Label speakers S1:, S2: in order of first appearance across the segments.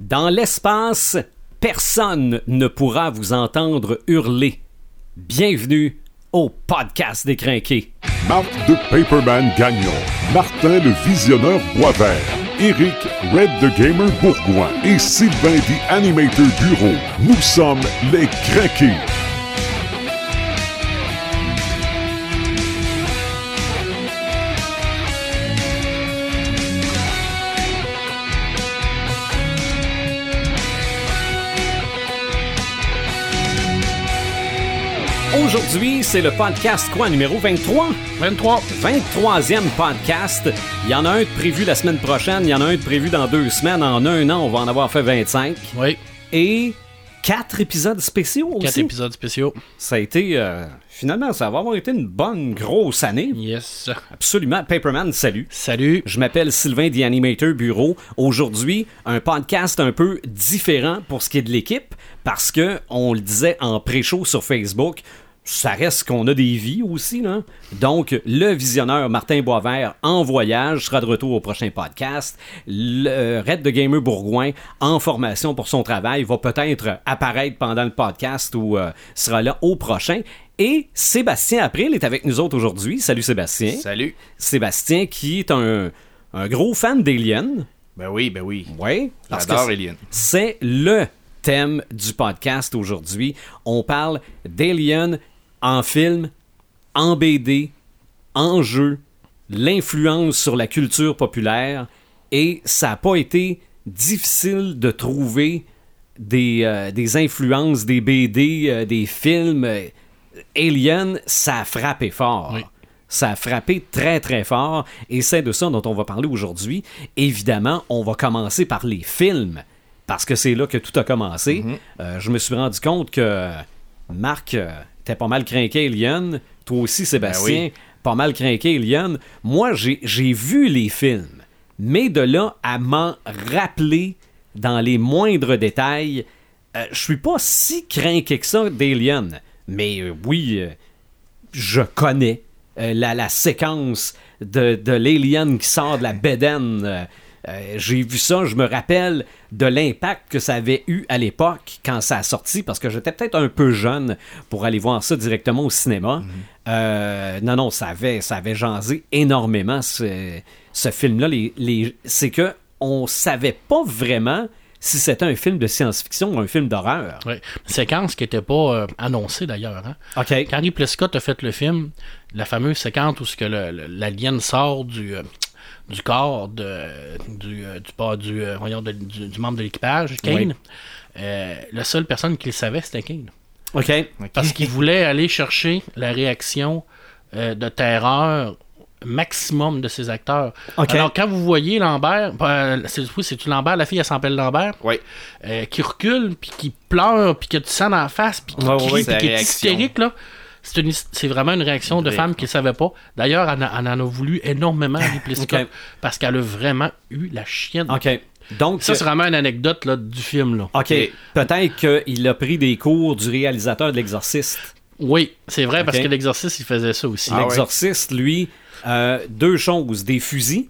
S1: Dans l'espace, personne ne pourra vous entendre hurler. Bienvenue au podcast des crinqués.
S2: Marc de Paperman Gagnon, Martin le Visionneur Boisvert, Eric Red the Gamer Bourgoin et Sylvain the Animator Bureau. Nous sommes les craqués.
S1: Aujourd'hui, c'est le podcast quoi numéro 23
S3: 23.
S1: 23e podcast. Il y en a un de prévu la semaine prochaine, il y en a un de prévu dans deux semaines. En un an, on va en avoir fait 25.
S3: Oui.
S1: Et quatre épisodes spéciaux aussi.
S3: Quatre épisodes spéciaux.
S1: Ça a été... euh, finalement, ça va avoir été une bonne grosse année.
S3: Yes.
S1: Absolument. Paperman, salut.
S3: Salut.
S1: Je m'appelle Sylvain The Animator Bureau. Aujourd'hui, un podcast un peu différent pour ce qui est de l'équipe parce que on le disait en pré-show sur Facebook, ça reste qu'on a des vies aussi là. Donc le visionneur Martin Boisvert en voyage sera de retour au prochain podcast. Le euh, Red de Gamer Bourgoin en formation pour son travail va peut-être apparaître pendant le podcast ou euh, sera là au prochain. Et Sébastien April est avec nous autres aujourd'hui. Salut Sébastien.
S4: Salut.
S1: Sébastien qui est un, un gros fan d'Alien.
S4: Ben oui, ben oui.
S1: Oui, parce que
S4: J'adore
S1: c'est-
S4: Alien.
S1: c'est le thème du podcast aujourd'hui. On parle d'Alien en film, en BD, en jeu, l'influence sur la culture populaire et ça n'a pas été difficile de trouver des, euh, des influences, des BD, euh, des films. euh, Alien, ça a frappé fort.
S3: Oui.
S1: Ça a frappé très très fort et c'est de ça dont on va parler aujourd'hui. Évidemment, on va commencer par les films parce que c'est là que tout a commencé. Euh, je me suis rendu compte que Marc euh, était pas mal craqué Alien, toi aussi Sébastien, pas mal craqué Alien. Moi, j'ai j'ai vu les films, mais de là à m'en rappeler dans les moindres détails, euh, je suis pas si craqué que ça d'Alien. Mais euh, oui, euh, je connais euh, la, la séquence de, de l'alien qui sort de la bédaine. Euh, euh, J'ai vu ça, je me rappelle de l'impact que ça avait eu à l'époque quand ça a sorti, parce que j'étais peut-être un peu jeune pour aller voir ça directement au cinéma. Euh, non, non, ça avait, ça avait jasé énormément ce, ce film-là. Les, les- C'est que on savait pas vraiment si c'était un film de science-fiction ou un film d'horreur.
S3: Ouais. Séquence qui n'était pas euh, annoncée d'ailleurs. Hein?
S1: OK.
S3: Quand Ridley Scott a fait le film, la fameuse séquence où ce que le- le- l'alien sort du, euh, du corps de, du, euh, du, pas- du, euh, voyons, de- du- du membre de l'équipage, Kane, euh, la seule personne qui le savait, c'était Kane.
S1: OK.
S3: Parce qu'il voulait aller chercher la réaction euh, de terreur maximum de ses acteurs.
S1: Ok.
S3: Alors, quand vous voyez Lambert, ben, c'est- oui, c'est-tu Lambert, la fille, elle s'appelle Lambert,
S4: Oui.
S3: euh, qui recule, puis qui pleure, puis qui a du sang dans la face, puis qui
S1: Ouais, ouais,
S3: crie,
S1: ouais.
S3: puis
S4: Sa
S3: qui est
S4: réaction.
S3: hystérique, là. C'est, une hys- c'est vraiment une réaction de
S4: Vraie.
S3: femme qui ne savait pas. D'ailleurs, elle, en a- elle en a voulu énormément, à Ripley Scott,
S1: Ok.
S3: parce qu'elle a vraiment eu la chienne.
S1: OK. Donc,
S3: Ça, c'est vraiment une anecdote là, du film. Là.
S1: OK.
S4: Et-
S1: Peut-être qu'il a pris des cours du réalisateur de l'exorciste.
S3: Oui, c'est vrai, parce
S1: Ok.
S3: que l'exorciste, il faisait ça aussi.
S4: Ah ouais.
S1: L'exorciste, lui, euh, deux choses, des fusils,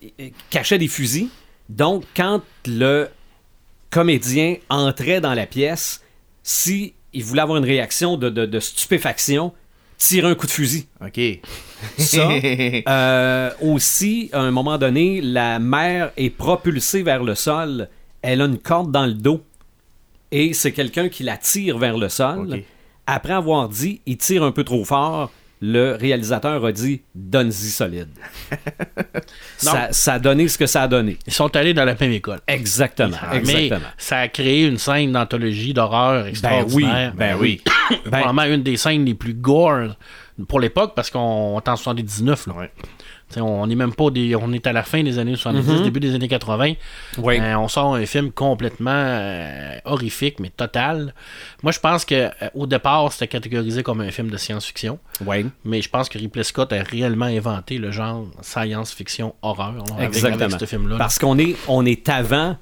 S1: il- il cachait des fusils. Donc, quand le comédien entrait dans la pièce, si il voulait avoir une réaction de, de- de stupéfaction, tirer un coup de fusil.
S4: OK.
S1: Ça, Euh, aussi, à un moment donné, la mère est propulsée vers le sol. Elle a une corde dans le dos. Et c'est quelqu'un qui la tire vers le sol.
S4: Ok.
S1: Après avoir dit, il tire un peu trop fort, le réalisateur a dit, donne-y solide. ça, ça a donné ce que ça a donné.
S3: Ils sont allés dans la même école.
S1: Exactement. exactement.
S3: Ah, Mais ça a créé une scène d'anthologie d'horreur
S1: Ben oui,
S3: extraordinaire.
S1: ben oui. ben-
S3: Probablement une des scènes les plus gore pour l'époque parce qu'on est en 79. Là.
S4: Ouais.
S3: T'sais, On n'est même pas des. On est à la fin des années 70,
S1: Mhm.
S3: début des années 80.
S1: Oui.
S3: Euh, on sort un film complètement euh, horrifique, mais total. Moi, je pense que euh, au départ, c'était catégorisé comme un film de science-fiction.
S1: Ouais.
S3: Mais je pense que Ripley Scott a réellement inventé le genre science-fiction horreur là, avec- avec,
S1: Exactement.
S3: ce film-là. là.
S1: Parce qu'on est, on est avant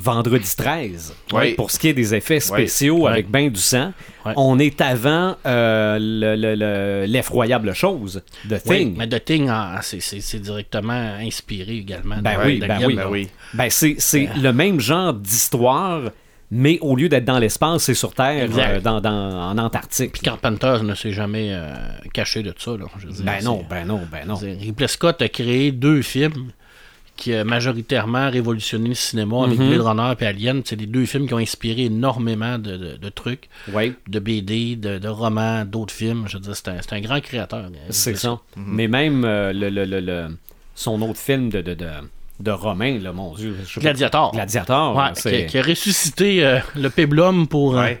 S1: Vendredi 13,
S4: Oui.
S1: pour ce qui est des effets spéciaux
S3: Oui.
S1: avec bain du sang,
S3: Oui.
S1: on est avant euh, le- le- le- l'effroyable chose, The
S3: Oui,
S1: Thing.
S3: mais The Thing, ah, c'est- c'est c'est directement inspiré également. de-
S1: Ben
S3: de
S1: oui,
S3: la
S1: ben
S3: Guillaume,
S1: oui.
S3: là.
S4: ben oui.
S1: Ben, c'est c'est le même genre d'histoire, mais au lieu d'être dans l'espace, c'est sur Terre,
S3: Exact.
S1: euh, dans, dans- en Antarctique.
S3: Carpenter ne s'est jamais euh, caché de ça. Là, je veux dire,
S1: Ben
S3: c'est-
S1: non, ben non, ben non.
S3: je veux dire, Ripley Scott a créé deux films qui ont majoritairement révolutionné le cinéma avec
S1: Mm-hmm.
S3: Blade Runner et Alien. C'est les deux films qui ont inspiré énormément de, de- de trucs,
S1: Oui,
S3: de BD, de, de romans, d'autres films. Je veux dire, c'est un, c'est un grand créateur.
S1: c'est ça. Mais même euh, le, le- le- le- son autre film de, de, de, de Romain, là, mon Dieu. je sais pas-
S3: Gladiator.
S1: Gladiator, hein,
S3: Ouais,
S1: c'est-
S3: qui, qui a ressuscité euh, le Péblum pour euh,
S4: Ouais.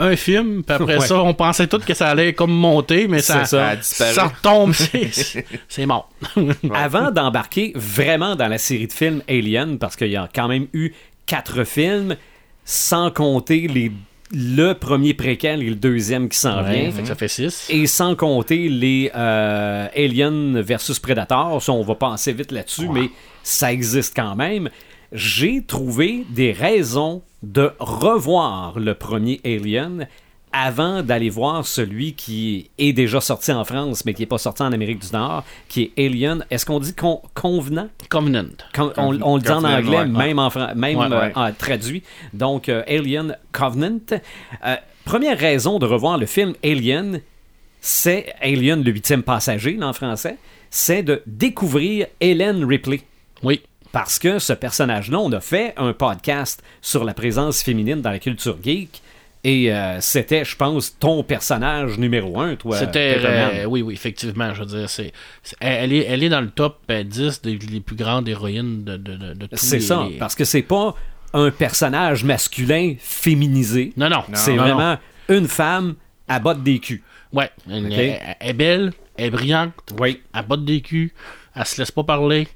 S3: un film, puis après
S1: Ouais.
S3: ça, on pensait tout que ça allait comme monter, mais ça,
S1: C'est ça.
S4: a disparu.
S3: ça retombe, c'est- c'est c'est mort.
S1: Avant d'embarquer vraiment dans la série de films Alien, parce qu'il y a quand même eu quatre films, sans compter les, le premier préquel et le deuxième qui s'en
S3: Ouais, Mm-hmm.
S1: vient.
S3: fait que ça fait 6.
S1: Et sans compter les euh, Alien versus Predator, ça on va passer vite là-dessus, mais ça existe quand même. J'ai trouvé des raisons de revoir le premier Alien avant d'aller voir celui qui est déjà sorti en France, mais qui n'est pas sorti en Amérique du Nord, qui est Alien. Est-ce qu'on dit con- convenant?
S3: Covenant.
S1: Con- on, on le dit en
S4: Covenant,
S1: anglais,
S4: ouais.
S1: même, en fran- même
S3: Ouais,
S1: euh,
S4: ouais.
S1: en traduit. Donc, euh, Alien Covenant. Euh, première raison de revoir le film Alien, c'est Alien, le huitième passager, là, en français, c'est de découvrir Helen Ripley.
S3: Oui.
S1: Parce que ce personnage-là, on a fait un podcast sur la présence féminine dans la culture geek. Et euh, c'était, je pense, ton personnage numéro un, toi.
S3: C'était.
S1: Pepperman.
S3: euh, oui, oui, effectivement. Je veux dire, c'est, c'est- elle, elle est, elle est dans le top euh, 10 des les plus grandes héroïnes de, de, de, de tous
S1: C'est
S3: les-
S1: ça,
S3: les-
S1: parce que c'est pas un personnage masculin féminisé.
S3: Non, non.
S1: C'est
S3: non, non.
S1: vraiment une femme à botte des culs.
S3: Ouais. Elle, elle- elle est belle, elle est brillante,
S1: Oui.
S3: elle botte des culs, elle se laisse pas parler.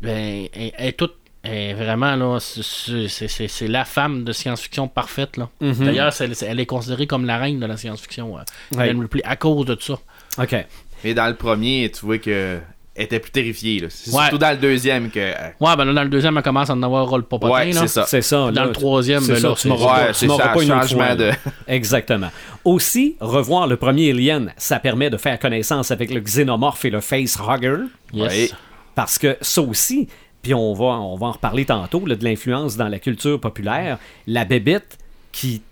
S3: Ben, elle, elle est toute. elle est vraiment, là, c'est- c'est c'est- c'est la femme de science-fiction parfaite. là.
S1: Mhm.
S3: D'ailleurs, c'est- elle, elle est considérée comme la reine de la science-fiction. euh,
S1: Ouais.
S3: Helen Ripley, à cause de ça.
S1: OK.
S4: Mais dans le premier, tu vois que elle était plus terrifiée. là. C'est
S3: Ouais.
S4: surtout dans le deuxième que. euh,
S3: Ouais, ben là, dans le deuxième, elle commence à en avoir rôle popotin.
S4: Ouais,
S3: là.
S4: c'est ça.
S1: C'est ça.
S3: Dans
S1: là,
S3: le troisième,
S1: c'est
S3: ben
S1: ça,
S3: là,
S1: tu
S3: c'est-
S1: m'auras
S4: Ouais,
S1: tu
S4: c'est
S1: m'auras
S4: ça,
S1: pas une autre
S4: changement
S1: fois,
S4: de-
S1: là. Exactement. Aussi, revoir le premier Alien, ça permet de faire connaissance avec le xénomorphe et le facehugger.
S3: Yes.
S4: Ouais.
S1: Parce que ça aussi, puis on va, on va en reparler tantôt, là, de l'influence dans la culture populaire, la bébite qui,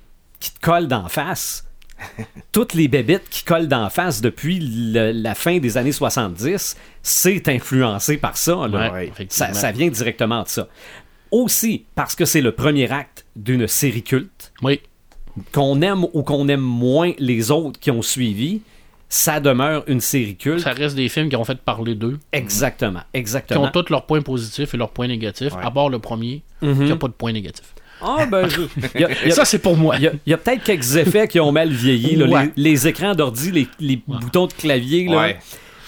S1: qui te colle d'en face, toutes les bébites qui collent d'en face depuis le- la fin des années 70, c'est influencé par ça. là.
S3: Ouais,
S1: ça,
S3: effectivement.
S1: ça vient directement de ça. Aussi, parce que c'est le premier acte d'une série culte,
S3: Oui.
S1: qu'on aime ou qu'on aime moins les autres qui ont suivi, ça demeure une série culte.
S3: Ça reste des films qui ont fait parler d'eux,
S1: Exactement,
S3: qui
S1: exactement.
S3: ont tous leurs points positifs et leurs points négatifs, à part le premier, qui n'a pas de points négatifs.
S1: Ah, ben, je- il y a- Mhm. il y a-
S3: Ça, c'est pour moi.
S1: Il y a, il y a peut-être quelques effets qui ont mal vieilli. là.
S3: Ouais.
S1: Les, les écrans d'ordi, les, les boutons de clavier. là.
S4: Ouais.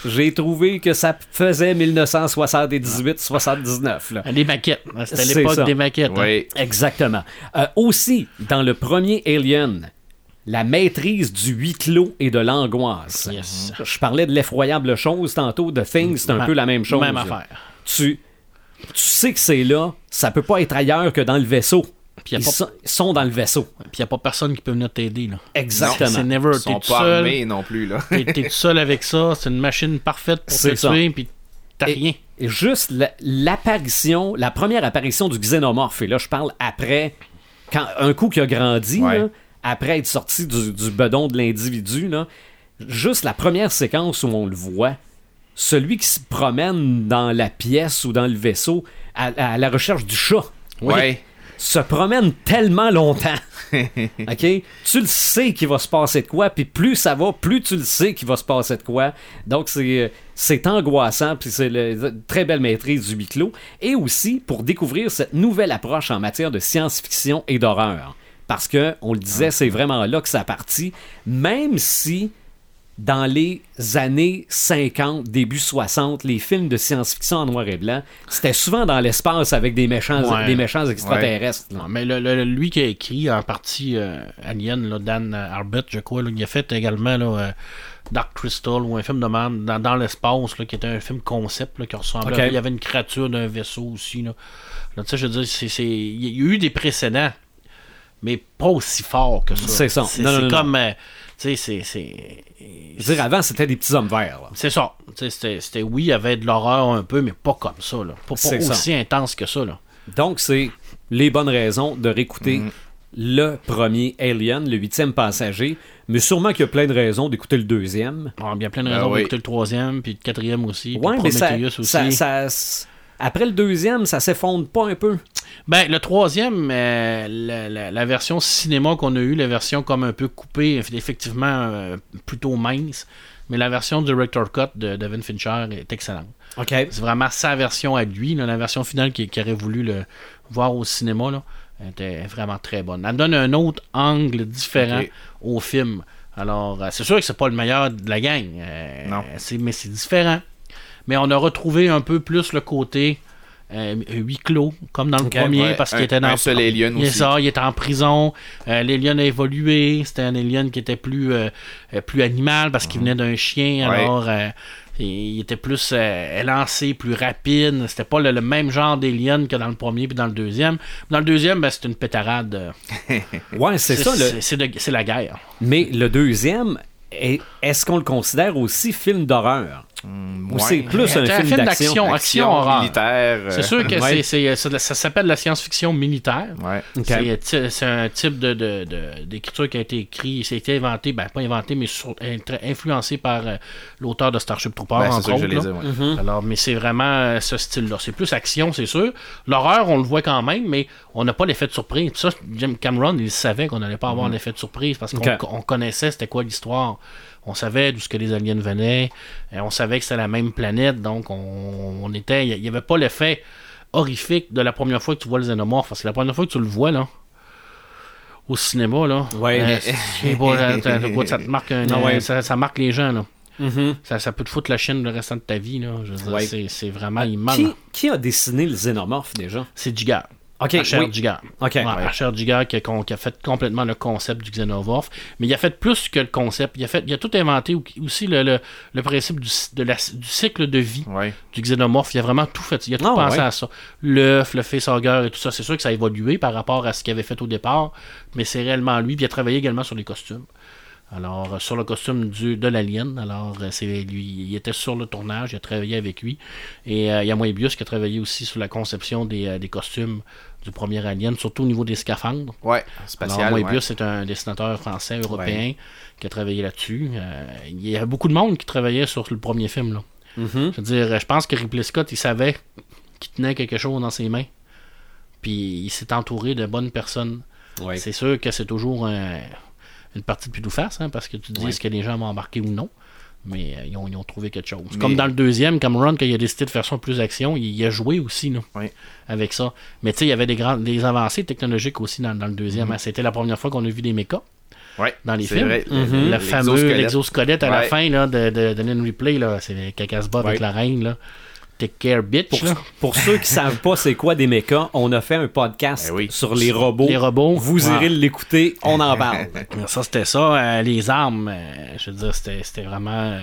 S1: J'ai trouvé que ça faisait 1978-79. là.
S3: Les maquettes. hein, C'était
S1: C'est
S3: l'époque
S1: ça.
S3: des maquettes. hein.
S4: Ouais.
S1: Exactement. Euh, aussi, dans le premier Alien, la maîtrise du huis clos et de l'angoisse.
S3: Yes.
S1: Je parlais de l'effroyable chose tantôt, de Things, c'est un
S3: Ma-
S1: peu la même chose.
S3: Même affaire.
S1: Tu, tu sais que c'est là, ça peut pas être ailleurs que dans le vaisseau.
S3: Puis y a
S1: Ils
S3: pas-
S1: sont- sont dans le vaisseau.
S3: Puis il n'y a pas personne qui peut venir t'aider. là.
S1: Exactement.
S3: C'est never.
S4: Ils
S3: T'es
S4: sont
S3: tout
S4: pas
S3: seul.
S4: armés non plus là.
S3: T'es t'es tout seul avec ça. C'est une machine parfaite pour
S1: C'est
S3: te
S1: ça.
S3: tuer. Puis t'as
S1: Et-
S3: rien.
S1: Et juste la- l'apparition, la première apparition du xénomorphe, et là je parle après, quand un coup qui a grandi,
S4: Ouais.
S1: là, après être sorti du, du bedon de l'individu, là, juste la première séquence où on le voit, celui qui se promène dans la pièce ou dans le vaisseau à, à la recherche du chat,
S4: Ouais.
S1: se promène tellement longtemps. OK? Tu le sais qu'il va se passer de quoi, puis plus ça va, plus tu le sais qu'il va se passer de quoi. Donc, c'est euh, c'est angoissant, puis c'est la très belle maîtrise du huis clos. Et aussi, pour découvrir cette nouvelle approche en matière de science-fiction et d'horreur. Parce que, on le
S3: Ah.
S1: disait, c'est vraiment là que ça a parti, même si dans les années 50, début 60, les films de science-fiction en noir et blanc, c'était souvent dans l'espace avec des méchants,
S3: Ouais.
S1: des méchants extraterrestres. là.
S3: Non, mais le- le- lui qui a écrit en partie euh, Alien, là, Dan euh, Arbut, je crois, là, il a fait également là, euh, Dark Crystal ou un film de man dans, dans l'espace, là, qui était un film concept là, qui ressemblait.
S1: Ok.
S3: Il y avait une créature d'un vaisseau aussi. Là. Là, tu sais, je veux dire, c'est- c'est- il y a eu des précédents, mais pas aussi fort que ça.
S1: C'est ça.
S3: C'est
S1: Non, non,
S3: c'est
S1: non, non.
S3: comme. euh, tu sais, c'est- c'est.
S1: Je veux dire, avant, c'était des petits hommes verts. là.
S3: C'est ça. Tu sais, C'était, c'était- oui, il y avait de l'horreur un peu, mais pas comme ça. Là. Pas, pas
S1: C'est ça.
S3: aussi intense que ça. Là.
S1: Donc, c'est les bonnes raisons de réécouter le premier Alien, le huitième passager, mais sûrement qu'il y a plein de raisons d'écouter le deuxième.
S3: Alors, il y a plein de
S4: Ah
S3: raisons
S4: oui.
S3: d'écouter le troisième, puis le quatrième aussi,
S1: Ouais,
S3: puis
S1: mais ça,
S3: Prometheus aussi.
S1: ça- ça s- Après le deuxième, ça s'effondre pas un peu.
S3: Ben, le troisième, euh, la, la- la version cinéma qu'on a eue, la version comme un peu coupée, eff- effectivement euh, plutôt mince, mais la version Director Cut de Devin Fincher est excellente.
S1: OK.
S3: C'est vraiment sa version à lui, là, la version finale qu'il qu'il aurait voulu le voir au cinéma, là, était vraiment très bonne. Elle donne un autre angle différent
S4: Ok.
S3: au film. Alors, euh, c'est sûr que c'est pas le meilleur de la gang, euh,
S4: Non.
S3: c'est- mais c'est différent. Mais on a retrouvé un peu plus le côté euh, huis clos, comme dans le
S1: Ok,
S3: premier,
S4: ouais.
S3: parce
S4: Un-
S3: qu'il était dans
S4: un seul alien
S3: il est
S4: aussi.
S3: ça, Ah, il était en prison. Euh, L'alien a évolué. C'était un alien qui était plus, euh, euh, plus animal parce qu'il venait d'un chien.
S4: Ouais.
S3: Alors, euh, il il était plus euh, élancé, plus rapide. C'était pas le, le même genre d'alien que dans le premier puis dans le deuxième. Dans le deuxième, ben, c'est une pétarade. euh,
S1: Ouais, c'est ça. le-
S3: c'est- C'est de- c'est la guerre.
S1: Mais le deuxième, est- est-ce qu'on le considère aussi film d'horreur? Ou
S4: ouais.
S1: Mm, c'est plus
S3: C'est
S1: un, film, d'action?
S3: d'action, action horreur.
S4: militaire. euh,
S3: C'est sûr que
S1: ouais.
S3: c'est- c'est- ça, ça s'appelle la science-fiction militaire.
S4: Ouais.
S1: Ok.
S3: C'est, euh, ti- C'est un type de, de- de- d'écriture qui a été écrit, ça a été inventé, ben pas inventé, mais sur- in- très influencé par euh, l'auteur de Starship Trooper,
S4: Ben, c'est
S3: entre
S4: sûr que
S3: autres.
S4: je les ai,
S3: là.
S4: ouais.
S1: Mm-hmm.
S3: Alors, mais c'est vraiment euh, ce style-là. C'est plus action, c'est sûr. L'horreur, on le voit quand même, mais on n'a pas l'effet de surprise. Puis Ça, Jim Cameron, il savait qu'on n'allait pas avoir l'effet de surprise parce qu'on
S1: Mm-hmm. Ok.
S3: on connaissait c'était quoi l'histoire. On savait d'où ce que les aliens venaient. Et on savait que c'était la même planète, donc on, on était. Il n'y avait pas l'effet horrifique de la première fois que tu vois le xénomorphe. Parce que la première fois que tu le vois, là. Au cinéma, là. euh,
S1: Ouais, mais-
S3: c'est- je sais pas, là, t'as- t'as quoi, ça te marque un-
S1: Ah ouais.
S3: ça- ça marque les gens, là.
S1: Mhm.
S3: Ça, ça peut te foutre la chaîne le restant de ta vie, là. Je veux dire,
S1: Ouais.
S3: c'est, c'est vraiment immense.
S1: Qui, qui a dessiné le xénomorphe déjà?
S3: C'est Giga.
S1: Ok,
S3: Archer
S1: oui.
S3: Giga.
S1: Ok,
S3: Ouais,
S1: ouais.
S3: Archer Giga qui a, con- qui a fait complètement le concept du Xenomorph. Mais il a fait plus que le concept. Il a, fait, il a tout inventé ou- aussi le, le- le principe du, ci- de la- du cycle de vie
S4: Ouais.
S3: du xénomorphe. Il a vraiment tout fait. Il a tout
S1: Ah,
S3: pensé
S1: ouais.
S3: à ça. L'œuf, le facehugger et tout ça. C'est sûr que ça a évolué par rapport à ce qu'il avait fait au départ. Mais c'est réellement lui. Puis il a travaillé également sur les costumes. Alors, euh, sur le costume du, de l'alien. Alors, euh, c'est lui. Il était sur le tournage. Il a travaillé avec lui. Et euh, il y a Moebius qui a travaillé aussi sur la conception des, euh, des costumes du premier alien, surtout au niveau des scaphandres.
S4: Ouais.
S3: Alors,
S4: Spatial.
S3: Moebius,
S4: ouais.
S3: c'est un dessinateur français, européen, qui a travaillé là-dessus. Euh, il y a beaucoup de monde qui travaillait sur le premier film. Là.
S4: Mm-hmm.
S3: Je veux dire, je pense que Ripley Scott, il savait qu'il tenait quelque chose dans ses mains. Puis il s'est entouré de bonnes personnes.
S1: Ouais.
S3: C'est sûr que c'est toujours un- une partie de plus face, hein, parce que tu te dis est-ce que les gens m'ont embarqué ou non. Mais euh, ils, ont, ils ont trouvé quelque chose. Comme dans le deuxième, Cameron, quand il a décidé de faire son plus action, il, il a joué aussi là,
S4: Ouais.
S3: avec ça. Mais tu sais, il y avait des, grandes, des avancées technologiques aussi dans, dans le deuxième. hein. C'était la première fois qu'on a vu des mechas
S4: Ouais.
S3: dans les
S4: Mhm. C'est
S3: films. Mhm.
S4: vrai,
S3: Le
S4: le-
S3: fameux
S4: l'exosquelette.
S3: l'exosquelette à la
S4: Ouais.
S3: fin là, de, de, de Lynn Ripley, là, c'est quand elle se bat avec
S1: Ouais.
S3: la reine. Là. Take care, bitch.
S1: Pour,
S3: là.
S1: pour ceux qui savent pas c'est quoi des mechas, on a fait un podcast
S4: Ben oui.
S1: sur les robots.
S3: Les robots.
S1: Vous
S3: Ouais.
S1: irez l'écouter, on en parle.
S3: Ça, c'était ça. Euh, les armes, euh, je veux dire, c'était c'était vraiment euh,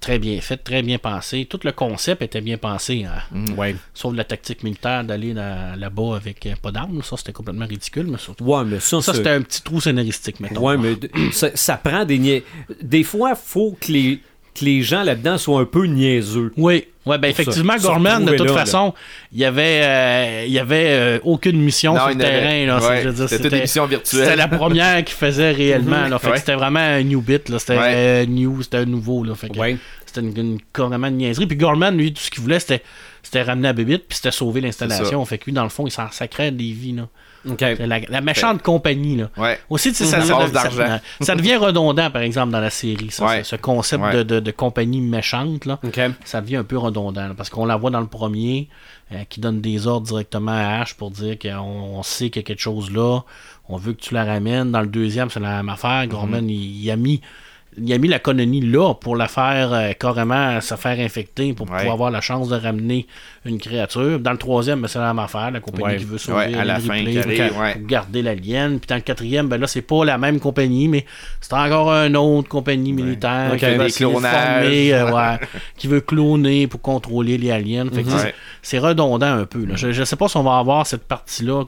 S3: très bien fait, très bien pensé. Tout le concept était bien pensé. hein.
S1: ouais.
S3: Sauf la tactique militaire d'aller dans- là-bas avec euh, pas d'armes. Ça, c'était complètement ridicule. Mais surtout,
S1: Ouais, mais ça,
S3: ça,
S1: c'est-
S3: c'était un petit trou scénaristique, mettons.
S1: Ouais, mais d- ça, ça prend des nia- Des fois, faut que les, que les gens là-dedans soient un peu niaiseux.
S3: Oui, ouais, ben effectivement,
S1: se
S3: Gorman, de
S1: retrouver
S3: toute
S1: là, là.
S3: façon, il y avait, euh, il y avait euh, aucune mission
S4: Non,
S3: sur
S4: il
S3: le
S4: y en avait.
S3: terrain. là.
S4: Ouais,
S3: je veux dire,
S4: c'était toute émission virtuelle. Mhm.
S3: C'était la première qu'il faisait réellement. là. Fait que
S4: Ouais.
S3: C'était vraiment un new bit. là. C'était
S4: Ouais.
S3: euh, new, c'était un nouveau. Là. Fait que
S1: Ouais.
S3: C'était une, une, carrément une niaiserie. Puis Gorman, lui, tout ce qu'il voulait, c'était c'était ramener la bébite, puis c'était sauver l'installation. Fait que lui, dans le fond, il s'en sacrait des vies. Là.
S1: OK.
S3: C'était La, la méchante compagnie. Là.
S4: Ouais.
S3: Aussi, tu sais, ça,
S4: Mhm.
S3: ça,
S4: Passe
S3: dev-
S4: d'argent.
S3: ça, ça devient redondant, par exemple, dans la série, ça,
S4: Ouais.
S3: ce ce concept
S4: Ouais.
S3: de, de- de compagnie méchante. Là
S1: OK.
S3: ça devient un peu redondant là, parce qu'on la voit dans le premier euh, qui donne des ordres directement à Ash pour dire qu'on on sait qu'il y a
S4: Mhm.
S3: quelque chose là, on veut que tu la ramènes. Dans le deuxième, c'est la même affaire. Gorman, il, il a mis il a mis la colonie là pour la faire euh, carrément se faire infecter pour
S4: Ouais.
S3: pouvoir avoir la chance de ramener une créature. Dans le troisième, ben, c'est la même affaire, la compagnie
S4: Ouais.
S3: qui veut sauver
S4: Ouais, à la
S3: Ripley pour,
S4: fin, qui
S3: qu'elle-
S4: arrive, ouais.
S3: pour garder l'alien. Puis dans le quatrième, ben là, c'est pas la même compagnie, mais c'est encore une autre compagnie militaire
S1: Donc,
S3: qui
S1: avec
S3: veut
S4: des
S3: essayer de
S4: clonages.
S3: former, euh, ouais, qui veut cloner pour contrôler les aliens. Fait que
S4: Mhm.
S3: c'est-
S4: Ouais.
S3: C'est redondant un peu. là. Je, je sais pas si on va avoir cette partie-là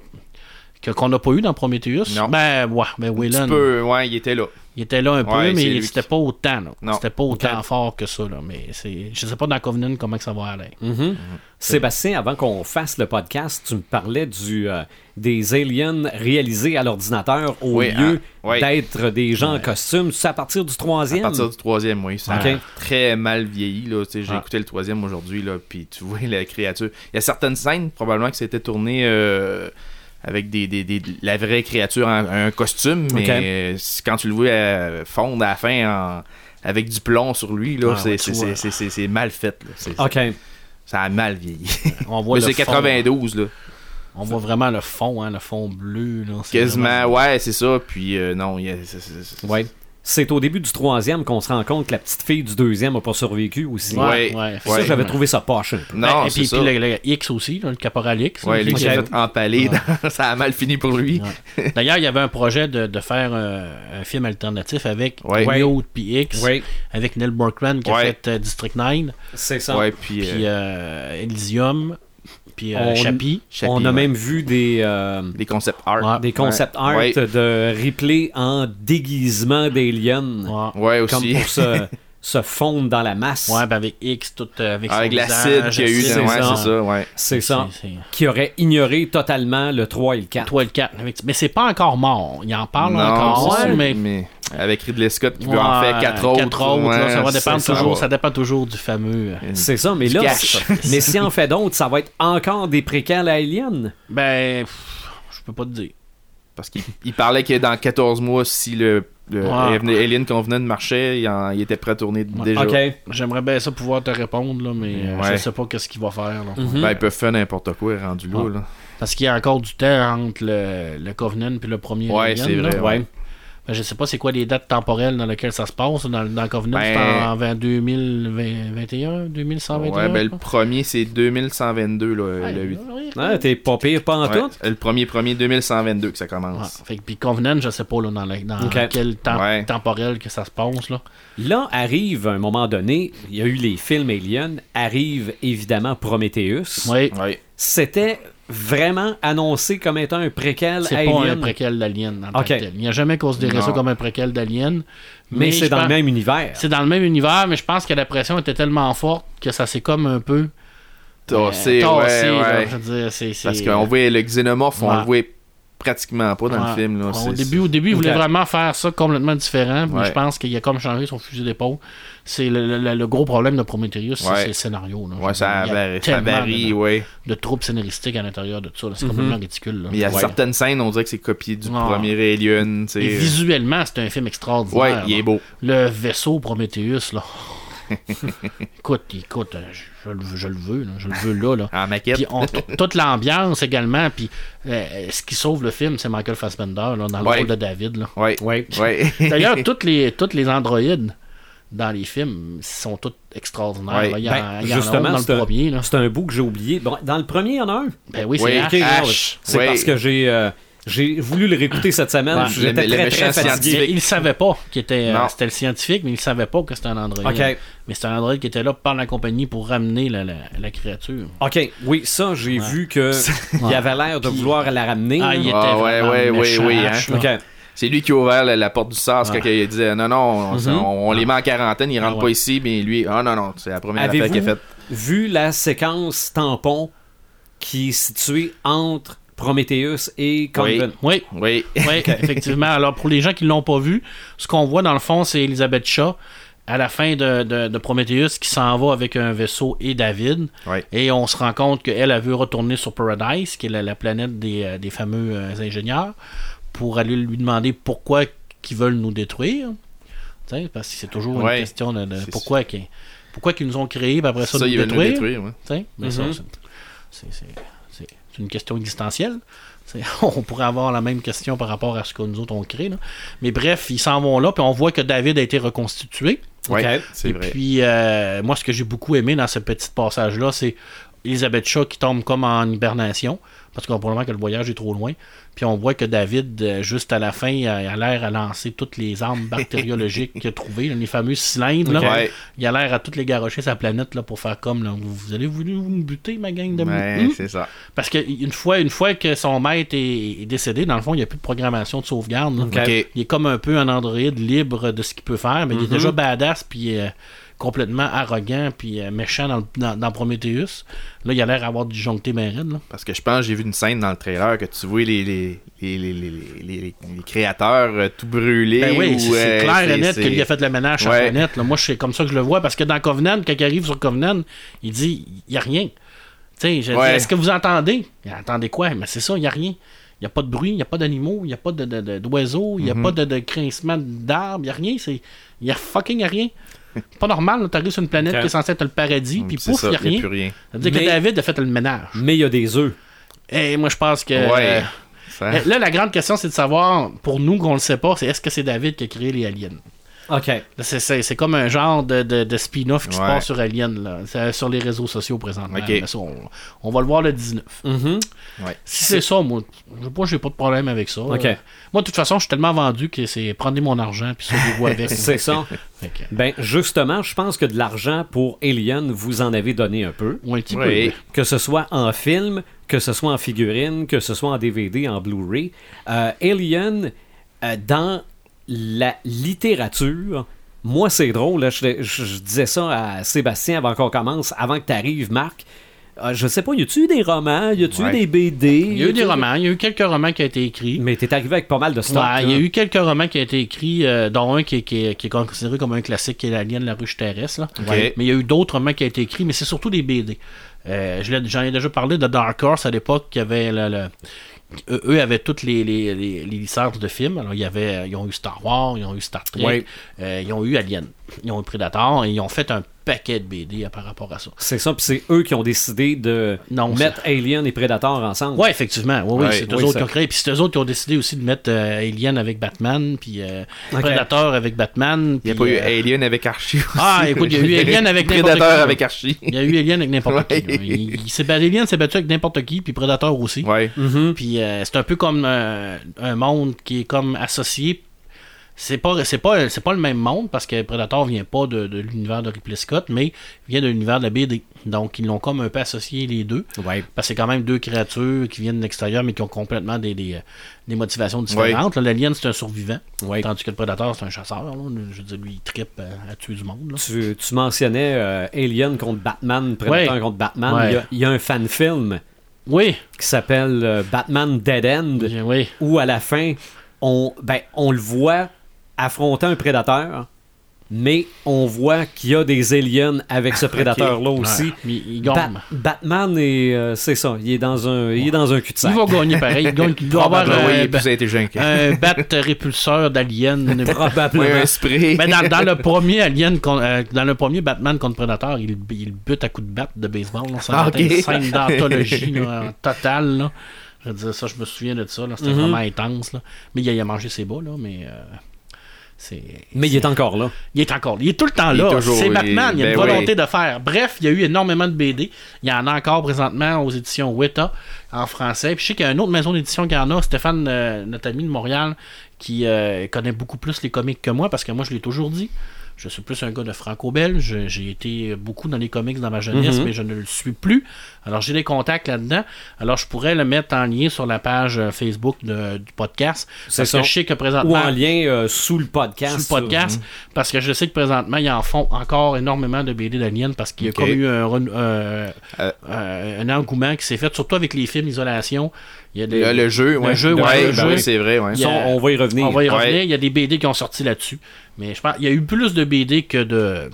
S3: que- qu'on n'a pas eu dans Prometheus.
S4: Non.
S3: Ben, ouais, ben
S4: Un
S3: Whelan.
S4: petit peu, ouais, il était là.
S3: Il était là un peu,
S4: Ouais, c'est
S3: mais
S4: lui
S3: c'était
S4: qui-
S3: pas autant. là.
S4: Non.
S3: C'était pas autant
S1: Ok.
S3: fort que ça. Là. Mais c'est... je sais pas dans Covenant comment que ça va aller.
S1: Mhm. Sébastien, avant qu'on fasse le podcast, tu me parlais du, euh, des aliens réalisés à l'ordinateur au
S4: Oui,
S1: lieu
S4: hein, ouais.
S1: d'être des gens en costume. C'est à partir du
S4: À
S1: troisième.
S4: partir du troisième, oui. Ça a
S1: Ok.
S4: très mal vieilli. Là. Tu sais, J'ai
S1: Ah.
S4: écouté le troisième aujourd'hui, là, puis tu vois la créature. Il y a certaines scènes, probablement, que c'était tourné euh, avec des, des- des- la vraie créature en un costume, mais
S1: Ok.
S4: euh, c'est- quand tu le vois euh, fondre à la fin en- avec du plomb sur lui, là,
S3: Ah,
S4: c'est-
S3: ouais, tu
S4: c'est-
S3: vois.
S4: c'est c'est- c'est- c'est mal fait. là. C'est-
S1: Ok.
S4: Ça a mal vieilli.
S3: On voit
S4: mais
S3: le
S4: c'est
S3: fond.
S4: 92, là.
S3: On voit vraiment le fond, hein, le fond bleu. Là, C'est
S4: Quasiment,
S3: vraiment-
S4: ouais, c'est ça. Puis euh, non, il y a- c'est- c'est- c'est-
S1: Ouais. C'est au début du troisième qu'on se rend compte que la petite fille du deuxième n'a pas survécu aussi.
S3: Ouais,
S4: Ouais.
S3: ouais.
S1: Ça, j'avais trouvé ça poche un peu.
S4: Non,
S3: Ben, et
S4: c'est
S3: puis,
S4: ça.
S3: puis le, le X aussi, là, le caporal X. là,
S4: Ouais, lui
S3: qui-
S4: qui s'est
S1: Ok.
S4: fait empaler, dans- ça a mal fini pour lui.
S3: Ouais. D'ailleurs, il y avait un projet de, de faire euh, un film alternatif avec
S4: Ouais.
S3: Wild PX,
S1: Oui,
S3: avec Neil Borkman qui a
S4: Ouais.
S3: fait euh, District 9,
S1: c'est ça.
S4: Ouais, puis, euh,
S3: puis euh, Elysium, puis euh,
S1: On-
S3: Chappie.
S4: Chappie,
S1: On a
S4: ouais.
S1: même vu des, euh,
S4: des concepts art.
S3: Ouais.
S1: des concept art
S4: Ah, Ouais.
S3: euh,
S1: de Ripley en déguisement d'aliens.
S3: Ouais.
S4: Ouais,
S1: Comme
S4: aussi.
S1: pour se, se fondre dans la masse.
S3: Ouais, ben avec X, tout euh, avec
S4: Ah, Avec
S3: son
S4: l'acide
S3: visage,
S4: qu'il y a eu,
S1: c'est
S4: dans- ouais,
S1: ça.
S4: c'est ça, ouais.
S1: C'est ça.
S3: C'est- c'est-
S1: Qui aurait ignoré totalement le 3 et le 4.
S3: Toi, le 4. avec- Mais c'est pas encore mort. Il en parle encore, ouais,
S4: c'est sûr,
S3: mais.
S4: avec Ridley Scott qui veut en
S3: Ouais,
S4: faire quatre autres.
S3: autres, là, ça, va
S4: ouais,
S3: dépendre
S4: c'est ça.
S3: toujours, ça dépend toujours du fameux. euh,
S1: C'est ça, mais
S4: Du
S1: là,
S4: cash.
S1: mais si en fait d'autres, ça va être encore des préquels à Alien.
S3: Ben, pff, je peux pas te dire.
S4: Parce qu'il il parlait que dans 14 mois, si le, le
S3: Ouais.
S4: Alien- Alien qu'on venait de marcher, il, en- il était prêt à tourner déjà. Ben,
S1: Ok.
S3: J'aimerais bien ça pouvoir te répondre, là, mais euh, je
S4: Ouais.
S3: sais pas qu'est-ce qu'il va faire. là.
S1: Mhm.
S4: Ben, ils peuvent faire n'importe quoi rendu là.
S3: Ouais.
S4: là.
S3: Parce qu'il y a encore du temps entre le, le Covenant puis le premier.
S4: Ouais,
S3: Alien,
S4: c'est
S3: là.
S4: vrai,
S1: ouais.
S3: Ben, je sais pas c'est quoi les dates temporelles dans lesquelles ça se passe. Dans, dans Covenant,
S4: Ben-
S3: c'est en, en 2021, 2121.
S4: Ouais, ben,
S3: je
S4: le
S3: pense.
S4: premier, c'est 2122. Là,
S3: Ouais,
S4: le, huit-
S3: ouais,
S1: Ouais, Ah, T'es pas pire, pas
S3: Ah,
S1: en
S4: ouais,
S1: tout.
S4: le premier, premier, 2122 que ça
S3: Ouais,
S4: commence.
S3: fait que- puis Covenant, je sais pas là, dans, la- dans
S1: Ok.
S3: quel temps
S4: Ouais.
S3: temporel que ça se passe. Là.
S1: Là arrive à un moment donné, il y a eu les films Alien, arrive évidemment Prometheus.
S3: Ouais,
S4: Ouais.
S1: C'était vraiment annoncé comme étant un préquel
S3: c'est
S1: à
S3: pas
S1: Alien.
S3: un préquel d'Alien. en tant
S1: Ok.
S3: que tel. Il n'a jamais considéré ça
S4: Non.
S3: comme un préquel d'Alien.
S1: mais
S3: je
S1: c'est dans le
S3: pense-
S1: même univers.
S3: C'est dans le même univers, mais je pense que la pression était tellement forte que ça s'est comme un peu
S4: Tassé,
S3: euh, tassé,
S4: Ah, ouais,
S3: là.
S4: ouais.
S3: Je veux dire, c'est- c'est-
S4: Parce qu'on voyait le xénomorphe, on
S3: Ouais.
S4: le voyait pratiquement pas dans
S3: Ouais.
S4: le film. Là.
S3: Au
S4: C'est-
S3: début, au début, il
S1: Ok.
S3: voulait vraiment faire ça complètement différent. mais
S4: Ouais.
S3: je pense qu'il a comme changé son fusil d'épaule. C'est le, le- le- le gros problème de Prometheus, c'est-
S4: Ouais.
S3: c'est le scénario. là. Je veux
S4: Ouais, ça,
S3: dire, il y a
S4: varie, ça
S3: tellement
S4: varie,
S3: de,
S4: ouais. Mm-hmm.
S3: de troubles scénaristiques à l'intérieur de tout ça. là. C'est complètement ridicule. là.
S4: Mais il y a
S3: Ouais.
S4: certaines scènes, on dirait que c'est copié du
S3: Ouais.
S4: premier Alien, tu sais.
S3: Et visuellement, c'est un film extraordinaire.
S4: euh, Ouais, il
S3: là.
S4: est beau.
S3: Le vaisseau Prometheus, là. écoute, écoute, euh, je, je le- je le veux, là, je le veux là. là.
S4: En maquette.
S3: Puis on- t- toute l'ambiance également, puis euh, ce qui sauve le film, c'est Michael Fassbender là, dans le
S4: Ouais.
S3: rôle de David. Là.
S4: Ouais.
S1: Ouais.
S4: Ouais.
S3: D'ailleurs, toutes les, toutes les androïdes dans les films sont toutes extraordinaires.
S4: Ouais.
S3: là. Il y en-
S1: Ben,
S3: il y en a un
S1: justement,
S3: dans
S1: c'est
S3: le
S1: un,
S3: premier. là.
S1: c'est un bout que j'ai oublié. Bon, dans le premier, il y en a un.
S3: Ben oui,
S4: Ouais.
S3: c'est
S1: Ok,
S3: Ash.
S1: non,
S4: H.
S1: c'est
S4: Ouais.
S1: parce que j'ai euh, j'ai voulu le réécouter cette semaine.
S3: Ouais.
S1: J'étais
S4: Le- le
S1: très,
S4: méchant
S1: très fatigué.
S4: scientifique.
S3: Il ne savait pas qu'il était, euh,
S4: Non.
S3: c'était le scientifique, mais il ne savait pas que c'était un androïde.
S1: Ok.
S3: Mais c'est un androïde qui était là par la compagnie pour ramener la, la- la créature.
S1: OK, oui, ça, j'ai vu que il avait l'air de vouloir la ramener. là.
S3: Ah, il était
S4: Ah, ouais,
S3: vraiment
S4: ouais, ouais,
S3: méchant,
S4: oui, hein.
S3: Ash, là.
S1: OK.
S4: C'est lui qui a ouvert la, la porte du sas
S3: Ouais.
S4: quand il disait non, non, on, on- on les met en quarantaine, ils rentrent
S3: Ah,
S4: pas
S3: ouais.
S4: ici, mais lui, ah non, non, c'est la première affaire qu'il a
S1: Avez-vous
S4: faite.
S1: vu la séquence tampon qui est située entre Prometheus et Convent?
S3: Oui,
S4: Oui.
S3: oui, effectivement. Alors, pour les gens qui l'ont pas vu, ce qu'on voit dans le fond, c'est Elisabeth Shaw à la fin de, de- de Prometheus qui s'en va avec un vaisseau et David.
S4: Ouais.
S3: Et on se rend compte qu'elle a vu retourner sur Paradise, qui est la, la planète des, euh, des fameux euh, ingénieurs, pour aller lui demander pourquoi qu'ils veulent nous détruire. Tu sais, parce que c'est toujours
S4: Ouais.
S3: une question de, de
S4: C'est
S3: pourquoi qu'ils pourquoi qu'ils nous ont créés, puis après ça,
S4: Ça,
S3: nous
S4: il veut nous Mm-hmm.
S3: détruire.
S4: détruire. ouais.
S3: Tu sais, mais ça,
S1: Mhm.
S3: c'est- c'est- c'est- c'est- c'est une question existentielle. C'est- On pourrait avoir la même question par rapport à ce que nous autres on crée. là. Mais bref, ils s'en vont là, puis on voit que David a été reconstitué.
S4: Ouais,
S1: Ok.
S4: c'est
S3: Et
S4: vrai.
S3: puis, euh, moi, ce que j'ai beaucoup aimé dans ce petit passage-là, c'est Elisabeth Shaw qui tombe comme en hibernation, parce qu'on probablement que le voyage est trop loin. Puis on voit que David, euh, juste à la fin, il a, il a l'air à lancer toutes les armes bactériologiques qu'il a trouvées, les fameux cylindres. là.
S4: Ok. Ouais.
S3: Il a l'air à toutes les garocher sa planète là, pour faire comme là, vous, vous allez vouloir me buter, ma gang Hmm? de
S4: Ouais,
S3: mutants?
S4: c'est ça.
S3: Parce qu'une fois, une fois que son maître est, est décédé, dans le fond, il n'y a plus de programmation de sauvegarde. là.
S4: Ok.
S3: Il est comme un peu un androïde libre de ce qu'il peut faire, mais il est déjà badass puis euh, complètement arrogant puis euh, méchant dans, le- dans, dans Prometheus. Là, il a l'air d'avoir disjoncté bien raide, là.
S4: Parce que je pense, j'ai vu une scène dans le trailer que tu vois les, les, les, les, les, les- les- les créateurs euh, tout brûlés.
S3: Ben oui,
S4: ou,
S3: c'est- c'est
S4: euh,
S3: clair
S4: c'est-
S3: et net
S4: c'est-
S3: qu'il a fait le ménage sur la
S4: Ouais.
S3: planète. là. Moi, c'est comme ça que je le vois. Parce que dans Covenant, quand il arrive sur Covenant, il dit il n'y a rien. Tu sais, je dis,
S4: Ouais.
S3: Est-ce que vous entendez Il dit, Entendez quoi Mais c'est ça, il n'y a rien. Il n'y a pas de bruit, il n'y a pas d'animaux, il n'y a pas de- de- de- d'oiseaux, il n'y a
S4: Mhm.
S3: pas de, de grincement d'arbres, il n'y a rien. c'est- Il n'y a fucking rien. C'est pas normal, tu arrives sur une planète
S1: Ok.
S3: qui est censée être le paradis, puis
S4: Mm, C'est
S3: pouf, il
S4: ça,
S3: n'y a
S4: il n'y a
S3: rien.
S4: plus rien.
S3: Ça veut dire que
S1: Mais-
S3: David a fait le ménage.
S1: Mais il y a des œufs.
S3: Et moi, je pense que.
S4: Ouais. Hein? Ça-
S3: euh, Là, la grande question, c'est de savoir, pour nous qu'on le sait pas, c'est est-ce que c'est David qui a créé les aliens
S1: OK.
S3: c'est, c'est- c'est comme un genre de, de- de spin-off qui se
S4: Ouais.
S3: passe sur Alien, là. C'est sur les réseaux sociaux présentement.
S4: Ok.
S3: Mais ça, on, on va le voir le 19.
S1: Mhm.
S3: Si c'est ça, moi, je moi, j'ai pas de problème avec ça.
S1: Ok.
S3: Euh, Moi, de toute façon, je suis tellement vendu que c'est prenez mon argent puis sauvez-vous avec.
S1: C'est ça.
S3: Fait que,
S1: Ben, justement, je pense que de l'argent pour Alien, vous en avez donné un peu.
S3: ou un petit
S4: Oui.
S3: peu.
S1: que ce soit en film, que ce soit en figurine, que ce soit en DVD, en Blu-ray. Euh, Alien, euh, dans la littérature, moi c'est drôle, là, je, je- je disais ça à Sébastien avant qu'on commence, avant que tu arrives, Marc. Euh, je sais pas, y a-tu eu des romans, y a-tu
S4: Ouais.
S1: eu des BD
S3: Il y a eu des romans, il y a eu quelques romans qui ont été écrits.
S1: Mais t'es arrivé avec pas mal de
S3: Ouais,
S1: stock.
S3: il y
S1: là.
S3: a eu quelques romans qui ont été écrits, euh, dont un qui, est- qui est- qui est considéré comme un classique, qui est l'Alien de la ruche terrestre. là.
S4: Ok.
S3: Ouais. Mais il y a eu d'autres romans qui ont été écrits, mais c'est surtout des BD. Euh, je l'ai- J'en ai déjà parlé de Dark Horse à l'époque, qui avait le- le- eux- Eux avaient toutes les, les- les- les licences de films. Alors, il y avait, euh, ils ont eu Star Wars, ils ont eu Star Trek,
S1: Ouais.
S3: euh, ils ont eu Alien, ils ont eu Predator, et ils ont fait un paquet de BD euh, par rapport à ça.
S1: C'est ça, puis c'est eux qui ont décidé de
S3: Non,
S1: mettre Alien et Predator ensemble.
S3: Ouais, effectivement. Oui, oui,
S4: Ouais,
S3: c'est eux
S1: oui,
S3: autres
S1: ça.
S3: qui ont créé. Puis c'est eux autres qui ont décidé aussi de mettre euh, Alien avec Batman, puis euh,
S1: Ok.
S3: Predator avec Batman.
S4: Il n'y
S3: puis,
S4: a pas eu
S3: euh,
S4: Alien avec Archie aussi.
S3: Ah, écoute, il y a eu Alien avec n'importe qui,
S4: Prédateur
S3: là.
S4: avec Archie.
S3: Il y a eu Alien avec n'importe
S4: Ouais.
S3: qui. là. Il, il s'est battu- Alien s'est battu avec n'importe qui, puis Predator aussi.
S4: Ouais.
S1: Mhm.
S3: Puis euh, c'est un peu comme euh, un monde qui est comme associé. C'est pas, c'est, pas, c'est pas le même monde parce que Predator vient pas de, de l'univers de Ripley Scott, mais il vient de l'univers de la BD. Donc ils l'ont comme un peu associé les deux.
S1: Ouais.
S3: Parce que c'est quand même deux créatures qui viennent de l'extérieur mais qui ont complètement des, des, euh, des motivations différentes. Là, L'alien c'est un survivant,
S1: Ouais.
S3: tandis que le Predator c'est un chasseur. là. Je veux dire, lui il tripe à, à tuer du monde. là.
S1: Tu, tu mentionnais euh, Alien contre Batman, Predator
S3: Ouais.
S1: contre Batman.
S3: Ouais.
S1: Il y a- il y, a un fan film
S3: Oui,
S1: qui s'appelle euh, Batman Dead End,
S3: oui.
S1: où à la fin, on, ben, on le voit affronter un prédateur, mais on voit qu'il y a des aliens avec ce prédateur-là aussi. Bah,
S3: Ouais. Mais il
S1: Ba-
S3: gagne.
S1: Batman, est, euh, c'est ça, il est dans un, il est dans un
S3: Il
S1: cul-de-sac.
S3: va gagner pareil. Il, gagne, il doit
S4: Ah,
S3: avoir euh, ben,
S4: bah, oui, il
S3: un,
S4: est plus intelligent que.
S3: un bat répulseur d'alien.
S1: Probablement.
S4: Ouais, un spray.
S3: Mais ben, dans, dans le premier Alien, con- euh, dans le premier Batman contre Predator, il, il bute à coups de batte de baseball. là. Ça
S4: Ah,
S3: a été une
S4: ok.
S3: scène d'anthologie là, en total. là. Je veux dire, ça, je me souviens de ça. là. C'était
S4: Mhm.
S3: vraiment intense. là. Mais il a, il a mangé ses bas, là, mais euh, c'est.
S1: Mais il est encore là.
S3: Il est encore, il est tout le temps
S4: Il est
S3: là.
S4: toujours-
S3: C'est Batman, il y a
S4: il-
S3: une
S4: ben
S3: volonté
S4: oui.
S3: de faire. Bref, il y a eu énormément de BD. Il y en a encore présentement aux éditions Weta en français. Puis je sais qu'il y a une autre maison d'édition qui en a, Stéphane, euh, notre ami de Montréal, qui euh, connaît beaucoup plus les comics que moi parce que moi je l'ai toujours dit. Je suis plus un gars de franco-belge. J'ai été beaucoup dans les comics dans ma jeunesse, mais je ne le suis plus. Alors j'ai des contacts là-dedans. Alors je pourrais le mettre en lien sur la page euh, Facebook de- du podcast.
S1: C'est
S3: Parce
S1: ça.
S3: que je sais que présentement
S1: Ou en lien euh, sous le podcast.
S3: sur le podcast parce que je sais que présentement ils en font encore énormément de BD d'Alien parce qu'il y a
S4: Ok.
S3: comme eu un, ren- euh,
S4: Euh.
S3: euh, un engouement qui s'est fait surtout avec les films Isolation il y a des-
S4: Il y a le jeu, ouais.
S3: le jeu,
S4: Ouais,
S3: ouais,
S4: ben
S3: le
S4: oui,
S3: jeu.
S4: c'est vrai, ouais.
S3: Il y a-
S1: Ça, on va y revenir.
S3: on va y
S4: Ouais.
S3: revenir il y a des BD qui ont sorti là-dessus mais je pense il y a eu plus de BD que de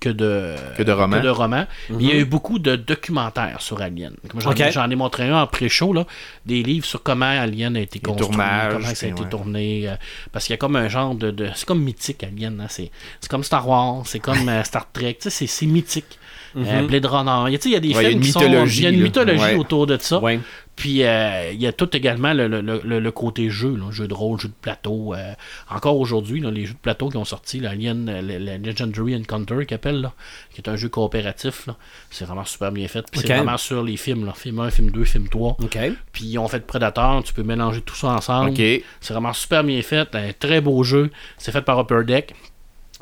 S3: que de
S4: Que de romans.
S3: romans. Mais il y a eu beaucoup de documentaires sur Alien Comme j'en,
S1: Ok.
S3: ai- j'en ai montré un en pré-show là, des livres sur comment Alien a été construit
S4: tournages,
S3: comment ça a
S4: puis
S3: été
S4: ouais.
S3: tourné euh, parce qu'il y a comme un genre de, de- c'est comme mythique Alien hein, c'est, c'est comme Star Wars c'est comme euh, Star Trek tu sais, c'est, c'est mythique Euh, Blade Runner il y a, tu sais, il y a des
S4: Ouais, il y a
S3: films
S4: une
S3: qui sont-
S4: mythologie,
S3: il y a une
S4: là.
S3: mythologie
S4: Ouais.
S3: autour de ça
S1: Ouais.
S3: Puis euh, il y a tout également le, le- le- le côté jeu, là, jeu de rôle, jeu de plateau. euh, encore aujourd'hui, là, les jeux de plateau qui ont sorti, là, Alien, euh, le- le Legendary Encounter qu'ils appellent, là, qui est un jeu coopératif, là, c'est vraiment super bien fait. Puis
S1: Ok.
S3: c'est vraiment sur les films, là, film 1, film 2, film 3.
S1: OK.
S3: Puis ils ont fait Predator, tu peux mélanger tout ça ensemble.
S4: Ok.
S3: C'est vraiment super bien fait, un très beau jeu. C'est fait par Upper Deck.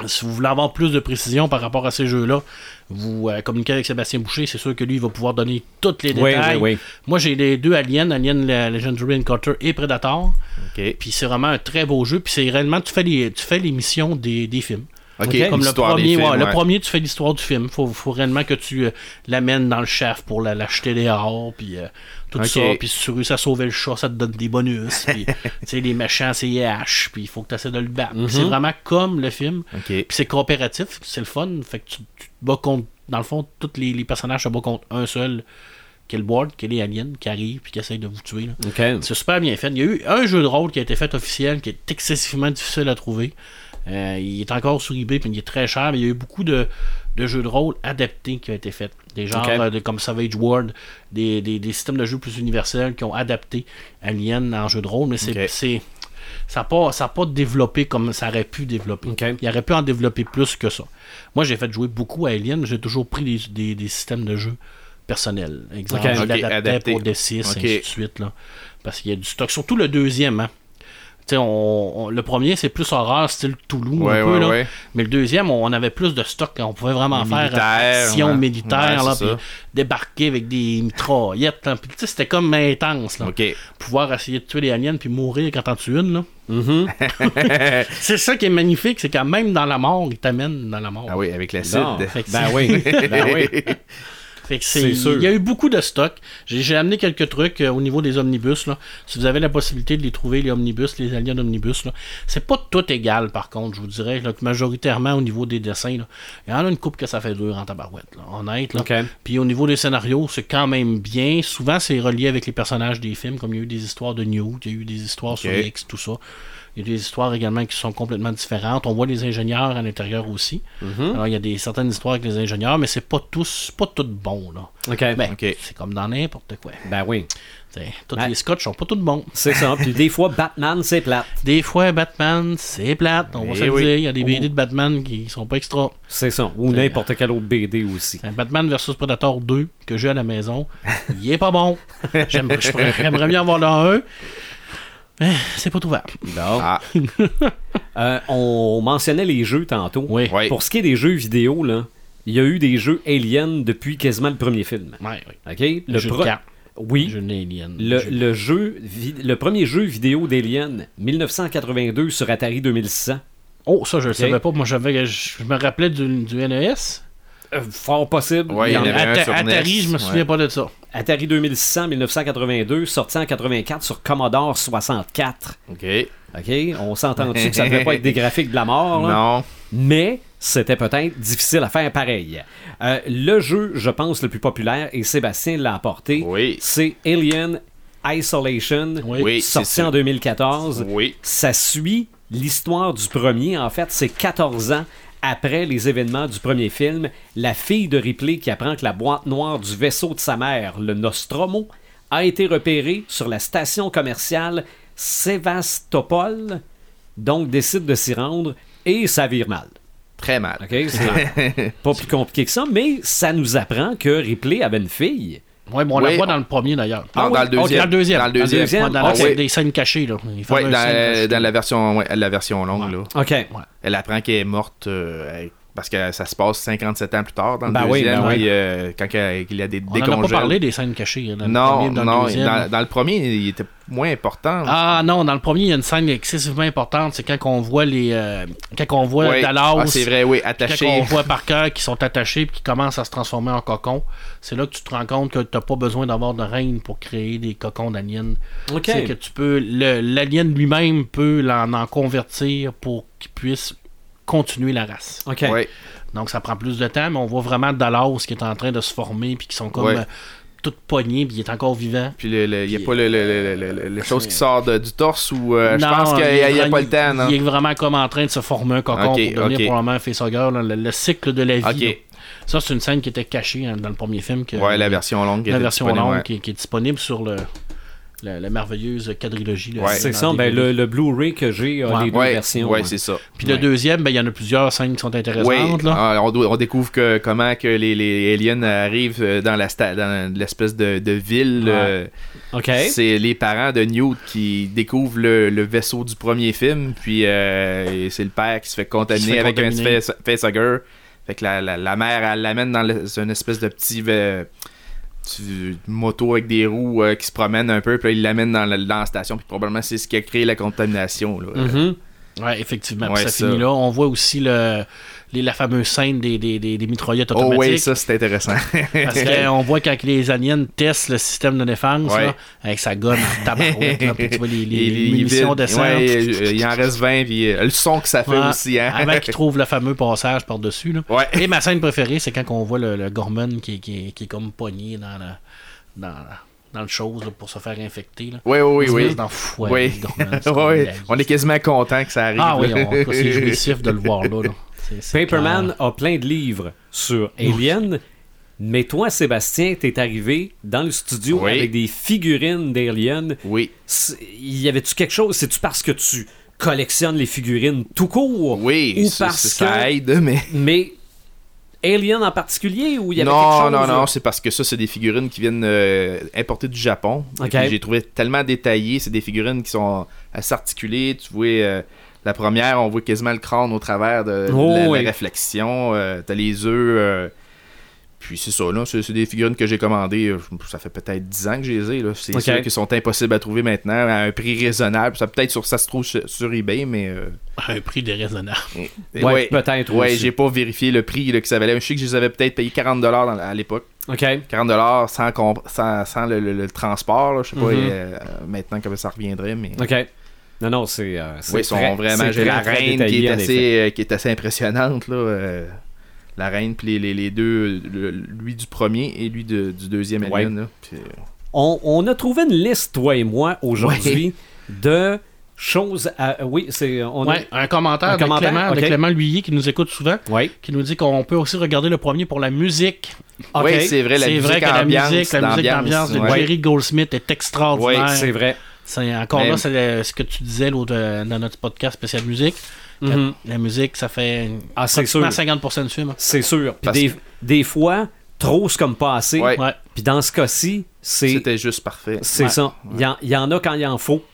S3: Si vous voulez avoir plus de précision par rapport à ces jeux-là, vous euh, communiquez avec Sébastien Boucher. C'est sûr que lui, il va pouvoir donner tous les
S1: Oui,
S3: détails.
S1: oui, oui.
S3: Moi, j'ai les deux Aliens, Alien la- Legendary Encounter et Predator.
S4: Ok.
S3: Puis c'est vraiment un très beau jeu. Puis c'est réellement, tu fais les, tu fais les missions des, des films.
S1: Ok,
S4: Ok.
S3: Comme le
S4: l'histoire des
S3: premier,
S4: films,
S3: ouais, le
S4: ouais.
S3: premier, tu fais l'histoire du film. Faut, faut réellement que tu euh, l'amènes dans le chef pour la- l'acheter dehors, puis euh, tout
S4: Ok.
S3: ça. Puis si tu réussis à sauver le chat, ça te donne des bonus. Puis, tu sais, les méchants, c'est H, puis il faut que tu essaies de le battre. Puis C'est vraiment comme le film.
S4: Mhm. Ok.
S3: Puis c'est coopératif, c'est le fun. Fait que tu, tu te bats contre, dans le fond, tous les, les personnages se battent contre un seul, qui est le board, qui est les aliens, qui arrive, puis qui essaye de vous tuer. là.
S1: OK.
S3: C'est super bien fait. Il y a eu un jeu de rôle qui a été fait officiel, qui est excessivement difficile à trouver. Euh, il est encore sur eBay, puis il est très cher, mais il y a eu beaucoup de, de jeux de rôle adaptés qui ont été faits. Des genres
S1: Ok.
S3: euh, de, comme Savage World, des, des- des systèmes de jeu plus universels qui ont adapté Alien en jeu de rôle, mais c'est.
S4: Ok.
S3: c'est- ça n'a pas, ça a pas développé comme ça aurait pu développer.
S1: Ok.
S3: Il aurait pu en développer plus que ça. Moi, j'ai fait jouer beaucoup à Alien, mais j'ai toujours pris des, des- des systèmes de jeu personnels. Exemple,
S1: Ok.
S3: je
S4: Ok,
S3: l'adaptais
S4: adapté.
S3: pour des 6
S4: Ok.
S3: ainsi de suite. Là. Parce qu'il y a du stock. Surtout le deuxième. Hein. Tu sais, On, on- le premier, c'est plus horreur, style Toulouse.
S4: Ouais,
S3: un peu,
S4: ouais,
S3: là.
S4: ouais.
S3: Mais le deuxième, on on avait plus de stock. On pouvait vraiment faire euh,
S4: Militaire,
S3: action
S4: ouais.
S3: militaire.
S4: Ouais,
S3: là,
S4: c'est
S3: puis
S4: ça.
S3: débarquer avec des mitraillettes. hein. Puis, tu sais, C'était comme intense. Là.
S4: Ok.
S3: Pouvoir essayer de tuer les aliens puis mourir quand t'en tues une. là.
S1: Mhm.
S3: C'est ça qui est magnifique. C'est quand même dans la mort, ils t'amènent dans la mort.
S4: Ah oui, avec l'acide.
S1: Non.
S3: Fait que
S1: Ben
S3: c'est-
S1: oui. Ben oui.
S3: Fait que
S1: C'est
S3: c'est
S1: sûr.
S3: Il y a eu beaucoup de stock. J'ai j'ai amené quelques trucs euh, au niveau des omnibus. Là. Si vous avez la possibilité de les trouver, les omnibus, les aliens d'omnibus, là. c'est pas tout égal par contre, je vous dirais. là, que majoritairement au niveau des dessins, là, il y en a une coupe que ça fait dur en tabarouette, là, honnête. Là.
S1: OK.
S3: Puis au niveau des scénarios, c'est quand même bien. Souvent, c'est relié avec les personnages des films, comme il y a eu des histoires de Newt, il y a eu des histoires sur
S4: Ok.
S3: X, tout ça. Il y a des histoires également qui sont complètement différentes. On voit les ingénieurs à l'intérieur aussi. Alors, il y a des, certaines histoires avec les ingénieurs, mais c'est pas tous, pas tout bon, là.
S1: OK.
S3: Ben,
S4: Ok.
S3: c'est comme dans n'importe quoi.
S1: Ben oui.
S3: T'sais, Tous
S1: Ben-
S3: les scotch sont pas tous bons.
S1: C'est ça. Puis des fois, Batman, c'est plate.
S3: Des fois, Batman, c'est plate. On va
S4: Eh
S3: se le
S4: oui.
S3: dire. Il y a des
S1: Ouh.
S3: BD de Batman qui sont pas extra.
S1: C'est ça. Ou n'importe quel autre BD aussi.
S3: Un Batman vs Predator 2 que j'ai à la maison, il est pas bon. J'aime- je pourrais- J'aimerais bien avoir le 1. Mais c'est pas trouvable.
S1: Non.
S4: Ah,
S1: Euh, on mentionnait les jeux tantôt.
S3: Oui.
S4: Ouais.
S1: Pour ce qui est des jeux vidéo, là, il y a eu des jeux Alien depuis quasiment le premier film.
S3: Ouais, oui.
S1: OK?
S3: Le jeu de
S1: pro-
S3: cartes.
S1: Oui.
S3: Je n'ai alien.
S1: Le,
S3: Je-
S1: le jeu vi- le premier jeu vidéo d'Alien, 1982 sur Atari 2600.
S3: Oh, ça, je le savais pas. Moi, j'avais, je, je me rappelais du, du NES.
S1: Euh, fort possible.
S4: Ouais, il y en
S1: Il y en
S4: avait un
S3: Atta-
S4: E sur NES.
S3: Atari, je me souviens
S4: Ouais.
S3: pas de ça.
S1: Atari 2600, 1982, sorti en 84 sur Commodore 64.
S4: ok.
S1: OK? On s'entend-tu que ça devait pas être des graphiques de la
S3: hein.
S1: mort? là?
S4: Non.
S1: Mais c'était peut-être difficile à faire pareil. Euh, le jeu, je pense, le plus populaire, et Sébastien l'a apporté,
S4: Oui.
S1: c'est Alien Isolation,
S3: Oui.
S4: Oui, c'est
S1: sorti
S4: ça.
S1: en 2014.
S4: Oui.
S1: Ça suit l'histoire du premier. En fait, c'est 14 ans après les événements du premier film. La fille de Ripley qui apprend que la boîte noire du vaisseau de sa mère, le Nostromo, a été repérée sur la station commerciale Sévastopol, donc décide de s'y rendre et ça vire mal.
S4: Très mal.
S1: OK? C'est pas plus compliqué que ça, mais ça nous apprend que Ripley avait une fille.
S3: Ouais, bon, on
S4: Oui.
S3: la voit dans le premier d'ailleurs.
S1: Ah
S4: Non, dans,
S1: oui.
S4: le
S3: Ok,
S4: deuxième.
S3: dans le deuxième.
S4: Dans le deuxième.
S1: deuxième.
S3: Ouais, dans la-
S1: Ah,
S4: oui.
S3: des scènes cachées, là. Les
S4: Ouais,
S3: fameuses
S4: dans,
S3: scènes cachées.
S4: dans la version, ouais, la version longue. Là.
S1: OK.
S3: Ouais.
S4: Elle apprend qu'elle est morte euh, elle- parce que ça se passe 57 ans plus tard dans le
S1: Ben oui,
S4: deuxième.
S1: ben oui.
S4: oui, euh, quand elle- qu'il a des
S3: On n'en a pas
S4: décongèles.
S3: parlé des scènes cachées. hein, Dans le
S4: non,
S3: premier, dans le
S4: non.
S3: deuxième.
S4: Dans, dans le premier, il était moins important.
S3: Ah non, dans le premier, il y a une scène excessivement importante. C'est quand on voit les. euh, quand on voit
S4: Ouais.
S3: Dallas.
S4: Ah, c'est vrai, oui,
S3: Quand
S4: attaché.
S3: on voit par cœur qui sont attachés et qui commencent à se transformer en cocons, c'est là que tu te rends compte que tu n'as pas besoin d'avoir de règne pour créer des cocons d'aliens.
S1: OK.
S3: C'est que tu peux. le- L'alien lui-même peut l'en en convertir pour qu'il puisse continuer la race.
S1: OK.
S4: Ouais.
S3: Donc ça prend plus de temps, mais on voit vraiment Dallas qui est en train de se former puis qui sont comme
S4: Ouais.
S3: euh, tout pognés puis il est encore vivant.
S4: Puis le- le- il n'y a
S3: Puis,
S4: pas le, le, le- le- le- le chose qui sort de- du torse ou euh, je
S3: Non,
S4: pense
S3: il
S4: qu'il
S3: est
S4: n'y a
S3: vra-
S4: pas le temps. Non?
S3: Il est vraiment comme en train de se former un cocon
S4: Ok,
S3: pour devenir
S4: ok.
S3: probablement un facehugger, là, le, le cycle de la vie.
S4: Ok.
S3: là. Ça, c'est une scène qui était cachée hein, dans le premier film. Que,
S4: Ouais, la version longue.
S3: la
S4: était
S3: version
S4: disponible,
S3: longue
S4: ouais.
S3: qui, qui est disponible sur le, la, la merveilleuse quadrilogie. là,
S4: Ouais.
S3: dans
S1: C'est ça, ben,
S3: DVD.
S1: le, le Blu-ray que j'ai a
S3: Ouais.
S1: les deux
S4: Ouais,
S1: versions.
S4: ouais,
S1: hein.
S4: c'est ça.
S3: Puis le deuxième, ben, il y en a plusieurs scènes qui sont intéressantes.
S4: Ouais,
S3: là.
S4: ah, on, doit- on découvre que, comment que les, les aliens arrivent euh, dans la sta- dans l'espèce de, de ville.
S1: Ouais.
S4: euh,
S1: OK.
S4: C'est les parents de Newt qui découvrent le, le vaisseau du premier film, puis euh, c'est le père qui se fait
S3: Qui se
S4: contaminer
S3: fait
S4: avec
S3: contaminer.
S4: un face- facehugger. Fait que la, la- la mère, elle l'amène dans le- c'est une espèce de petit euh, petit moto avec des roues euh, qui se promène un peu, puis là, il l'amène dans, la- dans la station, puis probablement c'est ce qui a créé la contamination. là.
S3: Mm-hmm.
S1: Mhm.
S3: Euh, Ouais, effectivement.
S4: Ouais,
S3: Puis ça,
S4: ça.
S3: finit là. On voit aussi le, les- la fameuse scène des, des, des, des mitraillettes
S4: Oh
S3: automatiques.
S4: ouais, ça c'est intéressant.
S3: Parce qu'on voit quand les aliens testent le système de défense
S4: Ouais.
S3: là, avec sa gomme en tabarouette, là, puis tu vois les, les-
S4: Il-
S3: les
S4: il- il
S3: munitions
S4: vide.
S3: descendre.
S4: Ouais, euh, il en reste 20, puis euh, le son que ça fait
S3: Ouais,
S4: aussi. Hein?
S3: Avant qu'ils trouvent le fameux passage par-dessus. là.
S4: Ouais.
S3: Et ma scène préférée, c'est quand on voit le, le Gorman qui, est- qui est- qui est comme pogné dans le, dans, dans le chose là, pour se faire infecter. Là.
S4: Oui, oui,
S3: Une
S4: oui.
S3: espèce d'enfoiré,
S4: Oui.
S3: le Gorman, hein, c'est comme
S4: oui.
S3: la vie.
S4: On est quasiment content que ça arrive.
S3: Ah oui,
S4: là.
S3: on- en tout cas, c'est jouissif de le voir là. là. C'est- c'est
S1: Paperman
S3: clair.
S4: Ah.
S1: a plein de livres sur Alien. Mais toi, Sébastien, t'es arrivé dans le studio
S4: Oui.
S1: avec des figurines d'Alien.
S4: Oui,
S1: C'est- Y avait-tu quelque chose C'est-tu parce que tu collectionnes les figurines tout court
S4: oui,
S1: Ou
S4: ça,
S1: parce
S4: ça- ça
S1: que.
S4: aide, mais.
S1: Mais Alien en particulier Ou il y avait quelque
S4: Non,
S1: chose
S4: non, non,
S1: là?
S4: c'est parce que ça, c'est des figurines qui viennent euh, importées du Japon. Et
S1: Ok.
S4: puis, J'ai trouvé tellement détaillées. C'est des figurines qui sont à s'articuler. Tu vois, euh, la première, on voit quasiment le crâne au travers de, de
S1: Oh,
S4: la, la
S1: oui.
S4: réflexion. euh, T'as les œufs. euh, puis c'est ça, là. C'est c'est des figurines que j'ai commandées. euh, Ça fait peut-être 10 ans que je les ai. là. C'est
S1: Ok.
S4: sûr qu'ils sont impossibles à trouver maintenant à un prix raisonnable. Ça peut-être sur ça se trouve sur, sur eBay, mais. euh,
S3: À un prix déraisonnable.
S4: Ouais,
S1: Ouais, peut-être
S4: Ouais,
S1: aussi.
S4: j'ai pas vérifié le prix là, que ça valait. Je sais que je les avais peut-être payé 40$ dans- à l'époque.
S1: Ok.
S4: 40$ sans, comp- sans, sans le, le- le transport. là. Je sais pas
S1: Mhm.
S4: euh, euh, maintenant comment ça reviendrait, mais.
S1: Ok. Non, non, c'est. euh, c'est
S4: Oui, ils sont
S1: très-
S4: vraiment.
S1: c'est
S4: J'ai la
S1: très, très
S4: reine qui
S1: détaillé,
S4: est,
S1: en effet.
S4: assez, euh, qui est assez impressionnante. Là, euh, la reine, puis les, les- les deux, le- lui du premier et lui de- du deuxième
S1: Ouais.
S4: alien. là. Puis, euh,
S1: On, on a trouvé une liste, toi et moi, aujourd'hui, de choses à. Oui, c'est. On
S3: Ouais, un commentaire,
S1: Un
S3: de,
S1: commentaire,
S3: Clément, de
S1: ok.
S3: Clément Lhuillier qui nous écoute souvent,
S1: a... ouais.
S3: qui nous dit qu'on peut aussi regarder le premier pour la musique.
S1: Ok.
S4: Oui, c'est vrai, la
S3: C'est
S4: musique
S3: vrai que
S4: ambiance,
S3: la musique, la musique d'ambiance de
S4: ouais.
S3: Jerry Goldsmith est extraordinaire.
S4: Ouais,
S1: C'est vrai.
S3: C'est encore
S4: Mais-
S3: là, c'est le- ce que tu disais l'autre, euh, dans notre podcast spécial musique. que
S1: Mhm.
S3: La musique, ça fait
S1: Ah, c'est sûr.
S3: pratiquement 50% du film.
S1: C'est sûr. Puis
S4: Parce
S1: des, des fois, trop c'est comme pas assez.
S4: Ouais.
S3: Ouais.
S1: Puis dans ce cas-ci, c'est
S4: C'était juste parfait.
S1: c'est
S3: ouais.
S1: ça. Il y en- il y, en a quand il en faut.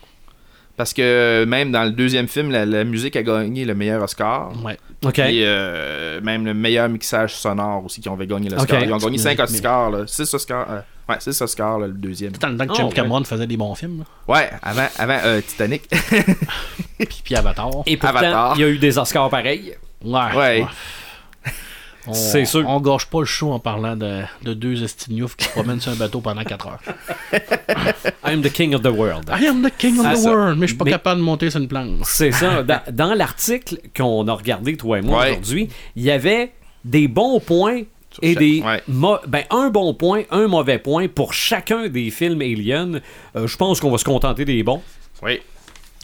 S4: Parce que euh, même dans le deuxième film, la, la musique a gagné le meilleur Oscar.
S3: ouais.
S1: OK.
S4: Et euh, même le meilleur mixage sonore aussi qui ont gagné l'Oscar.
S1: Ok.
S4: Ils ont gagné 5
S3: Mais-
S4: Oscars, là. 6 Oscars. euh, ouais, 6 Oscars, là, le deuxième.
S3: Dans le temps que
S1: Oh,
S3: Jim
S1: ouais.
S3: Cameron faisait des bons films. là.
S4: Ouais, avant, avant euh, Titanic.
S3: Puis, puis Avatar.
S1: Et pourtant,
S4: Avatar.
S1: il y a eu des Oscars pareils. Ah,
S3: Ouais.
S4: Ouais.
S3: On-
S1: C'est sûr.
S3: On gâche pas le show en parlant de, de deux estignoufs qui se promènent sur un bateau pendant 4 heures.
S1: I'm the king of the world.
S3: I am the king of
S4: Ah,
S3: the
S4: ça.
S3: world, mais je suis pas
S1: Mais-
S3: capable de monter sur une planche.
S1: C'est ça. Dans, dans l'article qu'on a regardé, toi et moi,
S4: Ouais.
S1: aujourd'hui, il y avait des bons points
S4: Sur
S1: et
S4: chaque-
S1: des
S4: ouais.
S1: mo- ben, un bon point, un mauvais point pour chacun des films Alien. Euh, je pense qu'on va se contenter des bons.
S4: oui.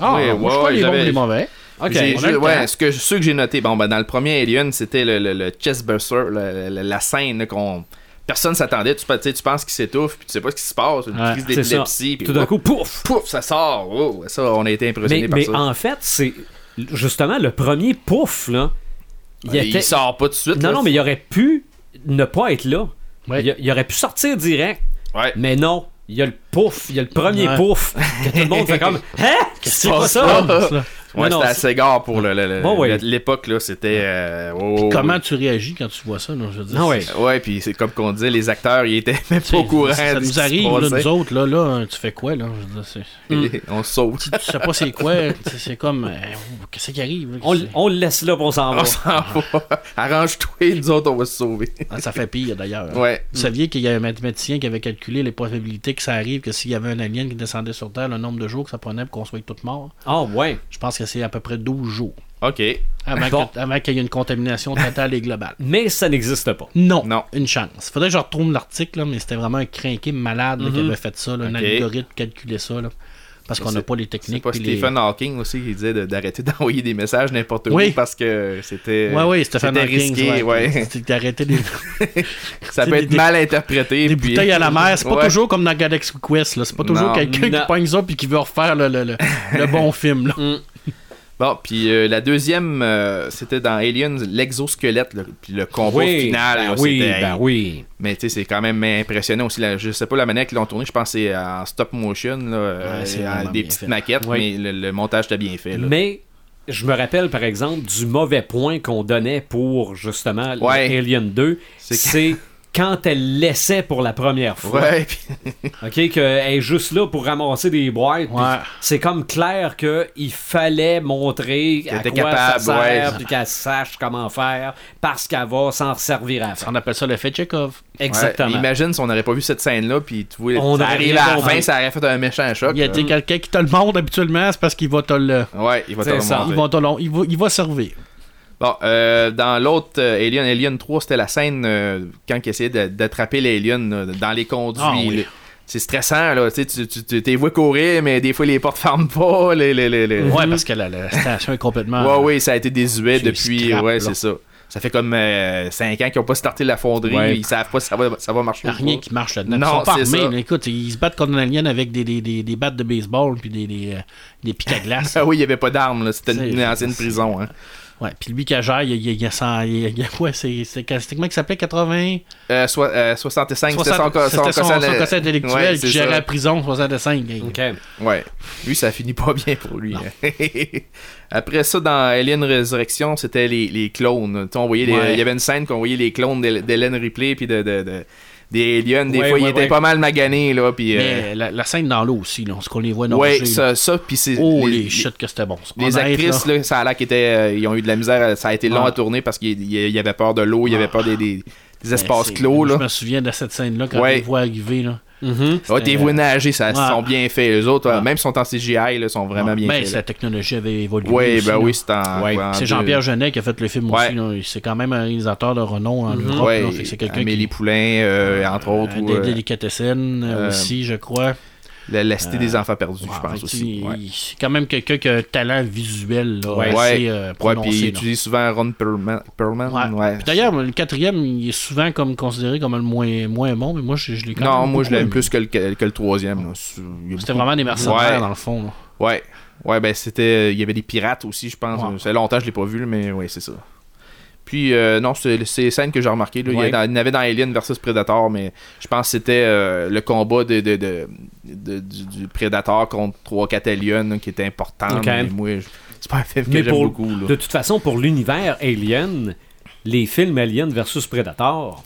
S3: Ah,
S4: Ouais,
S3: moi, je
S4: ouais,
S3: crois les bons
S4: j'avais-
S3: et les mauvais.
S1: OK.
S4: J'ai-
S1: on a
S4: j'ai-
S1: le
S4: ouais,
S1: temps.
S4: ce que, ceux que j'ai noté, bon, ben, dans le premier Alien, c'était le, le, le chest burster, le- le- la scène là, qu'on. Personne s'attendait. Tu, pe- tu sais, tu penses qu'il s'étouffe, puis tu sais pas ce qui se passe. Une
S3: Ouais,
S4: crise
S1: C'est ça.
S4: d'épilepsie, puis
S1: Tout d'un coup, pouf!
S4: pouf, ça sort. Oh, ça, on a été impressionné
S1: Mais,
S4: par
S1: mais
S4: ça.
S1: en fait, c'est justement le premier pouf, là. Il,
S4: Il,
S1: était-
S4: sort pas tout de suite.
S1: Non,
S4: là.
S1: non, mais il aurait pu ne pas être là.
S3: Ouais.
S1: Il, il aurait pu sortir direct,
S4: Ouais.
S1: mais non. Il y a le pouf, il y a le premier
S3: Ouais.
S1: pouf que tout le monde fait comme Hein? C'est
S4: qui
S1: pas
S4: se
S1: ça?
S4: passe,
S3: là?
S4: Ouais,
S1: Non, non,
S4: c'était assez gare pour le- le- le-
S1: Bon, ouais.
S4: le- l'époque, là. C'était. euh, oh, oh,
S3: Comment tu réagis quand tu vois ça? là, je veux dire,
S1: Ah ouais.
S3: c'est-
S4: oh. Ouais, puis c'est comme qu'on disait, les acteurs, ils étaient même pas
S3: c'est-
S4: au courant.
S3: Ça
S4: de ce qui
S3: nous
S4: se
S3: arrive, là,
S4: passait.
S3: nous autres, là, là, hein, tu fais quoi, là? Je veux dire, c'est-
S4: On saute.
S3: tu sais pas c'est quoi, tu sais, c'est comme, euh, ouh, qu'est-ce qui arrive? là,
S1: On,
S3: c'est-
S1: on le laisse là, puis on s'en va.
S4: On s'en va. Arrange-toi, nous autres, on va se sauver.
S3: Ah, ça fait pire, d'ailleurs.
S4: Ouais.
S3: Vous saviez qu'il y a un mathématicien qui avait calculé les probabilités que ça arrive, que s'il y avait un alien qui descendait sur Terre, le nombre de jours que ça prenait pour qu'on soit tous morts,
S1: Ah ouais.
S3: je pense que c'est à peu près 12 jours
S4: OK.
S3: avant
S1: Bon.
S3: que- avant qu'il y ait une contamination totale et globale.
S1: Mais ça n'existe pas.
S3: Non,
S4: Non.
S3: une chance. Faudrait que je retourne l'article, là, mais c'était vraiment un crinqué malade là, qui avait fait ça, là, un
S4: Mhm. Ok.
S3: algorithme qui calculait ça. là. parce qu'on n'a pas les techniques.
S4: pas
S3: puis les-
S4: Stephen Hawking aussi qui disait de- d'arrêter d'envoyer des messages n'importe où
S3: Oui.
S4: parce que c'était
S3: Ouais, oui, Stephen
S4: c'était
S3: Hawking. ouais.
S4: risqué. ouais.
S3: C'est d'arrêter des, C'est
S4: ça peut
S3: des-
S4: être mal interprété.
S3: des
S4: puis-
S3: bouteilles à la mer. C'est pas
S4: Ouais.
S3: toujours comme dans Galaxy Quest. là. C'est pas toujours
S4: Non.
S1: Non.
S3: quelqu'un
S1: Mm.
S3: qui pogne ça puis qui veut refaire le, le- le- le bon film. là.
S4: Bon, puis euh, la deuxième, euh, c'était dans Aliens, l'exosquelette, le- puis le combat
S1: oui,
S4: final.
S1: ben
S4: là,
S1: oui,
S4: c'était-
S1: ben oui.
S4: Mais tu sais, c'est quand même impressionnant aussi. la- je sais pas la manière qu'ils l'ont tourné, je pense que c'est en stop motion, là, euh,
S3: c'est
S4: et en-
S3: vraiment
S4: des
S3: bien
S4: petites
S3: fait.
S4: maquettes,
S1: Oui.
S4: mais le, le montage était bien fait. là.
S1: Mais je me rappelle, par exemple, du mauvais point qu'on donnait pour justement le
S4: Ouais.
S1: Alien 2.
S4: C'est-
S1: C'est quand elle laissait pour la première fois.
S4: Ouais, puis-
S1: OK, qu'elle est juste là pour ramasser des boîtes. puis
S3: Ouais.
S1: C'est comme clair qu'il fallait montrer à
S4: était
S1: quoi
S4: capable,
S1: ça sert,
S4: ouais.
S1: puis qu'elle sache comment faire, parce qu'elle va s'en servir à la fin.
S3: On appelle ça l'effet Chekhov.
S4: Ouais,
S1: Exactement.
S4: imagine si on n'aurait pas vu cette scène-là, puis tu vois,
S1: On
S4: ça
S1: aurait
S4: arrive
S1: rien
S4: à la
S1: compris.
S4: fin, ça aurait fait un méchant choc.
S3: Il y a
S4: là.
S3: des- quelqu'un qui te le montre habituellement, c'est parce qu'il va te le.
S4: Ouais, il va te
S1: C'est ça.
S4: remonter.
S3: Il va, te le- il va, il va servir.
S4: Bon, euh, dans l'autre euh, Alien, Alien 3, c'était la scène euh, quand il essayait de- d'attraper l'Alien là, dans les conduits.
S3: Ah oui.
S4: là. C'est stressant, là. Tu sais, tu- tu tu- t'es vois courir, mais des fois, les portes ferment pas. Les, les, les, les-
S3: Ouais, parce que la, la station est complètement.
S4: Ouais, ouais, ça a été désuet
S3: C'est des
S4: depuis.
S3: scraps,
S4: ouais,
S3: là.
S4: c'est ça. Ça fait comme 5 ans qu'ils n'ont pas starté la fonderie.
S1: Ouais.
S4: Ils savent pas si ça va, ça va marcher.
S3: Il n'y a
S4: ou
S3: rien
S4: pas.
S3: qui marche là-dedans.
S4: Non,
S3: ils sont pas
S4: c'est
S3: armés.
S4: ça.
S3: mais écoute, ils se battent contre un alien avec des, des, des, des battes de baseball puis des, des, euh, des pics à glace.
S4: Ah oui, il n'y avait pas d'armes. là. C'était une,
S3: C'est-
S4: ancienne prison. Hein.
S3: ouais, puis lui qui gère, il y a- il y a- il y a 100. il y a- il y a- Ouais, c'est c'est- c'est comment il s'appelait 80
S4: Euh, soit, euh, 65, c'était son,
S3: 60
S4: co-
S3: C'était son, son
S4: consent-
S3: conseil
S4: Ouais,
S3: intellectuel
S4: c'est
S3: qui gérait
S4: ça.
S3: la prison 65.
S1: OK.
S4: Ouais. Lui, ça finit pas bien pour lui. hein. Après ça, dans Alien Resurrection, c'était les, les clones. Tu sais, on voyait les-
S3: Ouais.
S4: Il y avait une scène qu'on voyait les clones d'Hel- d'Hélène Ripley puis de, de- de- des aliens. Des
S1: Ouais,
S4: fois,
S1: ouais,
S4: ils étaient
S1: ouais.
S4: pas mal maganés. Là, puis, euh,
S3: Mais la, la scène dans l'eau aussi, là, ce qu'on les voit dans
S4: ouais, ça, ça puis c'est...
S3: Oh les,
S4: les-
S3: shit que c'était bon. ça.
S4: les
S3: Honnête,
S4: actrices,
S3: là.
S4: là, ça a l'air qu'ils étaient, euh, ils ont eu de la misère. Ça a été long
S3: Ah.
S4: à tourner parce qu'il il y avait peur de l'eau, il y avait peur des, des- des espaces
S3: Mais Ah. Ben, c'est-
S4: clos. Là.
S3: Je me souviens de cette scène-là quand
S4: Ouais.
S3: on les voit arriver. Là.
S1: Mhm.
S4: Ouais, t'es
S3: c'était-
S4: voué nager, ça,
S3: Ouais.
S4: sont bien faits. Les autres, euh,
S3: Ouais.
S4: même si sont en CGI, là, sont vraiment bien
S3: Ben,
S4: faits.
S3: la technologie avait évolué.
S4: Oui,
S3: aussi,
S4: ben
S3: là.
S4: oui, c'est en.
S3: Ouais,
S4: quoi, en
S3: c'est
S4: deux-
S3: Jean-Pierre Jeunet qui a fait le film
S4: Ouais.
S3: aussi. là. C'est quand même un réalisateur de renom en Europe.
S4: Ouais,
S3: là. Fait que c'est quelqu'un qui.
S4: Amélie Poulain, euh, entre autres,
S3: Un
S4: ou,
S3: des
S4: euh,
S3: délicatessen
S4: euh,
S3: aussi, je crois.
S4: la, la Cité des Enfants Perdus,
S3: Ouais,
S4: je
S3: fait
S4: pense
S3: que
S4: aussi.
S3: il-
S4: Ouais.
S3: il- C'est quand même quelqu'un qui a un talent visuel là,
S1: Ouais.
S3: assez
S4: Ouais.
S3: euh,
S4: Ouais,
S3: prononcé.
S4: puis il
S3: là.
S4: utilise souvent Ron Perlman. Perlman,
S3: Ouais.
S4: ouais.
S3: Puis D'ailleurs, le quatrième, il est souvent comme considéré comme le moins, moins bon, mais moi, je, je l'ai quand
S4: Non,
S3: même
S4: moi je
S3: beaucoup
S4: l'aime
S3: aimé.
S4: plus que le, que le troisième. là. C'est- il y a
S3: C'était
S4: beaucoup-
S3: vraiment des mercenaires,
S4: Ouais.
S3: dans le fond. là.
S4: Ouais. Ouais, ben c'était. Il y avait des pirates aussi, je pense.
S3: Ouais.
S4: Ça fait longtemps que je l'ai pas vu, là, mais ouais, c'est ça. Puis, euh, non, c'est c'est les scènes que j'ai remarquées. là. Il, y
S1: Ouais.
S4: a dans- il y en avait dans Alien versus Predator, mais je pense que c'était euh, le combat de, de- de- de- du, du Predator contre 3-4 aliens là, qui était important.
S1: Ok.
S4: Mais moi, je- c'est pas un film que
S1: Mais
S4: j'aime
S1: pour-
S4: beaucoup. là.
S1: De toute façon, pour l'univers Alien, les films Alien versus Predator,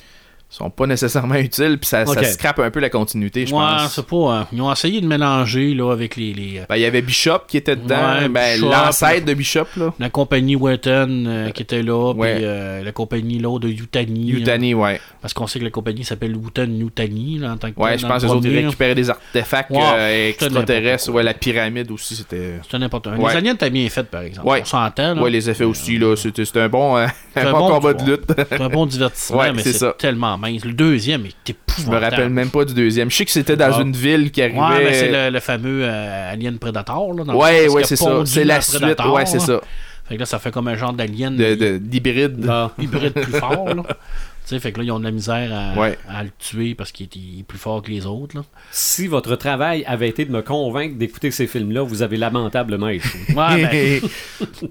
S4: Ils sont pas nécessairement utiles, puis ça,
S1: Ok.
S4: ça scrape un peu la continuité, je
S3: Ouais,
S4: pense.
S3: c'est pas. euh, ils ont essayé de mélanger là, avec les, les, euh,
S4: Ben, Il y avait Bishop qui était dedans,
S3: Ouais,
S4: ben,
S3: Bishop.
S4: l'ancêtre de Bishop, là.
S3: la compagnie Wetton euh, qui était là,
S4: Ouais.
S3: puis euh, la compagnie là, de Yutani. hein,
S4: Yutani, ouais.
S3: parce qu'on sait que la compagnie s'appelle Wetton Yutani là, en tant que
S4: Ouais,
S3: telle,
S4: je
S3: dans
S4: pense
S3: le
S4: que les autres, ils
S3: premier, là.
S4: récupéraient des artefacts
S3: Ouais,
S4: euh,
S3: c'était n'importe
S4: extraterrestres.
S3: quoi.
S4: Ouais, la pyramide aussi, c'était.
S3: C'était n'importe quoi.
S4: Ouais.
S3: Les aliens étaient bien fait, par exemple.
S4: Ouais.
S3: On s'entend. là.
S4: Ouais, les effets aussi, là. C'était c'était un bon, euh, un
S3: un
S4: bon
S3: bon
S4: combat de
S3: tournoi.
S4: lutte.
S3: C'est un bon divertissement,
S4: Ouais,
S3: mais
S4: c'est ça.
S3: c'est tellement mince. Le deuxième est
S4: Je
S3: épouvantable.
S4: me rappelle même pas du deuxième. Je sais que c'était dans
S3: Ah.
S4: une ville qui arrivait.
S3: Ouais, mais c'est le, le fameux euh, Alien Predator. Là, dans le sens
S4: Ouais, ouais,
S3: qu'il a
S4: c'est ça.
S3: pondu
S4: C'est
S3: un
S4: la suite.
S3: Predator,
S4: Ouais, c'est
S3: là.
S4: ça.
S3: Fait que là, ça fait comme un genre d'alien
S4: De- de- D'hybride.
S1: là,
S3: hybride plus fort. Là. Tu sais, fait que là, ils ont de la misère à,
S4: Ouais.
S3: à le tuer parce qu'il est, il est plus fort que les autres. Là.
S1: si votre travail avait été de me convaincre d'écouter ces films-là, vous avez lamentablement échoué.
S3: Ouais, ben,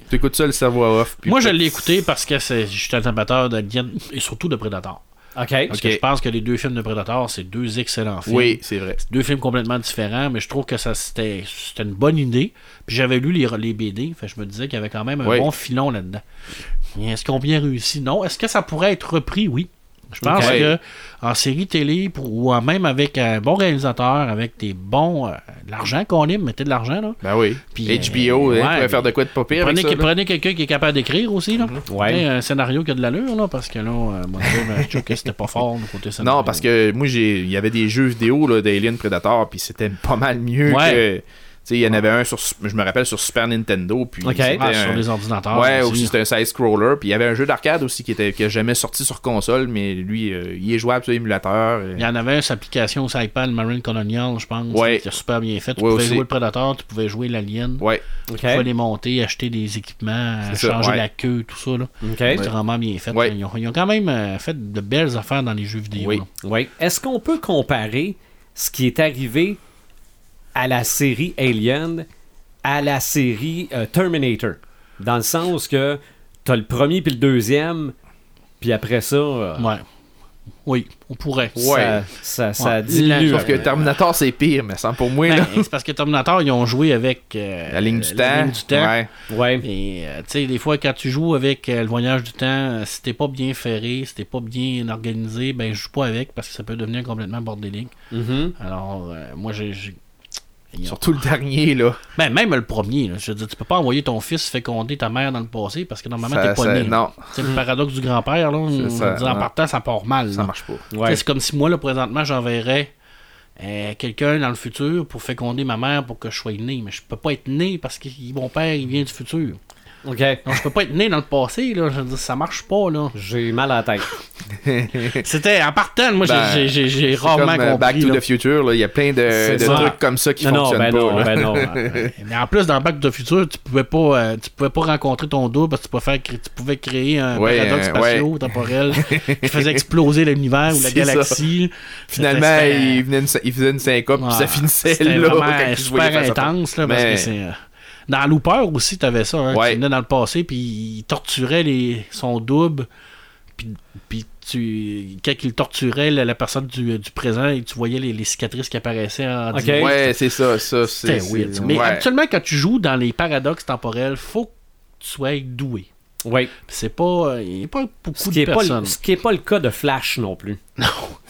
S4: tu écoutes ça, le cerveau à off. puis-
S3: moi, je l'ai écouté parce que c'est- je suis un amateur d'Alien et surtout de Predator.
S1: OK.
S3: Parce
S4: Ok.
S3: que je pense que les deux films de Predator, c'est deux excellents films.
S4: Oui, c'est vrai.
S3: deux films complètement différents, mais je trouve que ça c'était c'était une bonne idée. Puis j'avais lu les, les BD, fait, que je me disais qu'il y avait quand même un
S4: Oui.
S3: bon filon là-dedans. Mais Est-ce qu'on bien réussi Non. Est-ce que ça pourrait être repris Oui. Je pense
S4: Ok.
S3: que en série télé pour- ou en même avec un bon réalisateur, avec des bons euh, de l'argent qu'on aime, mettez de l'argent là.
S4: Ben oui.
S3: Puis,
S4: HBO,
S3: euh,
S4: hein,
S3: ouais,
S4: tu pourrais faire
S3: mais-
S4: de quoi de pas pire. avec
S3: Prenez,
S4: ça,
S3: que-
S4: là. Mhm.
S3: prenez quelqu'un qui est capable d'écrire aussi là.
S1: Ouais.
S3: Mettez Un scénario qui a de l'allure là, parce que là, euh, moi, je trouve, je trouve que c'était pas fort du côté scénario.
S4: Non, parce que moi, j'ai- il y avait des jeux vidéo là, d'Alien Predator, puis c'était pas mal mieux
S3: Ouais.
S4: que. sais, il y en avait un sur, je me rappelle, sur Super Nintendo. Puis
S1: Ok.
S4: c'était
S3: Ah,
S4: un-
S3: sur les ordinateurs.
S4: Ouais,
S3: aussi.
S4: aussi c'était un side-scroller. Puis il y avait un jeu d'arcade aussi qui était qui a jamais sorti sur console, mais lui, euh, il est jouable sur émulateur. euh,
S3: Il y en avait un, cette application sur iPad, Marine Colonial, je pense.
S4: Ouais.
S3: C'était super bien fait. Tu
S4: Ouais,
S3: pouvais
S4: aussi.
S3: jouer le Predator, tu pouvais jouer l'Alien.
S4: Ouais.
S1: Ok.
S3: Tu pouvais les monter, acheter des équipements, euh,
S4: C'est ça,
S3: changer
S4: ouais.
S3: la queue, tout ça. là.
S1: Ok.
S3: C'était vraiment bien fait.
S4: Ouais.
S3: Ils, ont, ils ont quand même euh, fait de belles affaires dans les jeux vidéo.
S4: Oui.
S3: là.
S1: Oui. Est-ce qu'on peut comparer ce qui est arrivé à la série Alien à la série euh, Terminator? Dans le sens que t'as le premier puis le deuxième, puis après ça, euh,
S3: Ouais. Oui, on pourrait.
S1: ça,
S4: Ouais.
S1: ça, ça
S3: Ouais.
S1: diminue.
S3: La-
S4: Sauf que Terminator, c'est pire, mais sans pour moi,
S3: Ben,
S4: là.
S3: c'est parce que Terminator, ils ont joué avec euh,
S4: La ligne du temps.
S3: ligne du temps.
S4: Ouais.
S1: Ouais.
S3: Et euh, tu sais, des fois, quand tu joues avec euh, le voyage du temps, euh, si t'es pas bien ferré, si t'es pas bien organisé, ben je joue pas avec parce que ça peut devenir complètement bordélique.
S1: Mhm.
S3: Alors, euh, moi, j'ai. j'ai- Ils ont-
S4: Surtout le dernier, là.
S3: Ben, même le premier, là, je veux dire, tu peux pas envoyer ton fils féconder ta mère dans le passé parce que normalement,
S4: Ça-
S3: t'es pas
S4: ça-
S3: né. là.
S4: non.
S3: C'est le paradoxe du grand-père, là. on-
S4: ça,
S3: on dit en
S4: ouais.
S3: partant, ça part mal.
S4: Ça
S3: là.
S4: marche pas.
S1: Ouais.
S3: Tu sais, C'est comme si moi, là, présentement, j'enverrais euh, quelqu'un dans le futur pour féconder ma mère pour que je sois né. Mais je peux pas être né parce que mon père, il vient du futur.
S1: OK.
S3: Donc, je peux pas être né dans le passé, là. Je veux dire, ça marche pas, là.
S1: J'ai mal à la tête.
S3: C'était en partant, moi, j'ai-
S4: Ben,
S3: j'ai- j'ai j'ai
S4: C'est comme
S3: rarement
S4: euh,
S3: compris.
S4: Back to
S3: là.
S4: the Future, là. Il y a plein de,
S1: C'est
S4: de
S1: ça.
S4: Euh, trucs comme ça qui
S1: non, non, ben
S4: fonctionnent pas.
S1: non,
S4: là.
S1: ben non. euh,
S3: Mais en plus, dans Back to the Future, tu pouvais pas, euh, tu pouvais pas rencontrer ton double parce que tu pouvais, faire, cré- tu pouvais créer un
S4: Ouais,
S3: paradoxe
S4: euh,
S3: spatio-temporel qui faisait exploser l'univers ou la
S4: C'est ça.
S3: galaxie.
S4: Finalement,
S3: C'était-
S4: il, venait une, il faisait une syncope,
S3: Ouais.
S4: puis ça finissait
S3: C'était
S4: là.
S3: vraiment
S4: quand il se voyait
S3: super
S4: face à face.
S3: intense, là, parce
S4: Mais-
S3: que c'est... euh, Dans Looper aussi, t'avais ça. Hein,
S4: Ouais.
S3: Tu venais dans le passé, puis il torturait les... son double. Puis, puis tu... quand il torturait la, la personne du, du présent, et tu voyais les, les cicatrices qui apparaissaient en
S1: Ok.
S3: direct.
S4: Ouais, c'est ça, ça.
S3: C'était
S4: c'est-
S3: weird. ça.
S4: c'est-
S3: Mais
S4: ouais.
S3: actuellement, quand tu joues dans les paradoxes temporels, faut que tu sois doué.
S1: ouais.
S3: C'est pas... euh, Il n'y a pas beaucoup
S1: Ce qui
S3: de
S1: est pas, le-
S3: personnes.
S1: ce qui est pas le cas de Flash non plus.
S3: Non.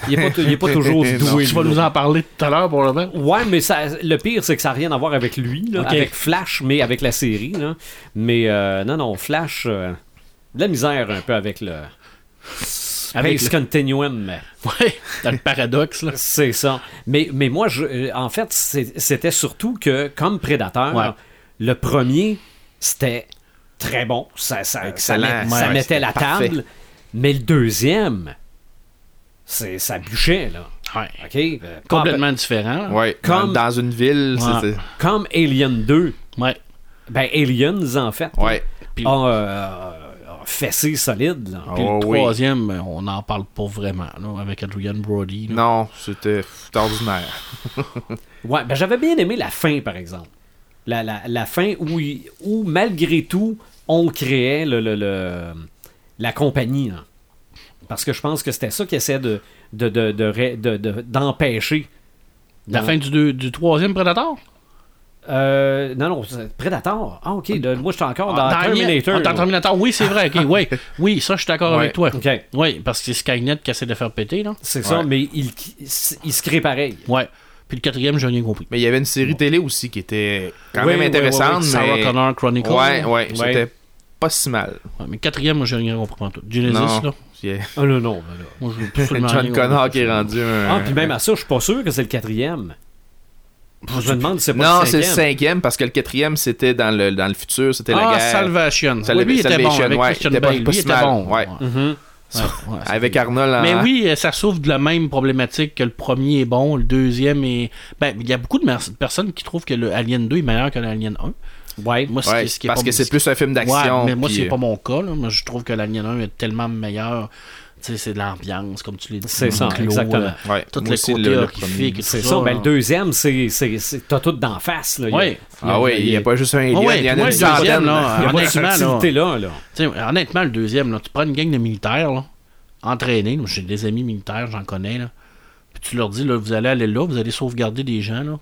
S1: Il est pas, t- il est pas toujours doué.
S4: Non,
S1: lui,
S3: Tu vas
S1: non
S3: nous en parler tout à l'heure, pour le moment.
S1: Ouais, mais ça, le pire, c'est que ça n'a rien à voir avec lui, là,
S3: Ok.
S1: avec Flash, mais avec la série. Là. Mais euh, non, non, Flash, euh, de la misère un peu avec le.
S3: Avec
S1: Avec ce continuum, mais
S3: Ouais, dans le paradoxe, là.
S1: c'est ça. Mais, mais moi, je, euh, en fait, c'est- c'était surtout que, comme Prédateur,
S3: Ouais.
S1: le premier, c'était très bon. Ça, ça, ça,
S4: Excellent.
S1: met- ça
S4: Ouais,
S1: mettait
S4: c'était
S1: la
S4: parfait.
S1: table. Mais le deuxième, c'est, ça bûchait, là.
S3: Ouais.
S1: OK? Euh,
S3: Complètement différent. là.
S4: Ouais,
S1: Comme-
S4: dans, dans une ville,
S3: Ouais.
S4: c'est-
S1: Comme Alien 2,
S3: Ouais.
S1: Ben, Aliens, en fait,
S4: c'est. Ouais.
S3: Puis-
S1: ont euh, ont fessé solide. là.
S4: Ah
S3: Puis
S4: ouais,
S3: le
S4: oui.
S3: troisième, euh, on n'en parle pas vraiment, là, avec Adrian Brody. là.
S4: Non, c'était c'était ordinaire.
S1: Ouais, ben, j'avais bien aimé la fin, par exemple. La, la, la fin où, il- où, malgré tout, on créait le, le- le- la compagnie. là. Parce que je pense que c'était ça qui essayait de, de, de- de ré- de- de- d'empêcher.
S3: La
S1: Non.
S3: fin du, deux- du troisième Predator?
S1: Euh, non, non, c'est Predator. Ah, OK. de- moi, je suis encore dans,
S3: Alien.
S1: Terminator.
S3: Ah, dans Terminator, oui, c'est vrai. ok, ouais. Oui, ça, je suis d'accord
S4: Ouais.
S3: avec toi.
S1: OK.
S3: Oui, parce que c'est Skynet qui essaie de faire péter, là.
S1: C'est ça,
S4: Ouais.
S1: mais il, il se crée pareil.
S3: Ouais. Puis le quatrième, j'ai rien compris.
S4: Mais il y avait une série télé aussi qui était quand
S1: Oui,
S4: même
S1: oui,
S4: intéressante.
S3: Sarah
S4: mais...
S3: Connor Chronicles.
S4: Ouais, ouais,
S3: là.
S4: c'était pas si mal.
S3: Ouais, mais le quatrième, moi, j'ai rien compris en tout. Genesis,
S4: Non.
S3: là.
S4: Yeah.
S1: Ah, non, non. non.
S3: Moi, je veux absolument rien
S4: John
S3: compris.
S4: Connor qui est rendu un.
S3: Euh,
S1: Ah,
S3: ben,
S1: puis même à ça, je suis pas sûr que c'est le quatrième. Je me demande si c'est pas
S4: Non,
S1: le
S4: c'est le
S1: cinquième.
S4: cinquième parce que le quatrième c'était dans le, dans le futur, c'était la
S3: Ah,
S4: guerre.
S3: Salvation.
S4: Salva-
S3: Oui, lui, il était bon
S4: Salvation,
S3: avec
S4: ouais,
S3: Christian
S4: il était pas-
S3: Bale. Lui,
S4: pas
S3: il
S4: si
S3: était
S4: mal,
S3: bon.
S4: ouais.
S1: Mhm.
S3: Ouais, ouais, c'est-
S4: Avec Arnold en.
S3: Mais oui, euh, ça souffre de la même problématique que le premier est bon, le deuxième est. Ben, il y a beaucoup de mer- personnes qui trouvent que le Alien 2 est meilleur que l'Alien 1.
S1: Ouais.
S3: Moi, c'est
S4: Ouais,
S3: ce qui est
S4: parce
S3: pas-
S4: que c'est plus un film
S3: Ouais,
S4: d'action.
S3: mais moi,
S4: puis, euh,
S3: c'est pas mon cas. là. Moi, je trouve que l'Alien 1 est tellement meilleur. Tu sais, c'est de l'ambiance, comme tu l'as dit.
S1: C'est ça,
S3: clos,
S1: exactement.
S3: euh,
S4: Ouais,
S3: Tout
S4: moi
S3: le
S4: aussi,
S3: côté
S4: le- le
S3: horrifique et tout hein.
S1: C'est ça, ben,
S3: là.
S1: le deuxième, c'est, c'est, c'est- t'as tout d'en face. Là. Il y a-
S3: euh, Ouais.
S4: Ah oui, il n'y a pas juste un alien,
S3: Ouais,
S4: il y en
S3: moi, le
S4: a une
S3: deuxième,
S1: Il
S3: là,
S4: centaine.
S1: y a pas de
S3: Honnêtement, là.
S1: subtilité là. là.
S3: Tu sais, honnêtement, le deuxième, là, tu prends une gang de militaires, là, entraînés, moi, j'ai des amis militaires, j'en connais, là, puis tu leur dis, là, vous allez aller là, vous allez sauvegarder des gens, là.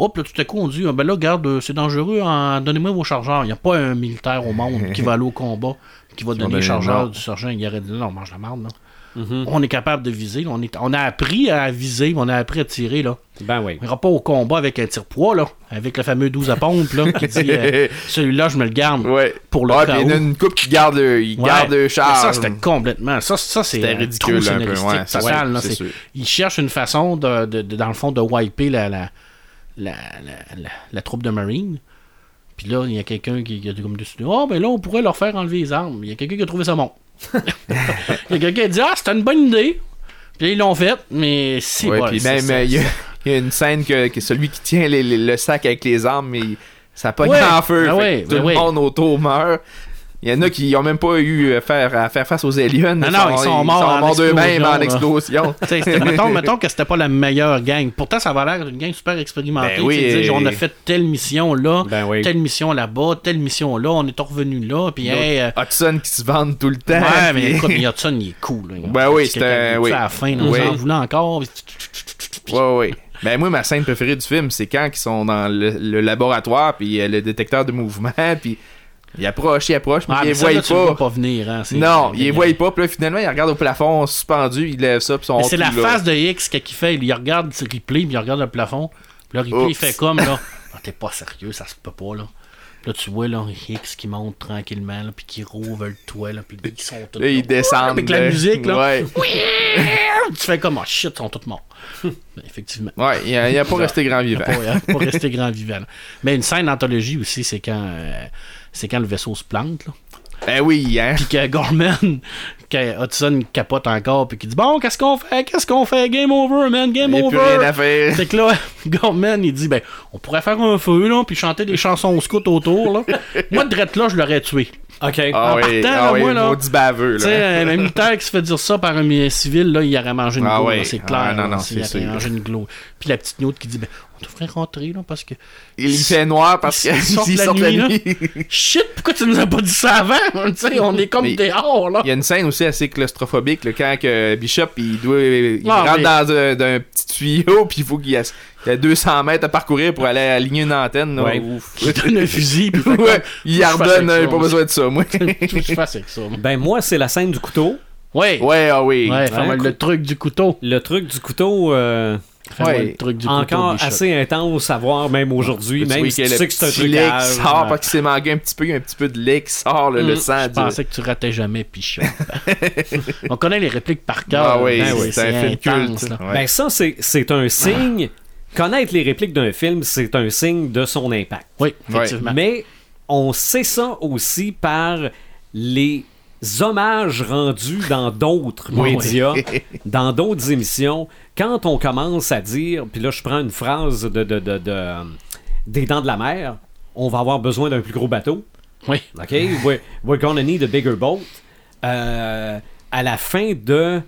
S3: Hop, là, tout à coup, on dit, ah, ben là, regarde, euh, c'est dangereux, en- donnez-moi vos chargeurs. Il n'y a pas un militaire au monde qui va aller au combat, qui va donner
S4: donner
S3: les chargeurs
S4: non.
S3: du sergent. Il aurait dit, non, on mange la merde, là. On est capable de viser, là. on, est, on a appris à viser, on a appris à tirer, là.
S1: Ben oui.
S3: On ira pas au combat avec un tire-poids, là, avec le fameux 12 à pompe, là, qui dit, euh, celui-là, je me le garde.
S4: Ouais.
S3: Pour le
S4: Ouais,
S3: cas
S4: puis il y en
S3: où.
S4: a une coupe qui garde le, il
S3: Ouais.
S4: garde le
S3: Mais
S4: charge.
S3: Ça, c'était complètement. Ça, ça c'est
S4: C'était
S3: un
S4: ridicule,
S3: trou
S4: un peu,
S3: scénaristique
S4: ouais, ça,
S3: total,
S4: ouais,
S3: là,
S4: c'est
S3: c'est-
S4: sûr.
S3: Ils cherchent une façon, de, de- de- dans le fond, de wiper la, la, la, la- la- la troupe de Marine. Puis là, il y a quelqu'un qui, qui a dit comme dessus, oh, ben là, on pourrait leur faire enlever les armes. Il y a quelqu'un qui a trouvé ça bon. il y a quelqu'un qui a dit, ah, c'était une bonne idée. Puis là, ils l'ont fait, mais si,
S4: Ouais,
S3: ouais,
S4: puis
S3: c'est-
S4: même,
S3: c'est-
S4: euh, il y, a- il y a une scène que, que celui qui tient les- les- le sac avec les armes, mais il- ça pogne
S3: Ouais,
S4: en feu.
S3: ben
S4: fait
S3: ouais,
S4: que
S3: ben
S4: tout
S3: ouais.
S4: le monde autour meurt. Il y en a qui n'ont même pas eu à faire, à faire face aux aliens.
S3: Non, non, ils sont morts en
S4: d'eux-mêmes en
S3: explosion,
S4: explosion.
S3: T'sais, c'était- mettons, mettons que c'était pas la meilleure gang. Pourtant, ça avait l'air d'une gang super expérimentée.
S4: Ben oui,
S3: Tu sais, de dire,
S4: et-
S3: on a fait telle mission là,
S1: Ben oui.
S3: telle mission là-bas, telle mission là, on est revenu là, puis hey, euh,
S4: Hudson qui se vendent tout le temps.
S3: ouais, mais
S4: puis-
S3: écoute, mais Hudson, il est cool. là.
S4: Ben
S3: Parce
S4: oui,
S3: que
S4: c'est un-
S3: t'as-
S4: oui.
S3: À la fin, là,
S4: Oui.
S3: on en voulait encore.
S4: Ouais, ouais. Ben moi, ma scène préférée du film, c'est quand ils sont dans le, le laboratoire, puis euh, le détecteur de mouvement, puis il approche, il approche, mais
S3: Ah,
S4: il
S3: mais
S4: les
S3: ça,
S4: voit
S3: là, tu le vois
S4: pas.
S3: pas venir. hein, c'est-
S4: Non,
S3: c'est
S4: il les
S3: génial.
S4: voit pas, puis là, finalement, il regarde au plafond suspendu, il lève ça, puis son
S3: Mais C'est la face de X qu'il fait. Il regarde ce replay, puis il regarde le plafond. Puis là, replay, il
S4: Oups.
S3: fait comme là. Ah, T'es pas sérieux, ça se peut pas là. Puis Là, tu vois, là, X qui monte tranquillement, là, puis qui rouvre le toit, là, puis ils sont tous.
S4: Là, ils descendent.
S3: Avec la
S4: là.
S3: musique, là.
S4: Ouais,
S3: Tu fais comme, oh shit, ils sont tous morts. Ben, Effectivement.
S4: ouais il a, il a pas resté grand vivant.
S3: Pour, pour rester grand vivant. là. Mais une scène d'anthologie aussi, c'est quand, euh, c'est quand le vaisseau se plante. là.
S4: Ben oui, hein.
S3: Puis que Gorman, que Hudson capote encore, puis qu'il dit Bon, qu'est-ce qu'on fait Qu'est-ce qu'on fait Game over, man, game
S4: Il n'y a
S3: over.
S4: plus rien à faire.
S3: Fait que là, Gorman, il dit, ben, on pourrait faire un feu, là, puis chanter des chansons au scout autour, là. Moi, de là, je l'aurais tué.
S1: OK.
S4: Ah
S3: en
S4: oui,
S3: partant,
S4: ah
S3: là,
S4: oui,
S3: moi, là,
S4: maudit baveux,
S3: Tu sais,
S4: là.
S3: un militaire qui se fait dire ça par un mi- civil, là, il aurait mangé une
S4: Ah
S3: glow,
S4: ouais.
S3: là, c'est
S4: Ah
S3: clair.
S4: non,
S3: là,
S4: non,
S3: s'il
S4: c'est
S3: aurait
S4: sûr.
S3: mangé une glow. Puis la petite note qui dit, ben, on devrait rentrer, là, parce que.
S4: Il fait noir parce
S3: Ils
S4: qu'ils
S3: sortent
S4: sortent
S3: la
S4: la
S3: nuit, là.
S4: nuit.
S3: Shit, pourquoi tu nous as pas dit ça avant? tu sais, on est comme
S4: Mais-
S3: dehors, là.
S4: Il y a une scène aussi assez claustrophobique là, quand que Bishop il doit il
S3: Ah,
S4: rentre
S3: mais-
S4: dans un, d'un petit tuyau puis il faut qu'il y a, il y a 200 mètres à parcourir pour aller aligner une antenne. là,
S1: Ouais.
S4: ou-
S3: Il donne un fusil, puis il fait comme,
S4: Ouais, il
S3: Faut que je fasse
S4: ordonne,
S3: avec
S4: euh,
S3: ça,
S4: pas
S3: moi.
S4: besoin de ça, moi.
S3: Qu'est-ce que je fasse avec ça, moi?
S1: Ben moi, c'est la scène du couteau.
S3: Ouais! Ouais,
S4: ouais, ah oui.
S3: faire
S1: Ouais,
S3: le truc du couteau.
S1: Le truc du couteau, euh,
S3: Faire
S4: Ouais.
S3: le truc du couteau.
S1: encore
S3: Bishop.
S1: assez intense à voir même aujourd'hui,
S4: Tu
S1: même
S4: vois
S1: si
S4: que
S1: tu
S4: le
S1: sais que c'est un
S4: petit
S1: truc euh,
S4: lait
S1: à...
S4: qui sort parce qu'il s'est manqué un petit peu, il y a un petit peu de lait qui sort,
S1: Mm,
S4: là, le sang.
S3: Je
S4: du-
S3: pensais que tu ratais jamais Pichon. On connaît les répliques par cœur.
S4: Ah oui,
S3: Ben
S4: c'est un film
S3: intense,
S4: culte.
S3: là.
S4: Ouais.
S1: Ben ça, c'est- c'est un signe... Connaître les répliques d'un film, c'est un signe de son impact.
S3: Oui, effectivement.
S1: Mais on sait ça aussi par les hommages rendus dans d'autres
S3: Oui.
S1: médias, dans d'autres émissions. Quand on commence à dire, puis là je prends une phrase de, de- de- de, euh, des dents de la mer, on va avoir besoin d'un plus gros bateau.
S3: Oui.
S1: OK? We're, we're gonna need a bigger boat. Euh, à la fin de.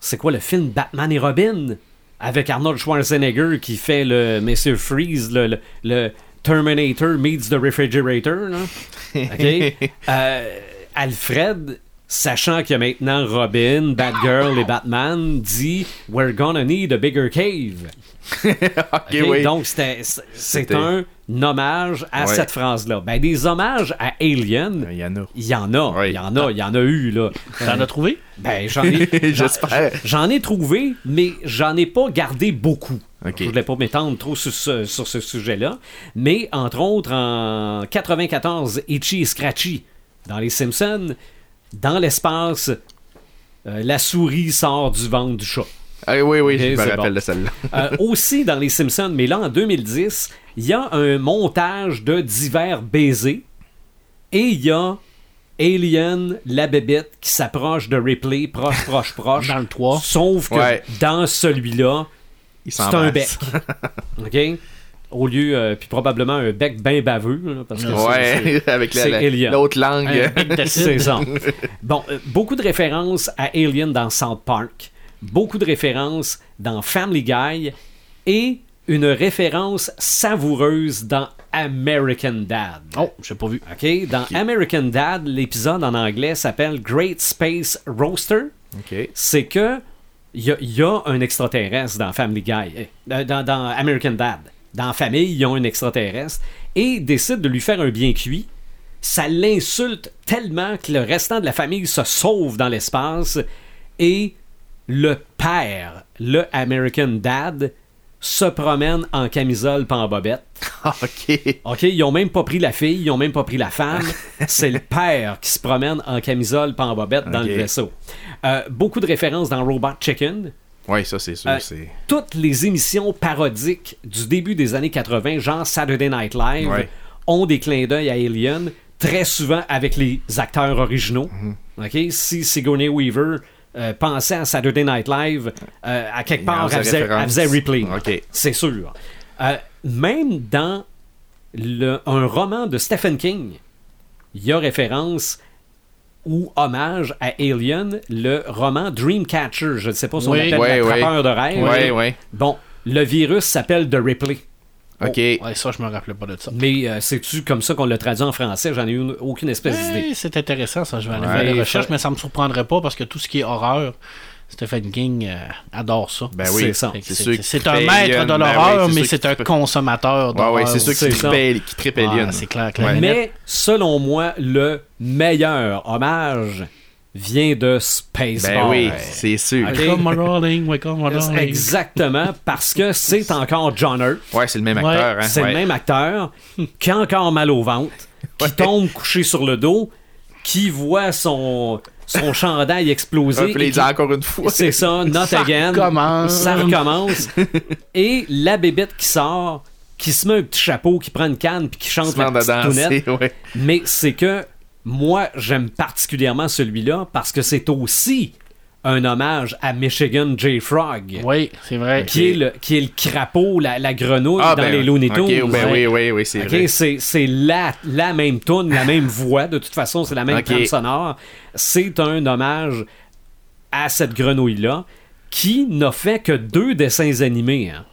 S1: C'est quoi le film Batman et Robin? Avec Arnold Schwarzenegger qui fait le Monsieur Freeze, le, le- le Terminator meets the refrigerator. là. OK? Euh, Alfred, sachant qu'il y a maintenant Robin, Batgirl et Batman, dit We're gonna need a bigger cave.
S4: Ok,
S1: Ok,
S4: oui.
S1: Donc, c'était- c'est c'est
S4: C'était-
S1: un hommage à
S4: Ouais.
S1: cette phrase-là. Ben, des hommages à Alien,
S4: Il y en a.
S1: il y en a.
S4: Ouais.
S1: Il y en a, il y en a eu, là.
S3: T'en as trouvé?
S1: Ben, j'en ai. j'en-
S4: Ah. J'espère.
S1: J'en ai trouvé, mais j'en ai pas gardé beaucoup.
S4: Ok.
S1: Je voulais pas m'étendre trop sur ce, sur ce sujet-là. Mais, entre autres, en 94, Itchy et Scratchy, dans Les Simpsons, dans l'espace, euh, la souris sort du ventre du chat.
S4: Ah, oui, oui, je
S1: Ok,
S4: me
S1: c'est
S4: rappelle
S1: bon.
S4: de celle-là.
S1: Euh, aussi dans Les Simpsons, mais là en 2010, il y a un montage de divers baisers et il y a Alien, la bébête qui s'approche de Ripley, proche, proche, proche.
S3: Dans le trois.
S1: Sauf que
S4: Ouais.
S1: dans celui-là,
S4: Il
S1: c'est un
S4: s'embrasse.
S1: bec. OK? Au lieu, euh, puis probablement un bec bien baveux, là, parce que c'est-
S4: Ouais, avec la-
S1: c'est
S4: la-
S1: Alien.
S4: l'autre langue.
S1: c'est ça. Bon, euh, beaucoup de références à Alien dans South Park, beaucoup de références dans Family Guy et une référence savoureuse dans American Dad.
S3: Oh, j'ai pas vu.
S1: OK, dans American Dad, l'épisode en anglais s'appelle Great Space Roaster.
S4: Ok.
S1: C'est que il y, a- il y a un extraterrestre dans Family Guy, euh, dans, dans American Dad. Dans Famille, ils ont un extraterrestre et décide de lui faire un bien cuit. Ça l'insulte tellement que le restant de la famille se sauve dans l'espace et le père, le American Dad, se promène en camisole pas en bobette.
S4: Ok.
S1: OK, ils ont même pas pris la fille, ils ont même pas pris la femme. C'est le père qui se promène en camisole pas en bobette dans
S4: OK.
S1: le vaisseau. Euh, beaucoup de références dans Robot Chicken.
S4: Oui, ça, c'est sûr.
S1: Euh,
S4: c'est...
S1: toutes les émissions parodiques du début des années 80, genre Saturday Night Live,
S4: Ouais.
S1: ont des clins d'œil à Alien, très souvent avec les acteurs originaux.
S4: Mhm.
S1: OK? Si Sigourney Weaver euh, pensait à Saturday Night Live, euh, à quelque
S4: Elle
S1: part,
S4: faisait
S1: elle faisait,
S4: référence.
S1: elle faisait Ripley.
S4: OK.
S1: C'est sûr. Euh, même dans le- un roman de Stephen King, il y a référence ou hommage à Alien, le roman Dreamcatcher. Je ne sais pas si on
S3: Oui.
S1: l'appelle
S4: Ouais,
S1: l'attrapeur de rêve.
S4: Ouais, ouais.
S1: Bon, le virus s'appelle The Ripley.
S4: OK.
S3: Ouais, ça, je me rappelais pas de ça.
S1: Mais euh, c'est-tu comme ça qu'on le traduit en français? J'en ai eu une- aucune espèce d'idée.
S3: Ouais, c'est intéressant, ça. Je vais aller
S4: Ouais,
S3: faire des
S1: ça-
S3: recherches, mais ça me surprendrait pas parce que tout ce qui est horreur, Stephen King euh, adore ça.
S4: Ben oui.
S1: C'est ça.
S3: Fait que
S4: c'est
S3: c'est-
S4: sûr
S3: c'est-
S4: qu'il
S3: c'est un
S4: fait
S3: maître
S4: Alien,
S3: de
S4: ben
S3: l'horreur,
S4: oui, c'est
S3: mais
S4: sûr
S3: c'est
S4: qu'il
S3: un
S4: fait-
S3: consommateur
S4: Bah Ouais,
S3: d'horreur.
S4: ouais, c'est sûr
S1: c'est
S4: qu'il
S1: ça.
S4: trippe- qu'il trippe Alien.
S3: Ah, c'est clair, clair.
S4: Ouais.
S1: Mais selon moi, le meilleur hommage vient de Spaceball.
S4: Ben oui, c'est sûr.
S1: Ok.
S3: Wake up, my darling, wake up, my darling.
S1: Exactement, parce que c'est encore John Hurt.
S4: Ouais, c'est le même
S3: Ouais,
S4: acteur. hein,
S1: C'est
S4: ouais.
S1: le même acteur qui a encore mal au ventre, qui tombe couché sur le dos, qui voit son, son chandail
S4: Ah,
S1: exploser.
S4: puis là,
S1: et
S4: il dit
S1: qui-
S4: encore une fois.
S1: C'est ça, not
S3: Ça
S1: again.
S3: recommence.
S1: Ça recommence. Et la bébête qui sort, qui se met un petit chapeau, qui prend une canne, puis qui
S4: Il
S1: chante
S4: se
S1: la
S4: demande à
S1: petite
S4: danser,
S1: tounette.
S4: ouais.
S1: Mais c'est que moi, j'aime particulièrement celui-là parce que c'est aussi un hommage à Michigan J. Frog.
S3: Oui, c'est vrai.
S1: Qui, est le, qui est le crapaud, la, la grenouille
S4: Ah,
S1: dans
S4: ben,
S1: les Looney
S4: ok,
S1: Tunes.
S4: ben
S1: Ouais.
S4: oui, oui, oui, c'est
S1: Ok,
S4: vrai.
S1: c'est c'est la, la même tune, la même voix. De toute façon, c'est la même
S4: Ok.
S1: trame sonore. C'est un hommage à cette grenouille-là qui n'a fait que deux dessins animés. hein.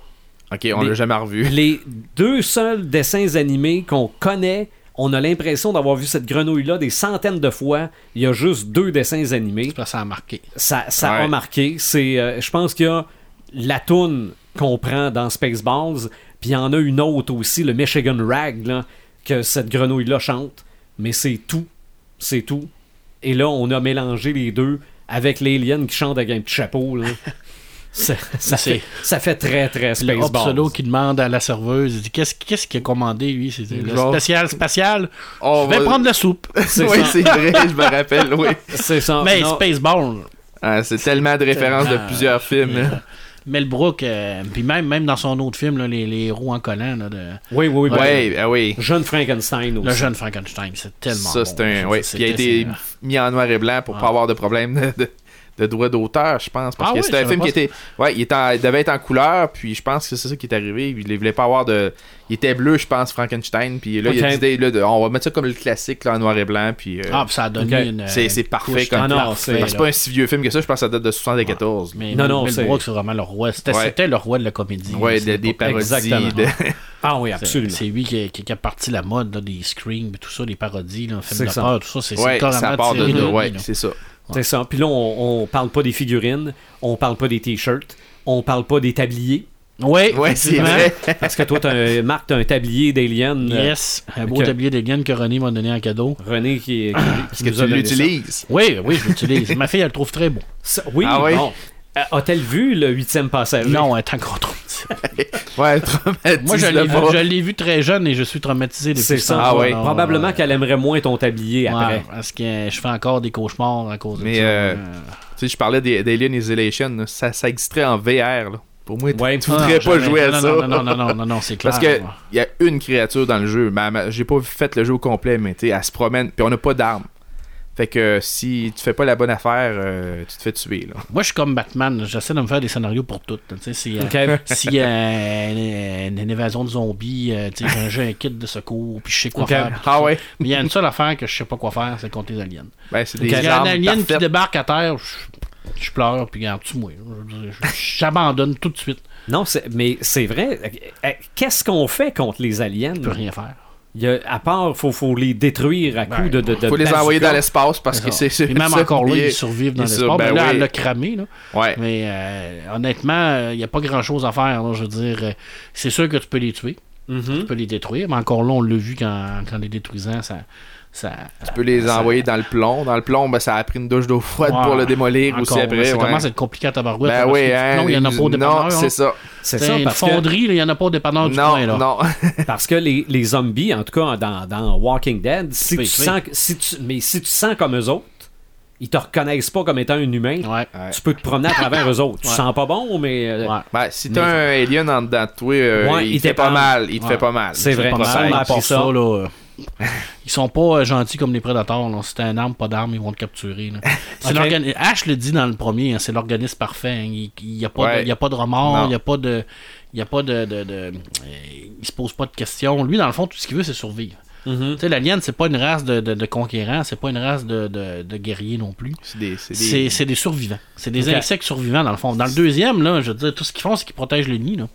S4: Ok, on
S1: Les-
S4: l'a jamais revu.
S1: Les deux seuls dessins animés qu'on connaît, on a l'impression d'avoir vu cette grenouille-là des centaines de fois. Il y a juste deux dessins animés.
S3: Ça, ça a marqué.
S1: Ça, ça a
S4: Ouais.
S1: marqué. C'est, euh, je pense qu'il y a la toune qu'on prend dans Spaceballs, puis il y en a une autre aussi, le Michigan Rag, là, que cette grenouille-là chante. Mais c'est tout. C'est tout. Et là, on a mélangé les deux avec l'alien qui chante avec un petit chapeau. là. ça, ça
S3: C'est-
S1: fait, ça fait très, très
S3: Le Hop
S1: Spaceballs.
S3: Solo qui demande à la serveuse il dit, qu'est-ce qu'est-ce qu'il a commandé, lui C'est le
S4: Genre-
S3: spécial, spécial.
S4: On
S3: je vais
S4: va-
S3: prendre la soupe.
S1: C'est
S4: Oh, oui,
S1: ça.
S4: c'est vrai, je me rappelle, oui.
S1: C'est ça.
S3: Mais
S1: Non.
S3: Spaceball,
S4: Ah, c'est tellement de références de
S3: tellement-
S4: plusieurs films. là.
S3: Mel Brooks, euh, puis même, même dans son autre film, là, les, les héros en collant, là, de,
S1: Oui, oui, oui.
S4: Ouais, ah oui.
S1: Jeune Frankenstein aussi.
S3: le jeune Frankenstein, c'est tellement
S4: Ça,
S3: bon.
S4: c'est un.
S3: Je-
S4: ouais.
S3: c'est-
S4: Puis il a
S3: c'est-
S4: été mis en noir et blanc pour pas avoir de problème de, de, de droit d'auteur, je pense. Parce
S3: Ah
S4: que
S3: oui,
S4: c'était
S3: je
S4: un film qui
S3: savais
S4: était. Ouais, il, était en- il devait être en couleur, puis je pense que c'est ça qui est arrivé. Il ne voulait pas avoir de. Il était bleu, je pense, Frankenstein. Puis là, il a
S1: Ok.
S4: dit des- là, de- on va mettre ça comme le classique, là, en noir et blanc. Puis. euh,
S3: Ah, puis ça a donné
S1: Ok.
S3: une.
S4: C'est-
S3: une
S4: c'est parfait
S3: couche
S4: comme-
S3: de
S1: Ah non,
S3: parfait,
S1: c'est-
S4: c'est
S3: là.
S4: pas un si vieux film que ça, je pense que ça date de 74.
S3: Mais
S1: Non,
S3: non,
S1: non,
S3: non, Mel
S1: c'est-
S3: Brooks, c'est vraiment le roi. C'était
S4: Ouais.
S3: c'était le roi de la comédie.
S4: Ouais,
S3: C'est
S4: de- des
S3: pas-
S4: parodies.
S1: Exactement.
S4: de-
S1: Ah oui,
S3: C'est-
S1: absolument.
S3: C'est lui qui, qui- qui a parti la mode là, des screams, tout ça, des parodies, là, films
S1: C'est
S3: de
S1: ça.
S3: peur, tout ça. C'est c'est
S4: Ouais,
S3: carrément
S4: ça part de
S3: tiré
S4: là.
S3: lui,
S4: Ouais,
S3: là.
S4: c'est ça.
S1: C'est ça. Puis là, on, on parle pas des figurines, on parle pas des t-shirts, on parle pas des tabliers. Hein?
S3: Ouais,
S4: Ouais, c'est
S3: effectivement.
S4: vrai.
S1: Parce que toi, t'as un, Marc, t'as un tablier d'Alien. euh,
S3: Yes, un beau
S1: Ok.
S3: tablier d'Alien que René m'a donné en cadeau.
S1: René qui, qui- qui
S4: Que
S1: nous a
S4: tu
S1: donné ça.
S4: l'utilises.
S3: Oui, oui, je l'utilise. Ma fille, elle le trouve très beau.
S1: Ça- Oui,
S4: Ah oui?
S1: bon. Euh, A-t-elle vu le huitième passager?
S3: Non, elle est encore trop petite.
S4: Ouais, traumatise
S3: Moi, je l'ai vu, je
S4: pas.
S3: l'ai vu très jeune et je suis traumatisé depuis
S1: C'est
S3: ce
S1: ça.
S3: temps-là.
S4: Ah ouais.
S3: Alors,
S1: Probablement
S3: euh,
S1: qu'elle aimerait moins ton tablier
S3: ouais,
S1: après.
S3: parce que je fais encore des cauchemars à cause de
S4: Mais
S3: ça.
S4: euh,
S3: Euh,
S4: Tu sais, je parlais des- d'Alien Isolation, là. ça, ça existerait en VR. là. Pour moi, tu-
S1: Ouais.
S4: tu voudrais
S3: non,
S4: pas
S3: jamais.
S4: jouer à
S3: Non,
S4: ça.
S3: Non, non, non, non, non, non, c'est clair.
S4: Parce que il y a une créature dans le jeu. Ma- ma- J'ai pas fait le jeu au complet, mais tu sais, elle se promène, puis on n'a pas d'armes. Fait que si tu fais pas la bonne affaire, euh, tu te fais tuer. Là.
S3: Moi, je suis comme Batman. J'essaie de me faire des scénarios pour tout. Tu sais, si, euh,
S1: Ok.
S3: s'il y a une, une évasion de zombies, euh, tu sais, j'ai un- j'ai un kit de secours, puis je sais quoi
S1: Ok.
S3: faire. puis tout
S4: Ah
S3: ça.
S4: ouais?
S3: Mais il y a une seule affaire que je sais pas quoi faire, c'est contre les aliens.
S4: Ben, c'est
S3: Il
S4: des
S3: y a un
S4: armes
S3: alien qui
S4: parfaites.
S3: débarque à terre, je, je pleure, puis en dessous, moi. je- je- J'abandonne tout de suite.
S1: Non, c'est- mais c'est vrai. Euh, euh, Qu'est-ce qu'on fait contre les aliens?
S4: Mm.
S3: Je peux rien faire.
S1: Il y a- à part, faut, faut les détruire à coups de, de, de
S4: Faut les
S1: bazooka.
S4: envoyer dans l'espace parce que c'est
S3: Et Ah. même
S4: ça,
S3: encore là,
S4: oublié.
S3: ils survivent dans
S4: Ils
S3: l'espace.
S4: sur-
S3: mais
S4: ben
S3: là,
S4: oui.
S3: elle l'a cramé. Là.
S4: Ouais.
S3: Mais euh, honnêtement, il n'y a pas grand-chose à faire. là, je veux dire, euh, c'est sûr que tu peux les tuer, tu
S4: Mm-hmm.
S1: Mhm.
S3: peux les détruire, mais encore là, on l'a vu quand, quand les détruisant, ça... ça
S4: Tu peux les envoyer dans le plomb. Dans le plomb, ben, ça a pris une douche d'eau froide pour le démolir aussi après.
S3: Ça
S4: ouais.
S3: commence à être compliqué à tabarouette.
S4: Ben
S3: parce
S4: oui,
S3: que
S4: hein.
S3: Non, il n'y en a pas au dépanneur.
S4: Non,
S3: là.
S4: c'est ça.
S1: C'est
S3: T'sais,
S1: ça,
S3: une
S1: parce que-
S3: fonderie, là, il n'y en a pas au dépanneur du coin. Là.
S4: Non, non.
S1: Parce que les, les zombies, en tout cas dans, dans Walking Dead, si
S3: peux
S1: tu,
S3: y tuer.
S1: sens, que- si tu- mais si tu sens comme eux autres, ils te reconnaissent pas comme étant un humain,
S3: Ouais.
S4: Ouais.
S1: tu peux te promener à travers eux autres. Tu
S3: Ouais.
S1: sens pas bon, mais euh,
S3: Ouais.
S4: Ben, si t'as un alien en dedans de toi, euh,
S1: Ouais,
S4: il,
S1: il
S4: te fait
S1: t'épargne.
S4: pas mal. Il te
S3: Ouais.
S4: fait pas mal.
S1: C'est vrai.
S4: pas
S1: Il me
S4: pareil.
S1: semble à- appris
S3: Pour ça,
S1: ça.
S3: là, euh, ils sont pas euh, gentils comme les prédateurs. là. Si t'as une arme, pas d'arme, ils vont te capturer. là. C'est
S1: Ok.
S3: l'organi- Ash le dit dans le premier, hein, c'est l'organisme parfait. hein. Il n'y a, pas de-
S4: Ouais.
S3: il y a pas de remords,
S4: Non.
S3: il n'y a pas de. Il y a pas de. de- de- euh, il se pose pas de questions. Lui, dans le fond, tout ce qu'il veut, c'est survivre.
S1: mhm.
S3: Tu sais, l'alien, c'est pas une race de, de, de conquérants, c'est pas une race de, de, de guerriers non plus.
S4: C'est des. C'est
S3: C'est
S4: des-
S3: c'est des survivants. C'est des
S1: Ok.
S3: insectes survivants, dans le fond. Dans le deuxième, là, je veux dire, tout ce qu'ils font, c'est qu'ils protègent le nid. Là.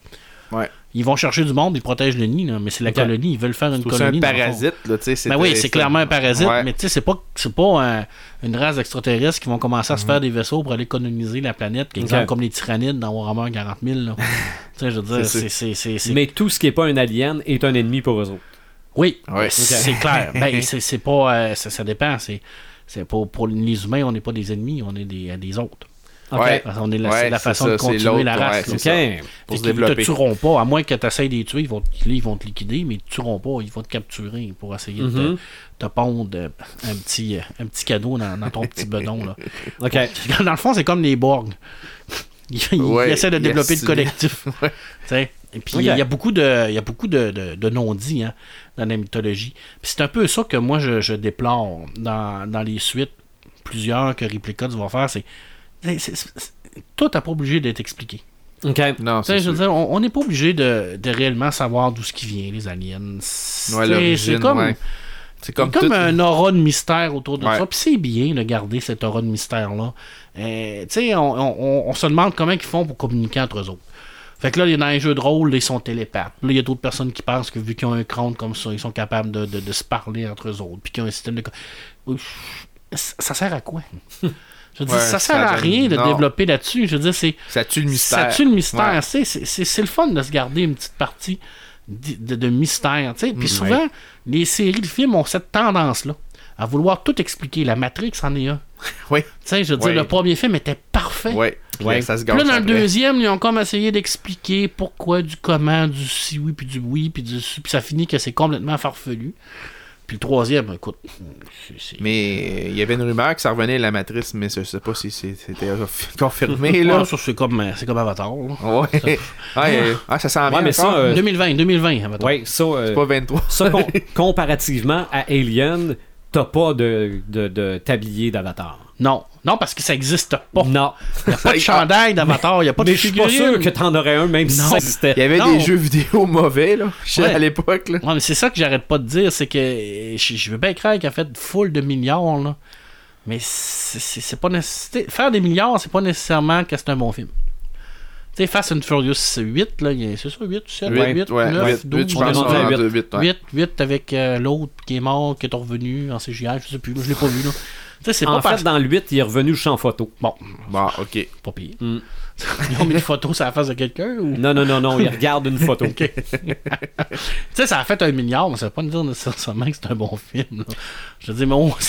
S4: Ouais.
S3: Ils vont chercher du monde, ils protègent le nid, là, mais c'est la
S1: Ok.
S3: colonie. Ils veulent faire une
S4: C'est aussi un
S3: colonie. dans le fond.
S4: parasite, là, tu sais.
S3: Ben oui, c'est clairement un parasite,
S4: Ouais.
S3: mais tu sais, c'est pas, c'est pas un- une race d'extraterrestres qui vont commencer
S4: Mhm.
S3: à se faire des vaisseaux pour aller coloniser la planète, quelque
S1: Ok.
S3: chose comme les tyrannides dans Warhammer 40 000. là. tu sais, je veux dire,
S4: C'est
S3: c'est- c'est- c'est. c'est-
S1: Mais tout ce qui est pas un alien est un ennemi pour eux autres.
S3: Oui,
S4: Ouais.
S3: c'est clair. Ben, c'est c'est pas. euh, ça, ça dépend. C'est c'est pour, pour les humains, on n'est pas des ennemis, on est des, des autres.
S1: Ok. Ah,
S4: Ouais.
S3: Parce qu'on est la,
S4: Ouais,
S3: c'est la
S4: c'est
S3: façon
S4: ça,
S3: de
S4: c'est
S3: continuer la
S4: l'autre,
S3: race. là.
S4: ouais,
S1: Ok.
S4: c'est Pour
S3: Fait
S4: se
S3: qu'ils te
S4: développer.
S3: tueront pas, à moins que tu essayes de les tuer, ils vont, te- ils vont te liquider, mais ils te tueront pas, ils vont te capturer pour essayer de
S1: Mhm.
S3: te- te pondre euh, un petit, euh, un petit cadeau dans, dans ton petit bedon. Là.
S1: Ok.
S3: Dans le fond, c'est comme les Borg. Ils, ils
S4: Ouais,
S3: essaient de développer
S4: yes.
S3: le collectif.
S4: Ouais.
S3: Tu sais. Et puis, il
S1: Ok.
S3: y a beaucoup de, il y a beaucoup de, de- de non-dits hein, dans la mythologie. Puis c'est un peu ça que moi, je, je déplore dans, dans les suites, plusieurs que Replicants vont faire. C'est, c'est- c'est- c'est- tout n'est pas obligé d'être expliqué.
S1: Ok.
S4: Non,
S3: Tu sais,
S4: c'est
S3: je veux
S4: sûr.
S3: dire, on on n'est pas obligé de, de réellement savoir d'où ce qui vient, les aliens. C'est,
S4: Ouais, l'origine,
S3: c'est comme,
S4: ouais. C'est comme,
S3: comme
S4: tout-
S3: un aura de mystère autour de
S4: Ouais.
S3: ça. Puis c'est bien de garder cet aura de mystère-là. Euh, tu sais, on, on- on- on se demande comment ils font pour communiquer entre eux autres. Fait que là, il y a dans les jeux de rôle, là, ils sont télépathes. Là, il y a d'autres personnes qui pensent que vu qu'ils ont un crâne comme ça, ils sont capables de, de- de se parler entre eux autres. Puis qu'ils ont un système de. co- Ouf, Ça sert à quoi? Je veux dire,
S4: Ouais,
S3: ça sert
S4: ça
S3: à
S4: donne-
S3: rien de
S4: non.
S3: développer là-dessus. Je veux dire, c'est.
S4: Ça tue le
S3: Ça
S4: mystère.
S3: tue le mystère.
S4: Ouais.
S3: C'est- c'est- C'est c'est le fun de se garder une petite partie de, de- de mystère. tu sais.
S4: Mm,
S3: Puis souvent, les séries de films ont cette tendance-là à vouloir tout expliquer. La Matrix en est un.
S4: Oui.
S3: Tu sais, je veux dire,
S4: Ouais.
S3: le premier film était parfait.
S4: Ouais. Puis
S1: Ouais.
S4: là, ça se
S3: Puis là,
S4: gâche
S3: dans le
S4: après.
S3: deuxième, ils ont comme essayé d'expliquer pourquoi, du comment, du si oui, puis du oui, puis du si, puis ça finit que c'est complètement farfelu. Puis le troisième, écoute, c'est- c'est-
S4: Mais euh, il y avait une rumeur que ça revenait à la matrice, mais je sais pas si c'est- c'était confirmé,
S3: Ouais,
S4: là.
S3: Ah, ça, c'est comme, euh, c'est comme Avatar. là.
S4: Ouais. Ouais, euh, Ah, ça s'en
S1: Ouais,
S4: vient
S1: mais ça,
S4: encore.
S1: euh,
S3: 2020, 2020, Avatar.
S1: ouais, ça. euh,
S4: Pas 23.
S1: ça, com- comparativement à Alien, t'as pas de, de, de tablier d'avatar.
S3: Non, non, parce que ça existe pas.
S1: Non.
S3: Il n'y a pas de
S4: Ah,
S3: chandail d'avatar, il n'y a pas de
S1: Mais je suis pas
S3: figurine.
S1: sûr que t'en aurais un, même si
S3: Non.
S1: ça
S4: Il y
S1: existait.
S4: avait
S3: Non.
S4: des jeux vidéo mauvais, là, chez-
S3: Ouais.
S4: à l'époque, là.
S3: Ouais, mais c'est ça que j'arrête pas de dire, c'est que euh, je je veux bien croire qu'il a fait full de milliards, là. Mais c'est- c'est c'est pas nécessaire. Faire des milliards, c'est pas nécessairement que c'est un bon film. Tu sais, Fast and Furious 8, là, il y a- c'est ça, 8, 7,
S4: Huit,
S3: 8,
S4: ouais,
S3: 9,
S4: huit,
S3: 12,
S4: huit, je
S1: on est
S4: pense,
S1: rendu à
S4: on est
S1: huit.
S4: rendu à huit, ouais.
S3: 8, 8 avec euh, l'autre qui est mort, qui est revenu en CGI, je sais plus, moi, je l'ai pas vu, là. Tu sais, c'est pas
S1: En
S3: parce-
S1: fait, dans le 8, il est revenu sans photo.
S3: Bon,
S4: Bon, ok.
S3: pas pire.
S4: Hmm.
S1: Mm.
S3: Ils ont mis une photo sur la face de quelqu'un ou.
S1: Non, non, non, non, il regarde une photo.
S3: Ok. tu sais, ça a fait un milliard, mais ça veut pas nous dire nécessairement que c'est un bon film. là. Je dis, mais on... tu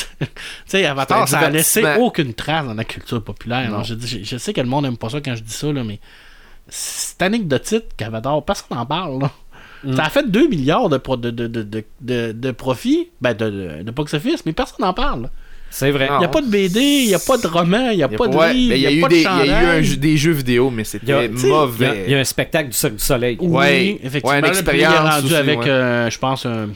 S3: sais, Avatar,
S4: C'est un
S3: ça a laissé
S4: divertissement.
S3: aucune trace dans la culture populaire. là. Je, dis- je- je sais que le monde aime pas ça quand je dis ça, là, mais c'est anecdotique qu'Avatar, personne n'en parle. là.
S4: Mm.
S3: Ça a fait 2 milliards de, pro- de, de, de, de, de- de profits, ben de, de, de box-office, mais personne n'en parle.
S1: C'est vrai.
S4: Non.
S3: Il n'y a pas de BD, il n'y a pas de roman, il n'y a,
S4: Il y a
S3: pas de
S4: ouais,
S3: livre,
S4: mais
S3: il n'y
S4: il
S3: a,
S4: eu
S3: pas
S4: des-
S3: de
S4: il y a eu un
S3: chandail.
S4: jeu- des jeux vidéo, mais
S1: Il y a-
S4: c'était
S1: tu sais, Il y a- il y a
S4: mauvais.
S1: un spectacle du Cirque du Soleil.
S3: Oui,
S4: Ouais.
S3: effectivement.
S4: Ouais, une
S3: là, le prix est
S4: expérience
S3: rendu
S4: aussi,
S3: avec,
S4: ouais.
S3: euh, je pense, un,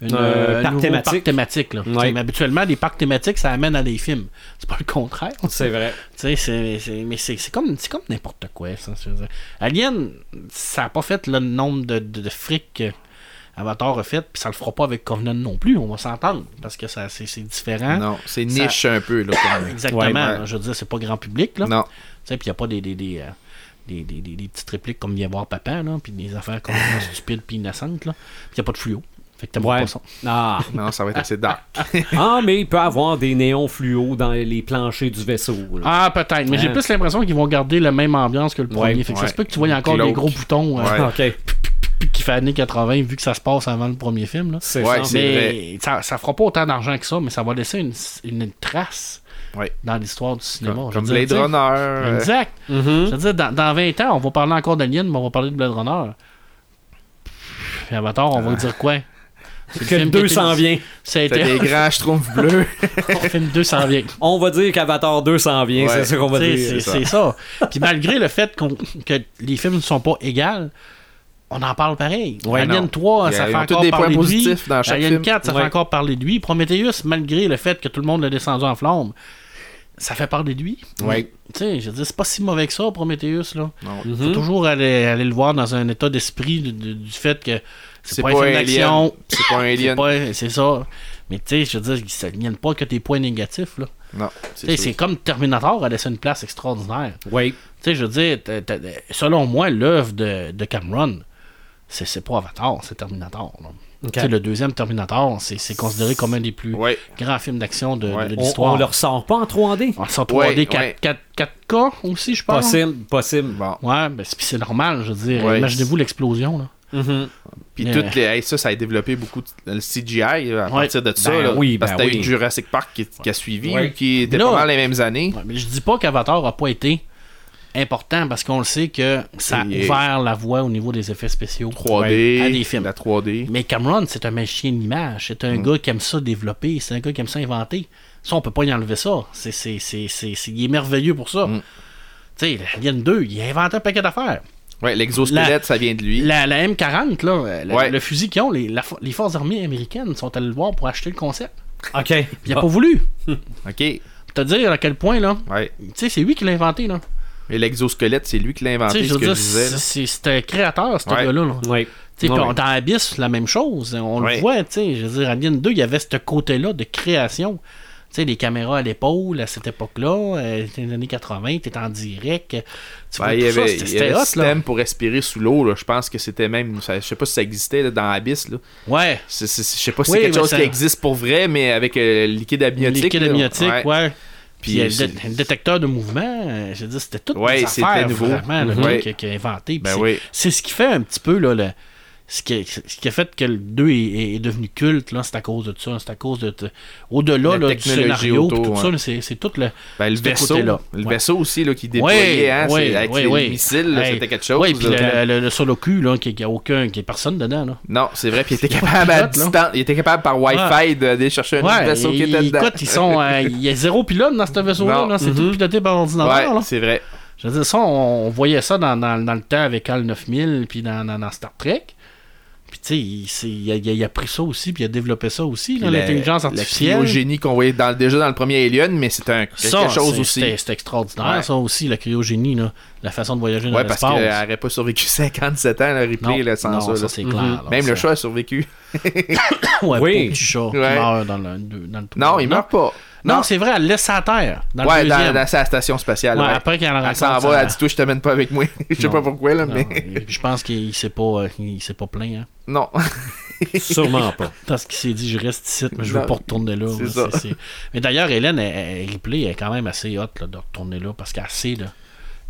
S3: une,
S1: Un
S3: euh,
S1: parc
S3: nouveau
S1: thématique.
S3: parc thématique, là.
S1: Ouais.
S3: Tu sais, Mais habituellement, les parcs thématiques, ça amène à des films. C'est pas le contraire. Tu
S1: C'est vrai.
S3: sais, c'est- c'est- mais c'est c'est comme, c'est comme n'importe quoi, ça. je veux dire. Alien, ça n'a pas fait le nombre de, de, de fric que Avatar a fait, puis ça le fera pas avec Covenant non plus, on va s'entendre, parce que ça c'est c'est différent.
S4: Non, c'est
S3: hein? Ça-
S4: niche un peu, là. quand même.
S3: Exactement,
S1: Ouais, ouais.
S3: là, je veux dire, c'est pas grand public, là.
S4: Non.
S3: Tu sais, puis il n'y a pas des, des, des, euh, des, des, des- des petites répliques comme Viens voir papa, là, puis des affaires comme stupides puis innocentes, là. Puis il n'y a pas de fluo. Fait que t'aimes
S1: Ouais.
S3: pas ça.
S1: Ah.
S4: Non, ça va être assez dark.
S1: ah, mais il peut avoir des néons fluo dans les planchers du vaisseau. là.
S3: Ah, peut-être, mais j'ai
S1: Hein.
S3: plus l'impression qu'ils vont garder la même ambiance que le premier. fait que ça
S4: ouais.
S3: se peut que tu vois encore des
S4: Glauque.
S3: gros boutons euh,
S4: Ouais.
S1: ok.
S3: qui fait années 80, vu que ça se passe avant le premier film, là.
S1: C'est
S4: Ouais,
S1: ça.
S4: c'est-
S3: Mais ça, ça fera pas autant d'argent que ça, mais ça va laisser une, une trace
S4: Ouais.
S3: dans l'histoire du cinéma.
S4: Comme,
S3: Je
S4: comme
S3: veux dire,
S4: Blade Runner. euh,
S3: Exact.
S1: Mhm.
S3: Je veux dire, dans, dans 20 ans, on va parler encore d'Alien, mais on va parler de Blade Runner. Puis Avatar, on va dire quoi C'est
S1: que le
S3: film qui a
S1: 2
S3: été-
S1: s'en vient.
S3: Ça a
S4: T'as
S3: été
S4: des grands schtroumpfs bleus.
S3: le film 2 s'en vient.
S1: On va dire qu'Avatar 2 s'en vient,
S4: Ouais.
S1: c'est ce qu'on va
S3: T'sais,
S1: dire.
S3: C'est c'est ça. Puis malgré le fait qu'on- que les films ne sont pas égaux, on en parle pareil.
S4: Ouais,
S3: Alien
S4: non.
S3: 3,
S4: Ils-
S3: ça
S4: ils
S3: fait
S4: ont tous
S3: encore
S4: des
S3: parler
S4: points
S3: de lui.
S4: positifs dans chaque
S3: Alien
S4: film.
S3: 4, ça
S1: Ouais.
S3: fait encore parler de lui. Prometheus, malgré le fait que tout le monde l'a descendu en flamme, ça fait parler de lui.
S1: Ouais.
S3: Tu sais, je veux dire, c'est pas si mauvais que ça, Prometheus. Là.
S4: Non.
S3: Faut toujours aller, aller le voir dans un état d'esprit du, du- du fait que c'est
S4: C'est
S3: pas,
S4: pas
S3: un film
S4: Alien.
S3: d'action.
S4: C'est pas un
S3: C'est
S4: Alien.
S3: pas un- C'est ça. Mais tu sais, je veux dire, ça ne viennent pas que tes points négatifs. Là.
S4: Non.
S3: Tu sais,
S4: sûr.
S3: C'est comme Terminator a laissé une place extraordinaire.
S1: Ouais.
S3: Tu sais, je veux dire, t'as- t'as- selon moi, l'œuvre de, de Cameron, c'est c'est pas Avatar, c'est Terminator. là. Tu sais, Le deuxième Terminator, c'est c'est considéré comme un des plus
S4: Ouais.
S3: grands films d'action de,
S4: Ouais.
S3: de
S1: On, on
S3: l'histoire. Ah,
S1: le ressort pas en 3D.
S3: On sort 3D,
S4: Ouais,
S3: 4,
S4: ouais.
S3: 4K aussi, je pense.
S1: Possible, possible.
S4: Bon.
S3: Ouais, ben, c'est- puis c'est normal, je veux dire.
S4: Ouais.
S3: Imaginez-vous l'explosion, là.
S1: Mhm.
S4: Puis
S3: Euh.
S4: toutes les, hey, ça, ça a développé beaucoup de- le CGI euh, à partir de ça.
S1: Ben
S4: là.
S1: oui,
S4: parce
S1: ben
S4: que t'as
S1: oui.
S4: eu Jurassic Park qui, qui a suivi,
S1: Ouais.
S4: qui était
S3: Là-
S4: pas mal les mêmes années.
S3: Ouais, mais je dis pas qu'Avatar a pas été important, parce qu'on le sait que ça a
S4: Et-
S3: ouvert la voie au niveau des effets spéciaux.
S4: 3D,
S3: À des films.
S4: la Mm. 3D.
S3: Mais Cameron, c'est un magicien d'image. C'est un gars qui aime ça développer. C'est un gars qui aime ça inventer. Ça, on peut pas y enlever ça. C'est, c'est, c'est, c'est, c'est- il est merveilleux pour ça.
S4: Mm.
S3: Tu sais, Alien 2, il a inventé un paquet d'affaires.
S4: Ouais, l'exosquelette,
S3: La-
S4: ça vient de lui.
S3: La, la M40, là, euh, le,
S4: Ouais.
S3: le fusil qu'ils ont, les, la fo- les forces armées américaines sont allées le voir pour acheter le concept.
S1: OK.
S4: Ah.
S3: Il a pas voulu.
S4: OK.
S3: Pour te dire à quel point, là,
S4: Ouais.
S3: tu sais, c'est lui qui l'a inventé, là.
S4: Et l'exosquelette, c'est lui qui
S3: Tu
S4: l'a inventé,
S3: sais,
S4: ce
S3: je
S4: que
S3: veux
S4: je
S3: dire,
S4: disais.
S3: c'est, c'est- c'est un créateur, ce
S4: Ouais.
S3: gars-là. là.
S1: Ouais.
S3: Tu sais,
S1: Ouais,
S3: puis
S1: ouais.
S3: dans Abyss, la même chose. On
S4: Ouais.
S3: le voit, tu sais. Je veux dire, Alien 2, il y avait ce côté-là de création. Tu sais, les caméras à l'épaule à cette époque-là, euh, c'était les années 80, t'es en direct. Tu
S4: Ben,
S3: vois,
S4: il y
S3: tout ça,
S4: avait,
S3: c'était
S4: il y avait
S3: c'était
S4: un
S3: hot, là.
S4: système pour respirer sous l'eau. là. Je pense que c'était même. ça- je sais pas si ça existait là, dans Abyss. Là.
S3: Ouais.
S4: C'est- c'est- je sais pas si
S3: Oui,
S4: c'est quelque
S3: mais
S4: chose
S3: ça-
S4: qui existe pour vrai, mais avec euh, le liquide amniotique.
S3: Liquide
S4: là.
S3: amniotique, ouais. Puis,
S4: Puis,
S3: euh,
S4: c'est-
S3: dé- un détecteur de mouvement, euh, je veux dire, c'était tout
S4: Ouais,
S3: des
S4: c'était
S3: affaires,
S4: nouveau.
S3: vraiment, le
S4: Mhm. Ouais.
S3: mec qui- qui a inventé. Puis
S4: Ben
S3: c'est-
S4: oui.
S3: C'est ce qui fait un petit peu, là, le, ce, qui, ce qui a fait que le 2 est, est devenu culte, là, c'est à cause de ça, c'est à cause de... de- Au-delà
S4: La
S3: là, du
S4: technologie
S3: scénario, puis
S4: autour,
S3: tout ça,
S4: ouais.
S3: là, c'est c'est tout le...
S4: Ben, le
S3: ce
S4: vaisseau,
S3: côté-là.
S4: le
S3: Ouais.
S4: vaisseau aussi là, qui déployait hein, c'est- avec les missiles, là,
S3: Hey,
S4: c'était quelque chose.
S3: ouais, puis
S4: là.
S3: le, le, le solo cul, là, qu'il n'y a aucun, qu'il n'y a personne dedans, là.
S4: Non, c'est vrai, puis il était
S3: C'est pas
S4: capable à
S3: pilote, là.
S4: distance, il était capable par Wi-Fi
S3: Ouais.
S4: d'aller chercher un autre
S3: Ouais,
S4: vaisseau qui
S3: et-
S4: était dedans.
S3: écoute, ils sont, euh, il y a zéro pilote dans ce vaisseau-là,
S4: Non. Mm-hmm.
S3: là, c'est tout piloté par ordinateur, là.
S4: ouais, c'est vrai.
S3: Je veux dire, ça, on, on voyait ça dans, dans- dans le temps avec HAL 9000, puis dans, dans- dans Star Trek. Puis, tu sais, il, s'est- il a, il a- il a pris ça aussi, puis il a développé ça aussi, là,
S4: Puis la-
S3: l'intelligence
S4: La
S3: artificielle.
S4: cryogénie qu'on voyait dans- déjà dans le premier Alien, mais c'est un quelque
S3: Ça,
S4: chose
S3: c'est-
S4: aussi.
S3: c'était- C'était extraordinaire,
S4: Ouais.
S3: ça aussi, la cryogénie, là, la façon de voyager dans
S4: Ouais, parce
S3: l'espace.
S4: qu'elle n'aurait pas survécu 57 ans, le
S3: non,
S4: replay, là, sans
S3: non,
S4: ça. là. Mhm. Mm.
S3: c'est clair. là,
S4: Même le
S3: ça-
S4: chat a survécu.
S3: Ouais,
S1: Oui.
S3: pauvre petit chat qui
S4: Ouais.
S3: meurt dans le, deux- dans le
S4: Non,
S3: trois.
S4: il meurt pas.
S3: Non, c'est vrai, elle laisse ça à terre. Dans
S4: ouais,
S3: le
S4: dans,
S3: deuxième.
S4: dans sa station spatiale.
S3: Ouais,
S4: ouais.
S3: après qu'elle
S4: Elle s'en
S3: rencontre
S4: va,
S3: sa-
S4: elle dit Toi, je t'amène pas avec moi. Je sais
S3: Non.
S4: pas pourquoi, là,
S3: Non,
S4: mais.
S3: et Ah, je pense qu'il s'est pas, euh, il s'est pas plaint. Hein.
S4: Non.
S1: Sûrement pas.
S3: Parce qu'il s'est dit, je reste ici, mais je
S4: Non.
S3: veux pas retourner là.
S4: C'est
S3: Ouais,
S4: ça.
S3: c'est- c'est- Mais d'ailleurs, Hélène, elle, elle- Ripley, elle est quand même assez hot là, de retourner là, parce qu'elle sait, là.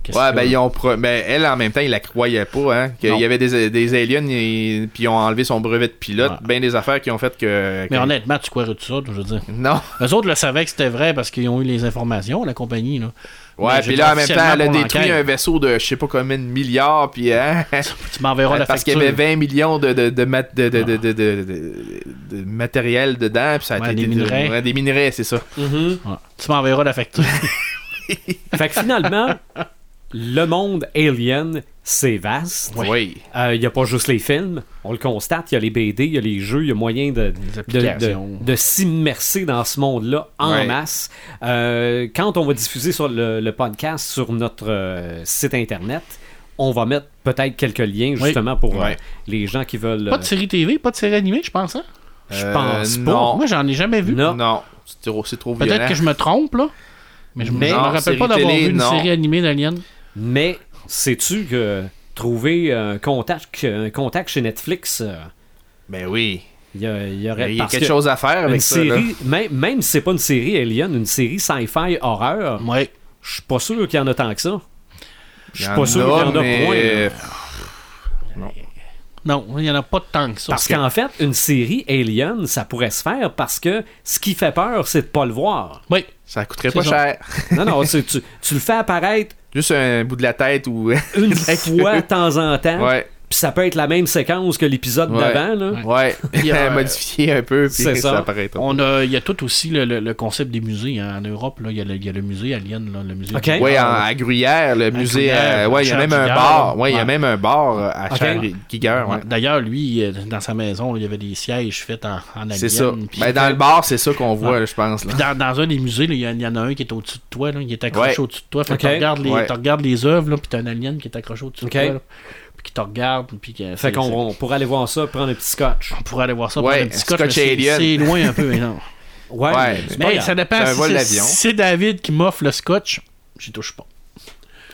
S3: qu'est-ce
S4: Ouais,
S3: que-
S4: ben, ils ont pro- ben, elle, en même temps, il la croyait pas, hein. Qu'il
S3: Non.
S4: y avait des, des aliens, et- puis ils ont enlevé son brevet de pilote.
S3: Ouais.
S4: Ben, des affaires qui ont fait que.
S3: Mais
S4: que-
S3: honnêtement, tu croirais tout ça, je veux dire.
S4: Non.
S3: Eux autres le savaient que c'était vrai parce qu'ils ont eu les informations, la compagnie, là.
S4: Ouais,
S3: Mais je
S4: puis
S3: dis
S4: là, en même temps, elle a
S3: officiellement pour
S4: détruit un
S3: l'enquête.
S4: vaisseau de je sais pas combien de milliards, puis hein,
S3: Tu m'enverras la
S4: parce qu'il
S3: facture.
S4: y avait 20 millions de, de, de, mat- de, de, de, de, de- de- de matériel dedans, puis ça a
S3: Ouais,
S4: été
S3: des minerais.
S4: ouais, des minerais, c'est ça.
S3: Ouais. Tu m'enverras la facture.
S1: Fait que finalement, le monde alien, c'est vaste.
S3: Ouais.
S4: Oui.
S1: Il n'y Euh, a pas juste les films, on le constate, il y a les BD, il y a les jeux, il y a moyen de, de,
S3: applications.
S1: de- de s'immerser dans ce monde-là en
S4: Ouais.
S1: masse. Euh, quand on va diffuser sur le, le podcast sur notre euh, site internet, on va mettre peut-être quelques liens justement pour euh,
S4: Ouais.
S1: les gens qui veulent.
S3: pas de série TV, pas de série animée, je pense, hein?
S1: euh, je
S4: Euh,
S1: pense pas.
S4: non.
S3: Moi, j'en ai jamais vu.
S1: Non.
S4: Non, c'est trop, c'est trop violent.
S3: Peut-être que je me trompe, là. Mais je me
S4: Mais
S3: je me
S4: non,
S3: rappelle
S4: série
S3: pas d'avoir
S4: télé,
S3: vu une
S4: non.
S3: série animée d'Alien.
S1: Mais sais-tu que trouver un contact, un contact chez Netflix, euh,
S4: Ben oui.
S1: il y a- il y, aurait
S4: Il y a
S1: parce
S4: quelque
S1: que
S4: chose à faire
S1: une
S4: avec ça. là.
S1: série, même, même si c'est pas une série Alien, une série sci-fi horreur,
S3: Ouais.
S1: je suis pas sûr qu'il y en a tant que ça. Je
S4: Il y
S1: suis pas
S4: en
S1: sûr
S4: a,
S1: qu'il y en a
S4: mais-
S1: point. là.
S3: Non, il n'y en a pas tant que ça.
S1: Parce qu'en fait, une série Alien, ça pourrait se faire parce que ce qui fait peur, c'est de pas le voir.
S3: Oui.
S4: Ça coûterait
S3: C'est
S4: pas
S3: ça.
S4: cher.
S1: Non, non, c'est- tu, tu le fais apparaître
S4: Juste un bout de la tête ou.
S1: une fois de temps en temps,
S4: ouais.
S1: Puis ça peut être la même séquence que l'épisode
S4: Ouais.
S1: d'avant. là.
S4: Ouais,
S3: Il y a, euh,
S4: modifié un peu, puis
S1: c'est ça.
S4: ça, apparaîtra.
S3: On a, il y a tout aussi le, le- le concept des musées hein. en Europe. Là, il, y a le, il y a le musée Alien, là, le musée.
S1: Ok.
S3: du-
S4: Oui, à Gruyère, le musée.
S3: Gruyère,
S4: euh, ouais, il y a
S3: Charles
S4: même un
S3: Guiguerre.
S4: bar. Ouais, il y
S3: Ouais.
S4: a même un bar euh, à
S1: Ok.
S4: Charles Guiguerre, ouais.
S3: D'ailleurs, lui, euh, dans sa maison, là, il y avait des sièges faits en, en Alien.
S4: C'est ça.
S3: puis-
S4: Ben, dans le bar, c'est ça qu'on voit, là, je pense. là.
S3: Puis dans, dans un des musées, là, il y, en- il y en a un qui est au-dessus de toi, là, il est accroché
S4: Ouais.
S3: au-dessus de toi. Fait que
S1: Ok.
S3: tu regardes les,
S4: Ouais.
S3: tu regardes les œuvres, là, puis t'as un alien qui est accroché au-dessus
S1: Ok.
S3: de toi, là, puis qui te regarde, puis que-
S1: Fait
S3: c'est-
S1: qu'on
S3: c'est-
S1: on pourrait aller voir ça, prendre un petit scotch.
S3: on pourrait aller voir ça
S4: Ouais,
S3: prendre un petit scotch,
S4: Scotch
S3: mais c'est-
S4: Alien.
S3: C'est loin un peu, mais non.
S1: Ouais,
S4: Ouais,
S1: c'est
S3: Mais
S1: pas
S3: ça
S1: grave.
S3: dépend.
S4: C'est un
S3: Si
S4: vol
S3: c'est-
S4: d'avion.
S3: si c'est David qui m'offre le scotch, j'y touche pas.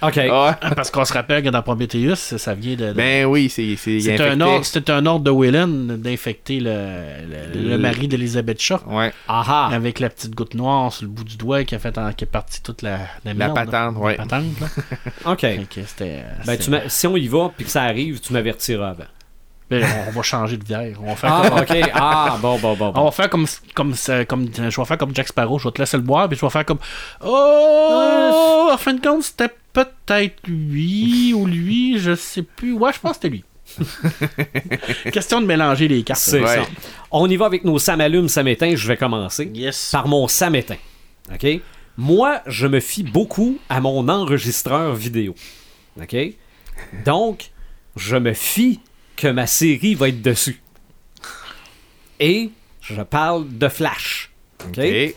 S1: Ok.
S4: Ah,
S3: Parce qu'on se rappelle que dans Prometheus, ça ça vient de. de-
S4: ben oui, c'est. c'est
S3: C'était
S4: infecté.
S3: un, ordre- c'était un ordre de Whelan d'infecter le, le- le mari d'Elisabeth Shaw
S4: Ouais,
S1: Aha.
S3: avec la petite goutte noire sur le bout du doigt qui a fait en- qui est partie toute la, la
S4: la
S3: merde.
S4: patente, ouais.
S3: La patente, là.
S1: Ok.
S3: Fait que c'était-
S1: Ben,
S3: c'est-
S1: tu m'a- si on y va puis que ça arrive, tu m'avertiras avant.
S3: Ben, on va changer de bière. On va faire comme,
S1: Ah, ok. Ah, bon, bon, bon.
S3: on
S1: bon.
S3: va faire comme, comme, ça- comme- je vais faire comme Jack Sparrow. Je vais te laisser le boire, puis je vais faire comme
S1: Ah,
S3: oh. En fin de compte, c'était peut-être lui ou lui, je sais plus. Ouais, je pense que c'était lui. Question de mélanger les cartes.
S1: C'est
S4: Ouais.
S1: ça. On y va avec nos samalumes samétins. Je vais commencer
S3: Yes.
S1: par mon samétain. OK? Moi, je me fie beaucoup à mon enregistreur vidéo. OK? Donc, je me fie que ma série va être dessus. Et je parle de Flash. OK?
S4: Et-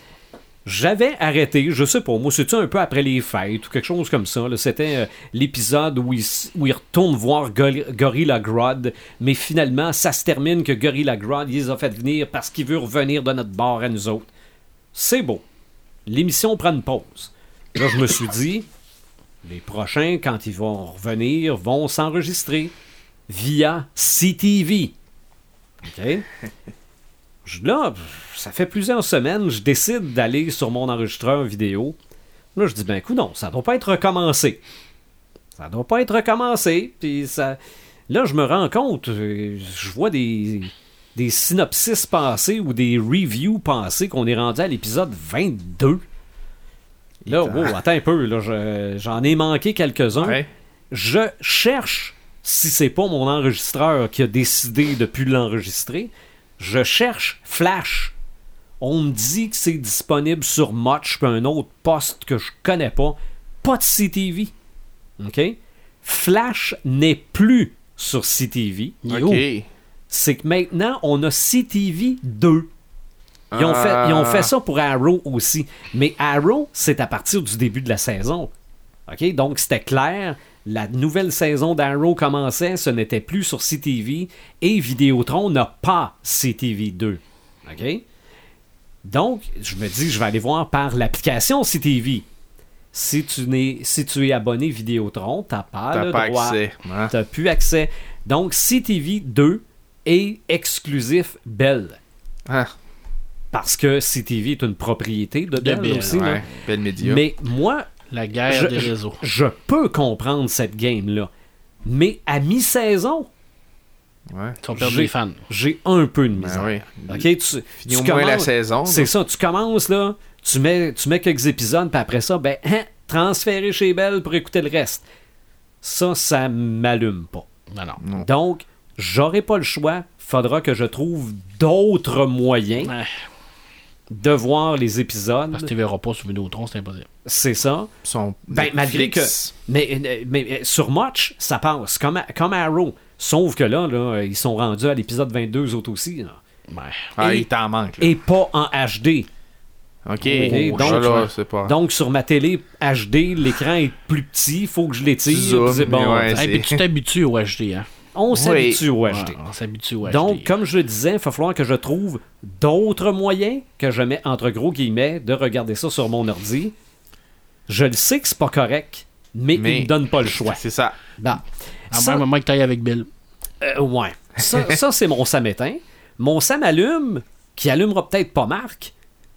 S1: J'avais arrêté, je sais pas, moi, c'était un peu après les fêtes ou quelque chose comme ça. là. C'était euh, l'épisode où il, s- où il retourne voir Gol- Gorilla Grodd, mais finalement, ça se termine que Gorilla Grodd, il les a fait venir parce qu'il veut revenir de notre bord à nous autres. C'est beau. L'émission prend une pause. Là, je me suis dit, les prochains, quand ils vont revenir, vont s'enregistrer via CTV. OK? Je- Là, ça fait plusieurs semaines, je décide d'aller sur mon enregistreur vidéo. Là, je dis, ben, écoute, non, ça doit pas être recommencé. Ça doit pas être recommencé. Puis ça. Là, je me rends compte, euh, je vois des, des synopsis passés ou des reviews passés qu'on est rendu à l'épisode 22. Là, wow, attends un peu, là, je- j'en ai manqué quelques-uns.
S4: Ouais.
S1: Je cherche, si c'est pas mon enregistreur qui a décidé de plus l'enregistrer, je cherche Flash. On me dit que c'est disponible sur Much puis un autre poste que je connais pas. Pas de CTV. OK? Flash n'est plus sur CTV.
S3: Yo.
S4: Ok.
S1: C'est que maintenant, on a CTV 2. Ils ont, fait, ils ont
S4: Ah.
S1: fait ça pour Arrow aussi. Mais Arrow, c'est à partir du début de la saison. OK? Donc, c'était clair. La nouvelle saison d'Arrow commençait. Ce n'était plus sur CTV. Et Vidéotron n'a pas CTV 2. OK? Donc, je me dis, je vais aller voir par l'application CTV. Si tu, n'es- si tu es abonné Vidéotron, t'as pas
S4: T'as
S1: le
S4: pas
S1: droit.
S4: accès, hein.
S1: Ah. T'as plus accès. Donc, CTV 2 est exclusif Bell
S4: Ah,
S1: parce que CTV est une propriété de, Bell
S3: Bell,
S1: aussi. là.
S4: ouais, bel média.
S1: Mais moi,
S3: La guerre
S1: je,
S3: des réseaux.
S1: je- je peux comprendre cette game-là. Mais à mi-saison,
S4: Ouais.
S3: Ils ont perdu
S1: j'ai-
S3: les fans.
S1: j'ai un peu de misère.
S4: Ben oui.
S1: OK, tu, tu
S4: Finis au moins la saison.
S1: C'est
S4: là.
S1: ça, tu commences là, tu mets, tu mets quelques épisodes, puis après ça, ben, hein, transférer chez Bell pour écouter le reste. Ça, ça m'allume pas.
S3: Non, non.
S1: Donc, j'aurai pas le choix. Faudra que je trouve d'autres moyens
S3: Ouais.
S1: de voir les épisodes.
S3: Parce que tu verras pas sur Vidéotron, c'est impossible.
S1: C'est ça.
S4: Son
S1: Ben, malgré que.
S4: Netflix.
S1: Mais, mais, mais, sur Much, ça passe, comme, à- comme à Arrow. Sauf que là, là, ils sont rendus à l'épisode 22, eux autres aussi. là.
S3: Ouais.
S4: Ah,
S1: et-
S4: il t'en manque. là.
S1: Et pas en HD.
S4: Ok. Oh,
S1: Ok,
S4: Ça,
S1: donc-
S3: euh,
S4: là, c'est pas.
S1: Donc, sur ma télé HD, l'écran est plus petit, faut que je l'étire.
S4: Tu zoomes,
S1: puis c'est bon.
S4: ouais.
S3: Hey,
S4: c'est-
S3: puis tu t'habitues au HD, hein?
S1: On s'habitue au HD.
S3: Ouais, on s'habitue au
S1: Donc,
S3: HD.
S1: comme je le disais, il va falloir que je trouve d'autres moyens que je mets entre gros guillemets de regarder ça sur mon ordi. Je le sais que c'est pas correct, mais,
S4: Mais-
S1: il me donne pas le choix.
S4: C'est ça.
S1: Bon.
S3: En
S1: Ça-
S3: même moment que tu ailles avec Bill.
S1: euh, ouais. Ça, ça, c'est mon samétain. Mon Sam allume, qui allumera peut-être pas Marc.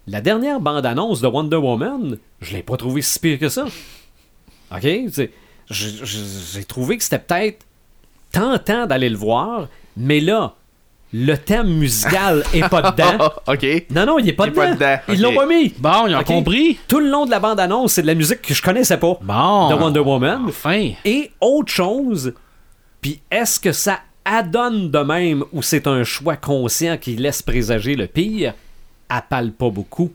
S1: La dernière bande-annonce de Wonder Woman, je l'ai pas trouvé si pire que ça. OK? C'est- je- je- J'ai trouvé que c'était peut-être tentant d'aller le voir, mais là, le thème musical est pas dedans.
S4: Ah, ok.
S1: Non, non, il est pas
S4: Il est
S1: dedans.
S4: pas dedans,
S1: Ils
S4: ok.
S1: l'ont pas mis.
S3: Bon, ils ont
S1: OK?
S3: compris.
S1: Tout le long de la bande-annonce, c'est de la musique que je connaissais pas.
S3: Bon.
S1: De Wonder Woman.
S3: Enfin.
S1: Et autre chose, Puis est-ce que ça adonne de même ou c'est un choix conscient qui laisse présager le pire? Elle parle pas beaucoup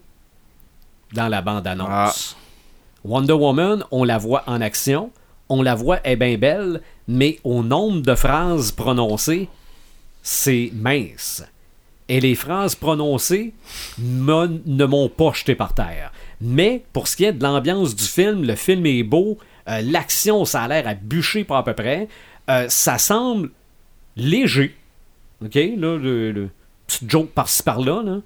S1: dans la bande-annonce. Wonder Woman, on la voit en action, on la voit, elle est bien belle, mais au nombre de phrases prononcées, c'est mince. Et les phrases prononcées me- ne m'ont pas jeté par terre. Mais pour ce qui est de l'ambiance du film, le film est beau, euh, l'action, ça a l'air à bûcher pas à peu près, euh, ça semble léger. OK? Là, le, le petit joke par-ci par-là, là.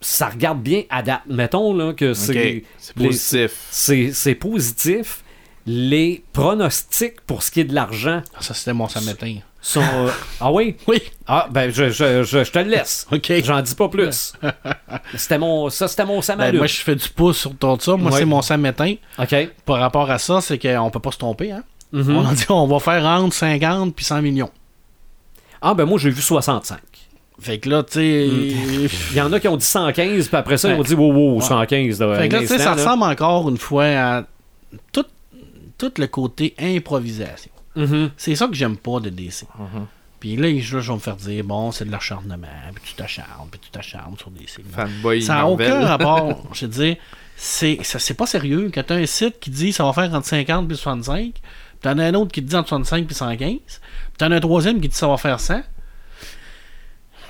S1: ça regarde bien à date. Mettons là, que c'est.
S4: Ok, C'est
S1: les-
S4: positif.
S1: c'est c'est positif. Les pronostics pour ce qui est de l'argent
S3: Ah, ça, c'était mon samedi.
S1: sont. euh, ah oui?
S3: Oui.
S1: Ah, ben, je, je, je, je te le laisse.
S3: OK.
S1: J'en dis pas plus. C'était mon, ça, c'était mon
S3: Ben,
S1: Samalou.
S3: moi, je fais du pouce sur ton ça. Moi,
S1: Ouais.
S3: c'est mon samedi.
S1: OK.
S3: Par rapport à ça, c'est qu'on peut pas se tromper. Hein?
S1: Mm-hmm.
S3: On a dit on va faire entre 50 puis 100 millions.
S1: Ah, ben, moi, j'ai vu 65.
S3: Fait que là, tu sais.
S1: Il y en a qui ont dit 115, puis après ça, ils ont
S3: Ouais.
S1: dit wow, wow,
S3: Ouais.
S1: 115. là,
S3: Fait que là, tu sais,
S1: l'instant,
S3: ça
S1: là.
S3: ressemble encore une fois à tout, tout le côté improvisation.
S1: Mhm.
S3: C'est ça que j'aime pas de DC. Puis là, je, je vais me faire dire, bon, c'est de l'acharnement, puis tu t'acharnes, puis tu t'acharnes sur DC.
S4: Fanboy
S3: Ça n'a
S4: Marvel.
S3: aucun rapport. Je veux dire, c'est, ça- c'est pas sérieux. Quand t'as un site qui dit ça va faire entre 50 puis 65, puis t'en as un autre qui te dit entre 65 puis 115, puis t'en as un troisième qui dit ça va faire 100.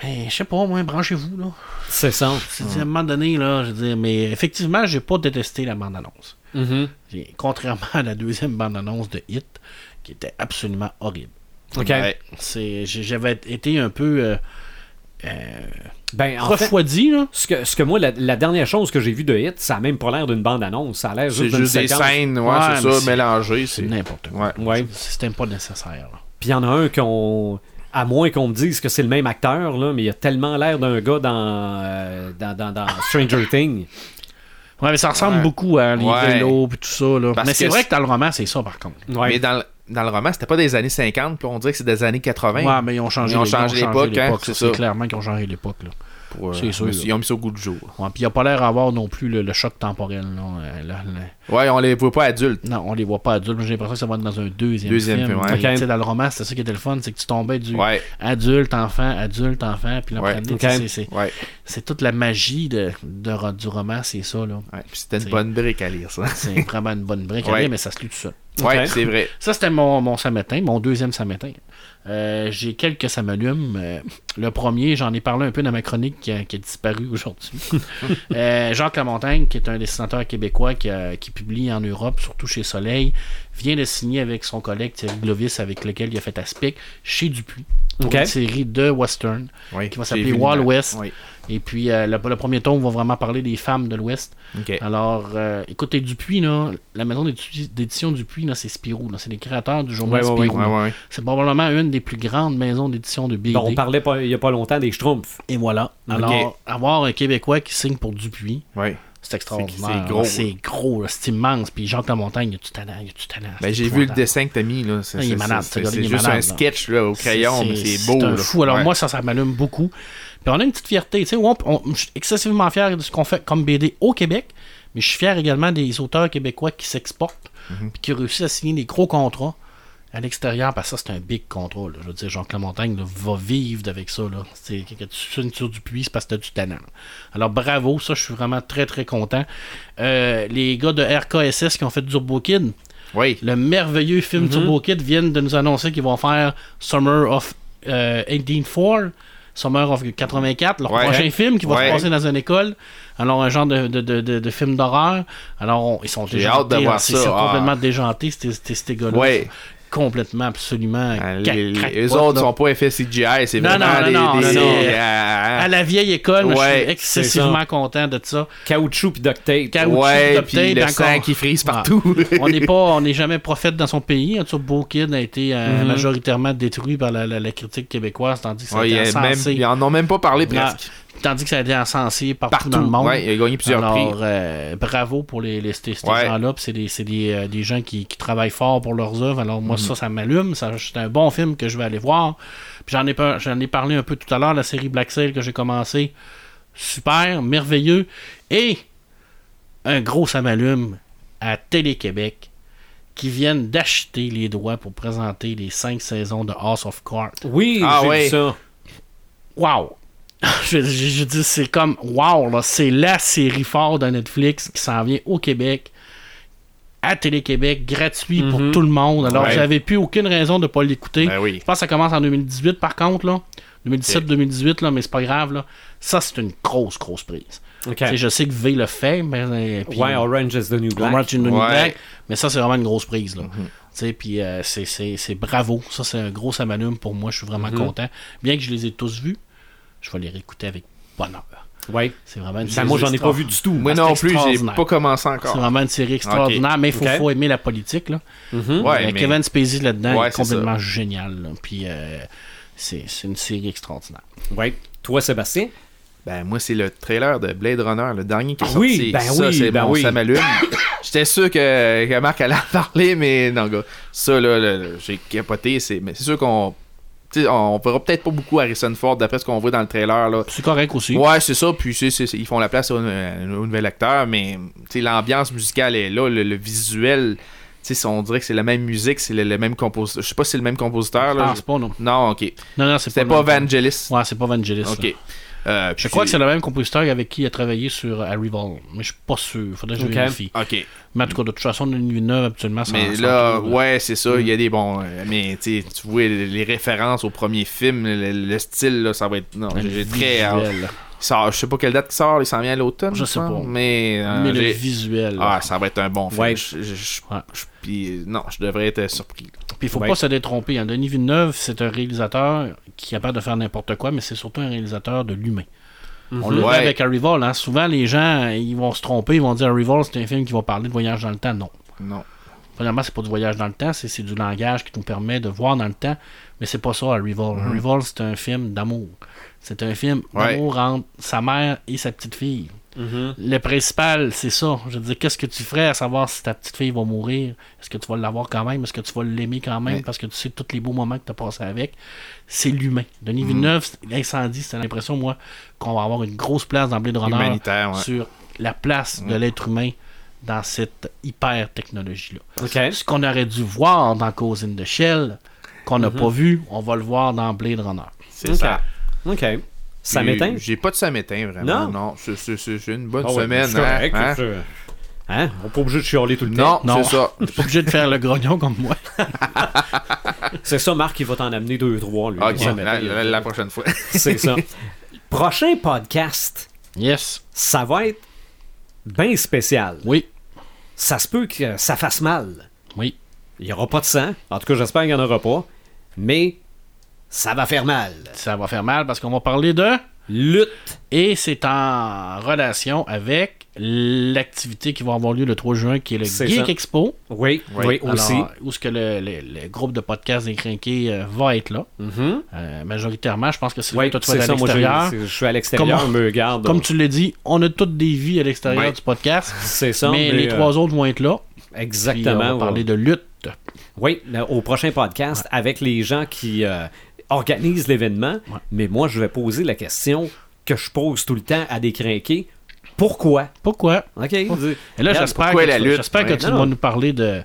S3: Mais je sais pas, moi, branchez-vous, là.
S1: C'est ça.
S3: Je veux dire, À un moment donné, là, je veux dire, mais effectivement, j'ai pas détesté la bande-annonce.
S1: Mhm.
S3: J'ai- Contrairement à la deuxième bande-annonce de Hit, qui était absolument horrible.
S1: OK.
S3: Ben,
S4: Ouais.
S3: C'est, j'ai- j'avais été un peu euh, euh,
S1: Ben, en fait,
S3: refroidi, là.
S1: ce que, ce que moi, la, la dernière chose que j'ai vue de Hit, ça a même pas l'air d'une bande-annonce. Ça a l'air
S4: C'est
S1: juste, d'une
S4: juste des
S1: séquence.
S4: scènes, ouais,
S3: Ouais,
S4: c'est
S3: mais
S4: ça,
S3: c'est-
S4: mélangées.
S3: C'est
S4: C'est
S3: n'importe quoi.
S4: Ouais.
S1: Ouais.
S3: C'était pas nécessaire. là.
S1: Puis il y en a un qu'on. À moins qu'on me dise que c'est le même acteur, là, mais il a tellement l'air d'un gars dans, euh, dans, dans, dans Stranger Things.
S3: Ouais, mais ça ressemble
S4: Ouais.
S3: beaucoup à les
S4: Ouais.
S3: vélos et tout ça. Là.
S4: Parce
S3: Mais c'est
S4: que
S3: vrai
S4: c'est-
S3: que dans le roman, c'est ça par contre.
S1: Ouais.
S4: Mais dans le, dans le roman, c'était pas des années 50, puis on dirait que c'est des années 80.
S3: Ouais, mais ils ont changé
S4: Ben, Ils ont
S3: les-
S4: changé l'époque, hein,
S3: ça,
S4: c'est
S3: C'est
S4: ça.
S3: clairement qu'ils ont changé l'époque. là.
S4: pour, euh,
S3: c'est sûr,
S4: Ils ont mis ça au goût du jour.
S3: Ouais, puis il a pas l'air d'avoir non plus le, le choc temporel. là. Euh, là, là.
S4: Ouais, on les voit pas adultes.
S3: Non, on les voit pas adultes. mais J'ai l'impression que ça va être dans un deuxième,
S4: Deuxième film, ouais.
S3: Mais,
S1: Ok.
S3: tu sais, Dans le roman, c'était ça qui était le fun, c'est que tu tombais du
S4: Ouais,
S3: adulte, enfant, adulte, enfant, puis là,
S4: Ouais.
S3: après, tu sais,
S1: Ok.
S3: c'est- c'est-
S4: ouais.
S3: c'est toute la magie de, de- du roman, c'est ça. là.
S4: ouais. Puis c'était une
S3: C'est-
S4: bonne brique à lire, ça.
S3: C'est vraiment une bonne brique, à
S4: Ouais.
S3: lire, mais ça se lit tout seul.
S4: Ouais,
S1: Ok.
S4: c'est vrai.
S3: Ça, c'était mon, mon samedi, mon deuxième samedi. Euh, j'ai quelques samalumes. Euh, le premier, j'en ai parlé un peu dans ma chronique qui a, qui a disparu aujourd'hui. euh, Jacques Lamontagne, qui est un dessinateur québécois qui, a- qui publie en Europe, surtout chez Soleil, vient de signer avec son collègue Thierry Glovis, avec lequel il a fait aspect, chez Dupuis, pour
S1: Ok.
S3: une série de western
S4: Ouais,
S3: qui va
S4: j'ai
S3: s'appeler
S4: vu
S3: Wall
S4: l'image.
S3: West.
S4: Ouais.
S3: Et puis, euh, le, le premier tome va vraiment parler des femmes de l'Ouest.
S4: Ok.
S3: Alors, euh, écoutez, Dupuis, là, la maison d'édu- d'édition Dupuis, là, c'est Spirou. là. C'est les créateurs du journal
S1: Ouais, ouais,
S3: Spirou.
S4: Ouais, ouais, ouais.
S3: C'est probablement une des plus grandes maisons d'édition de BD.
S1: Dont on parlait pas- il y a pas longtemps des Schtroumpfs.
S3: Et voilà. Alors,
S4: Ok.
S3: avoir un Québécois qui signe pour Dupuis,
S4: Ouais.
S3: c'est extraordinaire.
S4: c'est gros.
S3: C'est gros, là, c'est immense. Puis Jacques Lamontagne, il a du talent, il a du talent.
S4: Ben,
S3: c'est
S4: j'ai vu le
S3: épouvantable.
S4: dessin que t'as mis, là. C'est
S3: Ah, il est
S4: c'est-
S3: malade, ce
S4: c'est-
S3: gars-là,
S4: c'est
S3: il est
S4: juste
S3: malade,
S4: un
S3: là.
S4: sketch, là, au crayon, mais c'est beau,
S3: C'est un
S4: là.
S3: fou. Alors
S4: Ouais.
S3: moi, ça, ça m'allume beaucoup. Puis on a une petite fierté. Tu sais, on- on- je suis excessivement fier de ce qu'on fait comme BD au Québec, mais je suis fier également des auteurs québécois qui s'exportent
S4: Mhm.
S3: puis qui réussissent à signer des gros contrats à l'extérieur, parce que ça, c'est un big contrat. là. Je veux dire, Jean-Claude Montagne là, va vivre avec ça. Là. C'est, que tu signes sur du puits, c'est parce que tu du talent. là. Alors bravo, ça, je suis vraiment très, très content. Euh, les gars de RKSS qui ont fait Turbo Kid,
S4: Oui.
S3: le merveilleux film Turbo Kid viennent de nous annoncer qu'ils vont faire Summer of euh, 184, Summer of 84, leur
S4: Ouais.
S3: prochain film qui va
S4: Ouais.
S3: se passer dans une école. Alors, un genre de, de, de, de- de film d'horreur. Alors, on- ils sont
S4: J'ai
S3: déjantés,
S4: hâte de
S3: hein,
S4: voir
S3: c'est
S4: ça. Ah.
S3: complètement déjanté, ces- ces ces gars-là.
S4: Ouais.
S3: Complètement, absolument.
S4: Ah,
S3: crac-
S4: les-
S3: crac-
S4: les- Eux
S3: pot,
S4: autres
S3: là.
S4: sont pas effets CGI, c'est
S3: Non,
S4: vraiment
S3: non,
S4: des.
S3: non,
S4: des-
S3: non, non.
S4: Ah, ah,
S3: À la vieille école, moi, je
S4: Ouais,
S3: suis excessivement content de ça.
S1: Caoutchouc puis duct tape.
S3: Caoutchouc,
S4: Ouais,
S3: duct
S4: puis
S3: tape,
S4: le
S3: encore- Ah.
S4: sang qui frise
S3: Ouais.
S4: partout.
S3: on n'est pas, on n'est jamais prophète dans son pays. Un Turbo Kid a été euh, majoritairement détruit par la, la- la critique québécoise, tandis que ça a
S4: Ouais,
S3: été
S4: il y a même-
S3: encensé.
S4: ils en ont même pas parlé
S3: Ouais.
S4: presque.
S3: Tandis que ça a été encensé partout,
S4: Partout.
S3: dans le monde.
S4: Ouais, il a gagné plusieurs
S3: Alors,
S4: prix.
S3: euh, bravo pour les, les- ces, ces
S4: Ouais.
S3: gens-là. puis C'est des, c'est des, euh, des gens qui, qui travaillent fort pour leurs œuvres. Alors, moi,
S4: Mm.
S3: ça, ça m'allume. Ça, C'est un bon film que je vais aller voir. Puis j'en ai, pas- j'en ai parlé un peu tout à l'heure, la série Black Sail que j'ai commencé. Super, merveilleux. Et un gros ça m'allume à Télé-Québec qui viennent d'acheter les droits pour présenter les cinq saisons de House of Cards.
S1: Oui,
S4: Ah
S1: j'ai
S4: ouais.
S1: vu ça.
S3: Wow! je, je- je dis, c'est comme wow, là, c'est la série forte de Netflix qui s'en vient au Québec, à Télé-Québec, gratuit pour tout le monde. Alors,
S4: Mhm. Ouais.
S3: j'avais plus aucune raison de pas l'écouter.
S4: Ben oui.
S3: Je pense que ça commence en 2018, par contre, là. 2017-2018, là, mais c'est pas grave, là. Ça, c'est une grosse, grosse prise.
S1: Ok.
S3: Tu sais, Je sais que V le fait, mais. euh, puis-
S1: Ouais, Orange is the New Black.
S3: Orange is the New
S4: Ouais.
S3: Black, Mais ça, c'est vraiment une grosse prise. Là. Tu sais, Puis euh, c'est- c'est c'est bravo. Ça, c'est un gros samanum pour moi. Je suis vraiment content. Bien que je les ai tous vus, je vais les réécouter avec bonheur.
S1: Ouais.
S3: C'est vraiment une
S1: Ben, moi, j'en ai pas
S3: extra-
S1: vu du tout.
S4: Moi
S3: c'est
S4: non plus, j'ai
S3: extraordinaire.
S4: pas commencé
S3: C'est
S4: encore.
S3: vraiment une série extraordinaire, mais il faut,
S1: Ok.
S3: faut aimer la politique. Là. Euh,
S4: Ouais, mais-
S3: Kevin Spacey là-dedans
S4: Ouais,
S3: est
S4: c'est
S3: complètement génial. là. Puis euh, c'est c'est une série extraordinaire.
S1: Ouais. Toi, Sébastien?
S4: Ben, moi, c'est le trailer de Blade Runner, le dernier qui est
S1: Ah
S4: sorti.
S1: oui, ben
S4: ça,
S1: oui,
S4: c'est
S1: ben
S4: bon,
S1: oui.
S4: ça m'allume. J'étais sûr que, que Marc allait en parler, mais non, gars. Ça, là, là, là, j'ai capoté. C'est mais c'est sûr qu'on. Tu sais, on verra peut-être pas beaucoup Harrison Ford d'après ce qu'on voit dans le trailer, là.
S3: C'est correct aussi.
S4: Ouais, c'est ça. Puis c'est- c'est- c'est- ils font la place au, euh, au nouvel acteur, mais tu sais, l'ambiance musicale est là, le, le visuel. tu sais, on dirait que c'est la même musique, c'est le, le même compositeur. Je sais pas si c'est le même compositeur.
S3: Je
S4: Là.
S3: pense pas, non.
S4: Non, ok.
S3: Non, non, c'est
S4: C'était pas,
S3: Vangelis.
S4: Vangelis.
S3: Ouais, c'est pas Vangelis. là.
S4: ok. Euh,
S3: Je
S4: puis-
S3: crois que c'est le même compositeur avec qui il a travaillé sur euh, Arrival, mais je suis pas sûr. Faudrait que je
S1: Ok.
S3: vérifie.
S4: Ok.
S3: Mais en tout cas, de toute façon, le niveau 9, absolument, ça euh,
S4: Mais
S3: ça
S4: là,
S3: entoure,
S4: ouais, c'est ça.
S3: Mm.
S4: Il y a des bons. euh, Mais tu sais, tu vois les les références au premier film, le, le style, là, ça va être. Non,
S3: le
S4: j'ai j'ai très. hâte.
S3: visuel.
S4: Ça, je sais pas quelle date il sort, il s'en vient à l'automne.
S3: Je
S4: il me
S3: sais pas.
S4: semble, Mais. euh,
S3: Mais le
S4: j'ai-
S3: visuel.
S4: Ah, ça va être un bon film.
S1: Ouais.
S4: Je- je- je-
S3: Ouais.
S4: je- puis, euh, non, je devrais être surpris.
S3: Puis il faut
S4: ben-
S1: Ouais.
S3: pas se détromper. hein. Denis Villeneuve, c'est un réalisateur qui est capable de faire n'importe quoi, mais c'est surtout un réalisateur de l'humain. On le voit
S4: Ouais.
S3: avec Arrival. Hein. Souvent, les gens, ils vont se tromper, ils vont dire Arrival, c'est un film qui va parler de voyage dans le temps. Non.
S4: Non.
S3: Premièrement, c'est pas du voyage dans le temps, c'est c'est du langage qui nous permet de voir dans le temps, mais c'est pas ça, Arrival. Arrival, c'est un film d'amour. C'est un film
S4: Mm-hmm. Ouais. Mm-hmm.
S3: d'amour entre sa mère et sa petite fille. Le principal, c'est ça. Je veux dire, qu'est-ce que tu ferais à savoir si ta petite fille va mourir? Est-ce que tu vas l'avoir quand même? Est-ce que tu vas l'aimer quand même?
S4: Ouais.
S3: Parce que tu sais tous les beaux moments que tu as passés avec. C'est l'humain.
S4: Mm-hmm.
S3: Denis Villeneuve, c'est- l'incendie, c'est l'impression, moi, qu'on va avoir une grosse place dans Blade Runner
S4: Humanitaire, ouais.
S3: sur la place de l'être humain dans cette hyper-technologie-là.
S1: OK.
S3: Ce qu'on aurait dû voir dans Cause in the Shell, qu'on
S1: Mhm.
S3: n'a pas vu, on va le voir dans Blade Runner.
S4: C'est
S1: Ok.
S4: ça.
S1: OK. Ça
S4: Puis,
S1: m'éteint?
S4: J'ai pas de ça m'éteint, vraiment.
S1: Non.
S4: Non. c'est- c'est c'est- j'ai une bonne
S1: Ah ouais,
S4: semaine.
S1: c'est
S4: hein,
S1: correct,
S4: hein.
S1: c'est- Hein? On n'est pas obligé de chialer tout le
S4: Non,
S1: temps.
S3: Non.
S4: c'est ça.
S3: T'es pas obligé de faire le grognon comme moi.
S1: C'est ça, Marc, il va t'en amener deux, trois, lui.
S4: Ok,
S1: Ça
S4: Ah, la,
S1: m'éteint.
S4: la- la prochaine fois.
S1: C'est ça. Prochain podcast,
S3: Yes.
S1: ça va être bien spécial.
S3: Oui.
S1: Ça se peut que ça fasse mal.
S3: Oui.
S1: Il n'y aura pas de sang. En tout cas, j'espère qu'il n'y en aura pas. Mais ça va faire mal.
S3: Ça va faire mal parce qu'on va parler de.
S1: Lutte.
S3: Et c'est en relation avec l'activité qui va avoir lieu le 3 juin, qui est le
S1: C'est
S3: Geek
S1: ça.
S3: Expo.
S1: Oui, oui,
S3: Alors, euh,
S1: aussi.
S3: Où ce que le, le- le groupe de podcasts des crinqués euh, va être là.
S1: Mhm.
S3: Euh, majoritairement, je pense que c'est
S1: Oui,
S3: toi, tu vas
S1: c'est
S3: être
S1: ça.
S3: à
S1: Moi, j'ai-
S3: l'extérieur.
S1: c'est- je suis à l'extérieur, on me garde.
S3: Comme tu l'as dit, on a toutes des vies à l'extérieur
S4: Ouais.
S3: du podcast.
S1: C'est ça.
S3: mais les
S1: euh,
S3: trois autres vont être là. Puis, euh,
S1: Exactement.
S3: on
S1: ouais.
S3: va parler de lutte.
S1: Oui, là, au prochain podcast avec les gens qui euh, organisent l'événement.
S3: Ouais.
S1: Mais moi, je vais poser la question que je pose tout le temps à des crinqués. Pourquoi?
S3: Pourquoi?
S1: OK?
S3: Et là,
S1: Regarde,
S3: j'espère que,
S4: pourquoi la
S3: tu-
S4: lutte?
S3: j'espère que
S4: Ouais.
S3: tu
S1: Non,
S3: vas
S1: non.
S3: nous parler de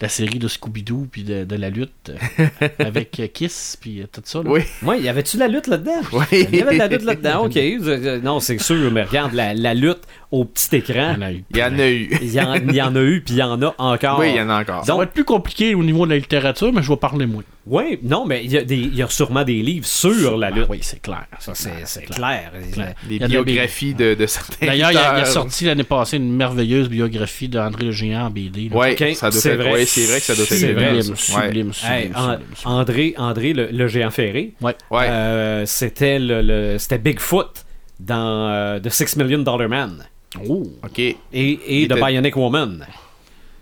S3: la série de Scooby-Doo puis de, de la lutte euh, avec euh, Kiss puis euh, tout ça. là.
S4: Oui.
S1: Oui, y avait-tu la lutte là-dedans?
S4: Oui.
S1: Il y avait de la lutte là-dedans, ok. Euh, Non, c'est sûr, mais regarde, la, la lutte au petit écran,
S3: Il y en a eu
S4: Il y en a eu.
S1: il y en, il y en a eu, puis il y en a encore.
S4: Oui, il y en a encore.
S3: Ça va être plus compliqué au niveau de la littérature, mais je vais parler moins.
S1: Oui, non, mais il y, a des- il y a sûrement des livres sur la
S3: Ah,
S1: lutte.
S3: oui, c'est clair.
S1: Ça,
S4: Ah,
S1: c'est
S3: clair,
S1: c'est clair.
S3: clair.
S4: Ben, Des
S3: Il y a de la
S4: biographies de, de certains.
S3: D'ailleurs, il, y a- il y a
S4: auteurs.
S3: sorti l'année passée une merveilleuse biographie d'André le Géant en BD. là.
S4: Ouais,
S1: Ok,
S4: ça doit
S1: c'est
S4: être-
S1: vrai.
S4: ouais, c'est vrai que ça doit être
S1: C'est vrai,
S3: Sublime,
S4: ça.
S3: sublime,
S4: Ouais.
S3: sublime,
S1: Hey,
S3: sublime,
S1: An-
S3: sublime.
S1: André, André le, le géant ferré,
S3: Ouais.
S4: Ouais.
S1: euh, c'était le, le- c'était Bigfoot dans euh, The Six Million Dollar Man
S3: Oh.
S4: Ok. Il
S1: et, et
S4: Il
S1: The
S4: était-
S1: Bionic Woman.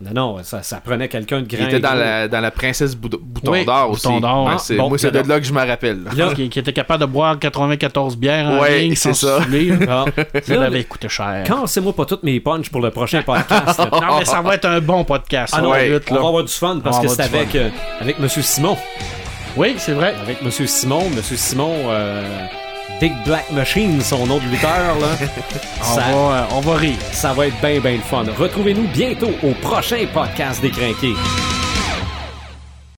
S1: Non, non, ça, ça prenait quelqu'un de grand.
S4: était
S1: et
S4: dans
S1: gros.
S4: la, dans la princesse Boud- Bouton
S3: Oui,
S4: d'or aussi.
S3: Bouton d'or.
S4: Ouais, c'est-
S1: Bon,
S4: moi, c'est de
S1: alors-
S4: là que je me rappelle. là.
S1: Là-
S3: Qui, qui était capable de boire 94 bières en
S4: Ouais,
S3: ligne sans
S4: c'est ça.
S3: se saouler, là.
S1: Ah.
S3: Ça
S1: Là,
S3: l'avait coûté cher.
S1: Quand c'est moi pas toutes mes punches pour le prochain podcast. là.
S3: Non, mais ça va être un bon podcast.
S1: Ah
S3: ça,
S1: non,
S3: la
S4: Ouais.
S3: lutte,
S1: on
S3: là.
S1: va avoir du fun parce
S3: On
S1: que
S3: va
S1: c'est
S3: avoir du
S1: avec, euh, avec Monsieur Simon.
S3: Oui, c'est vrai.
S1: Avec Monsieur Simon, Monsieur Simon, euh, Big Black Machine, son nom de lutteur, là.
S3: On,
S1: ça,
S3: va, euh, on va rire.
S1: ça va être bien, bien le fun. Retrouvez-nous bientôt au prochain podcast des Crinqués.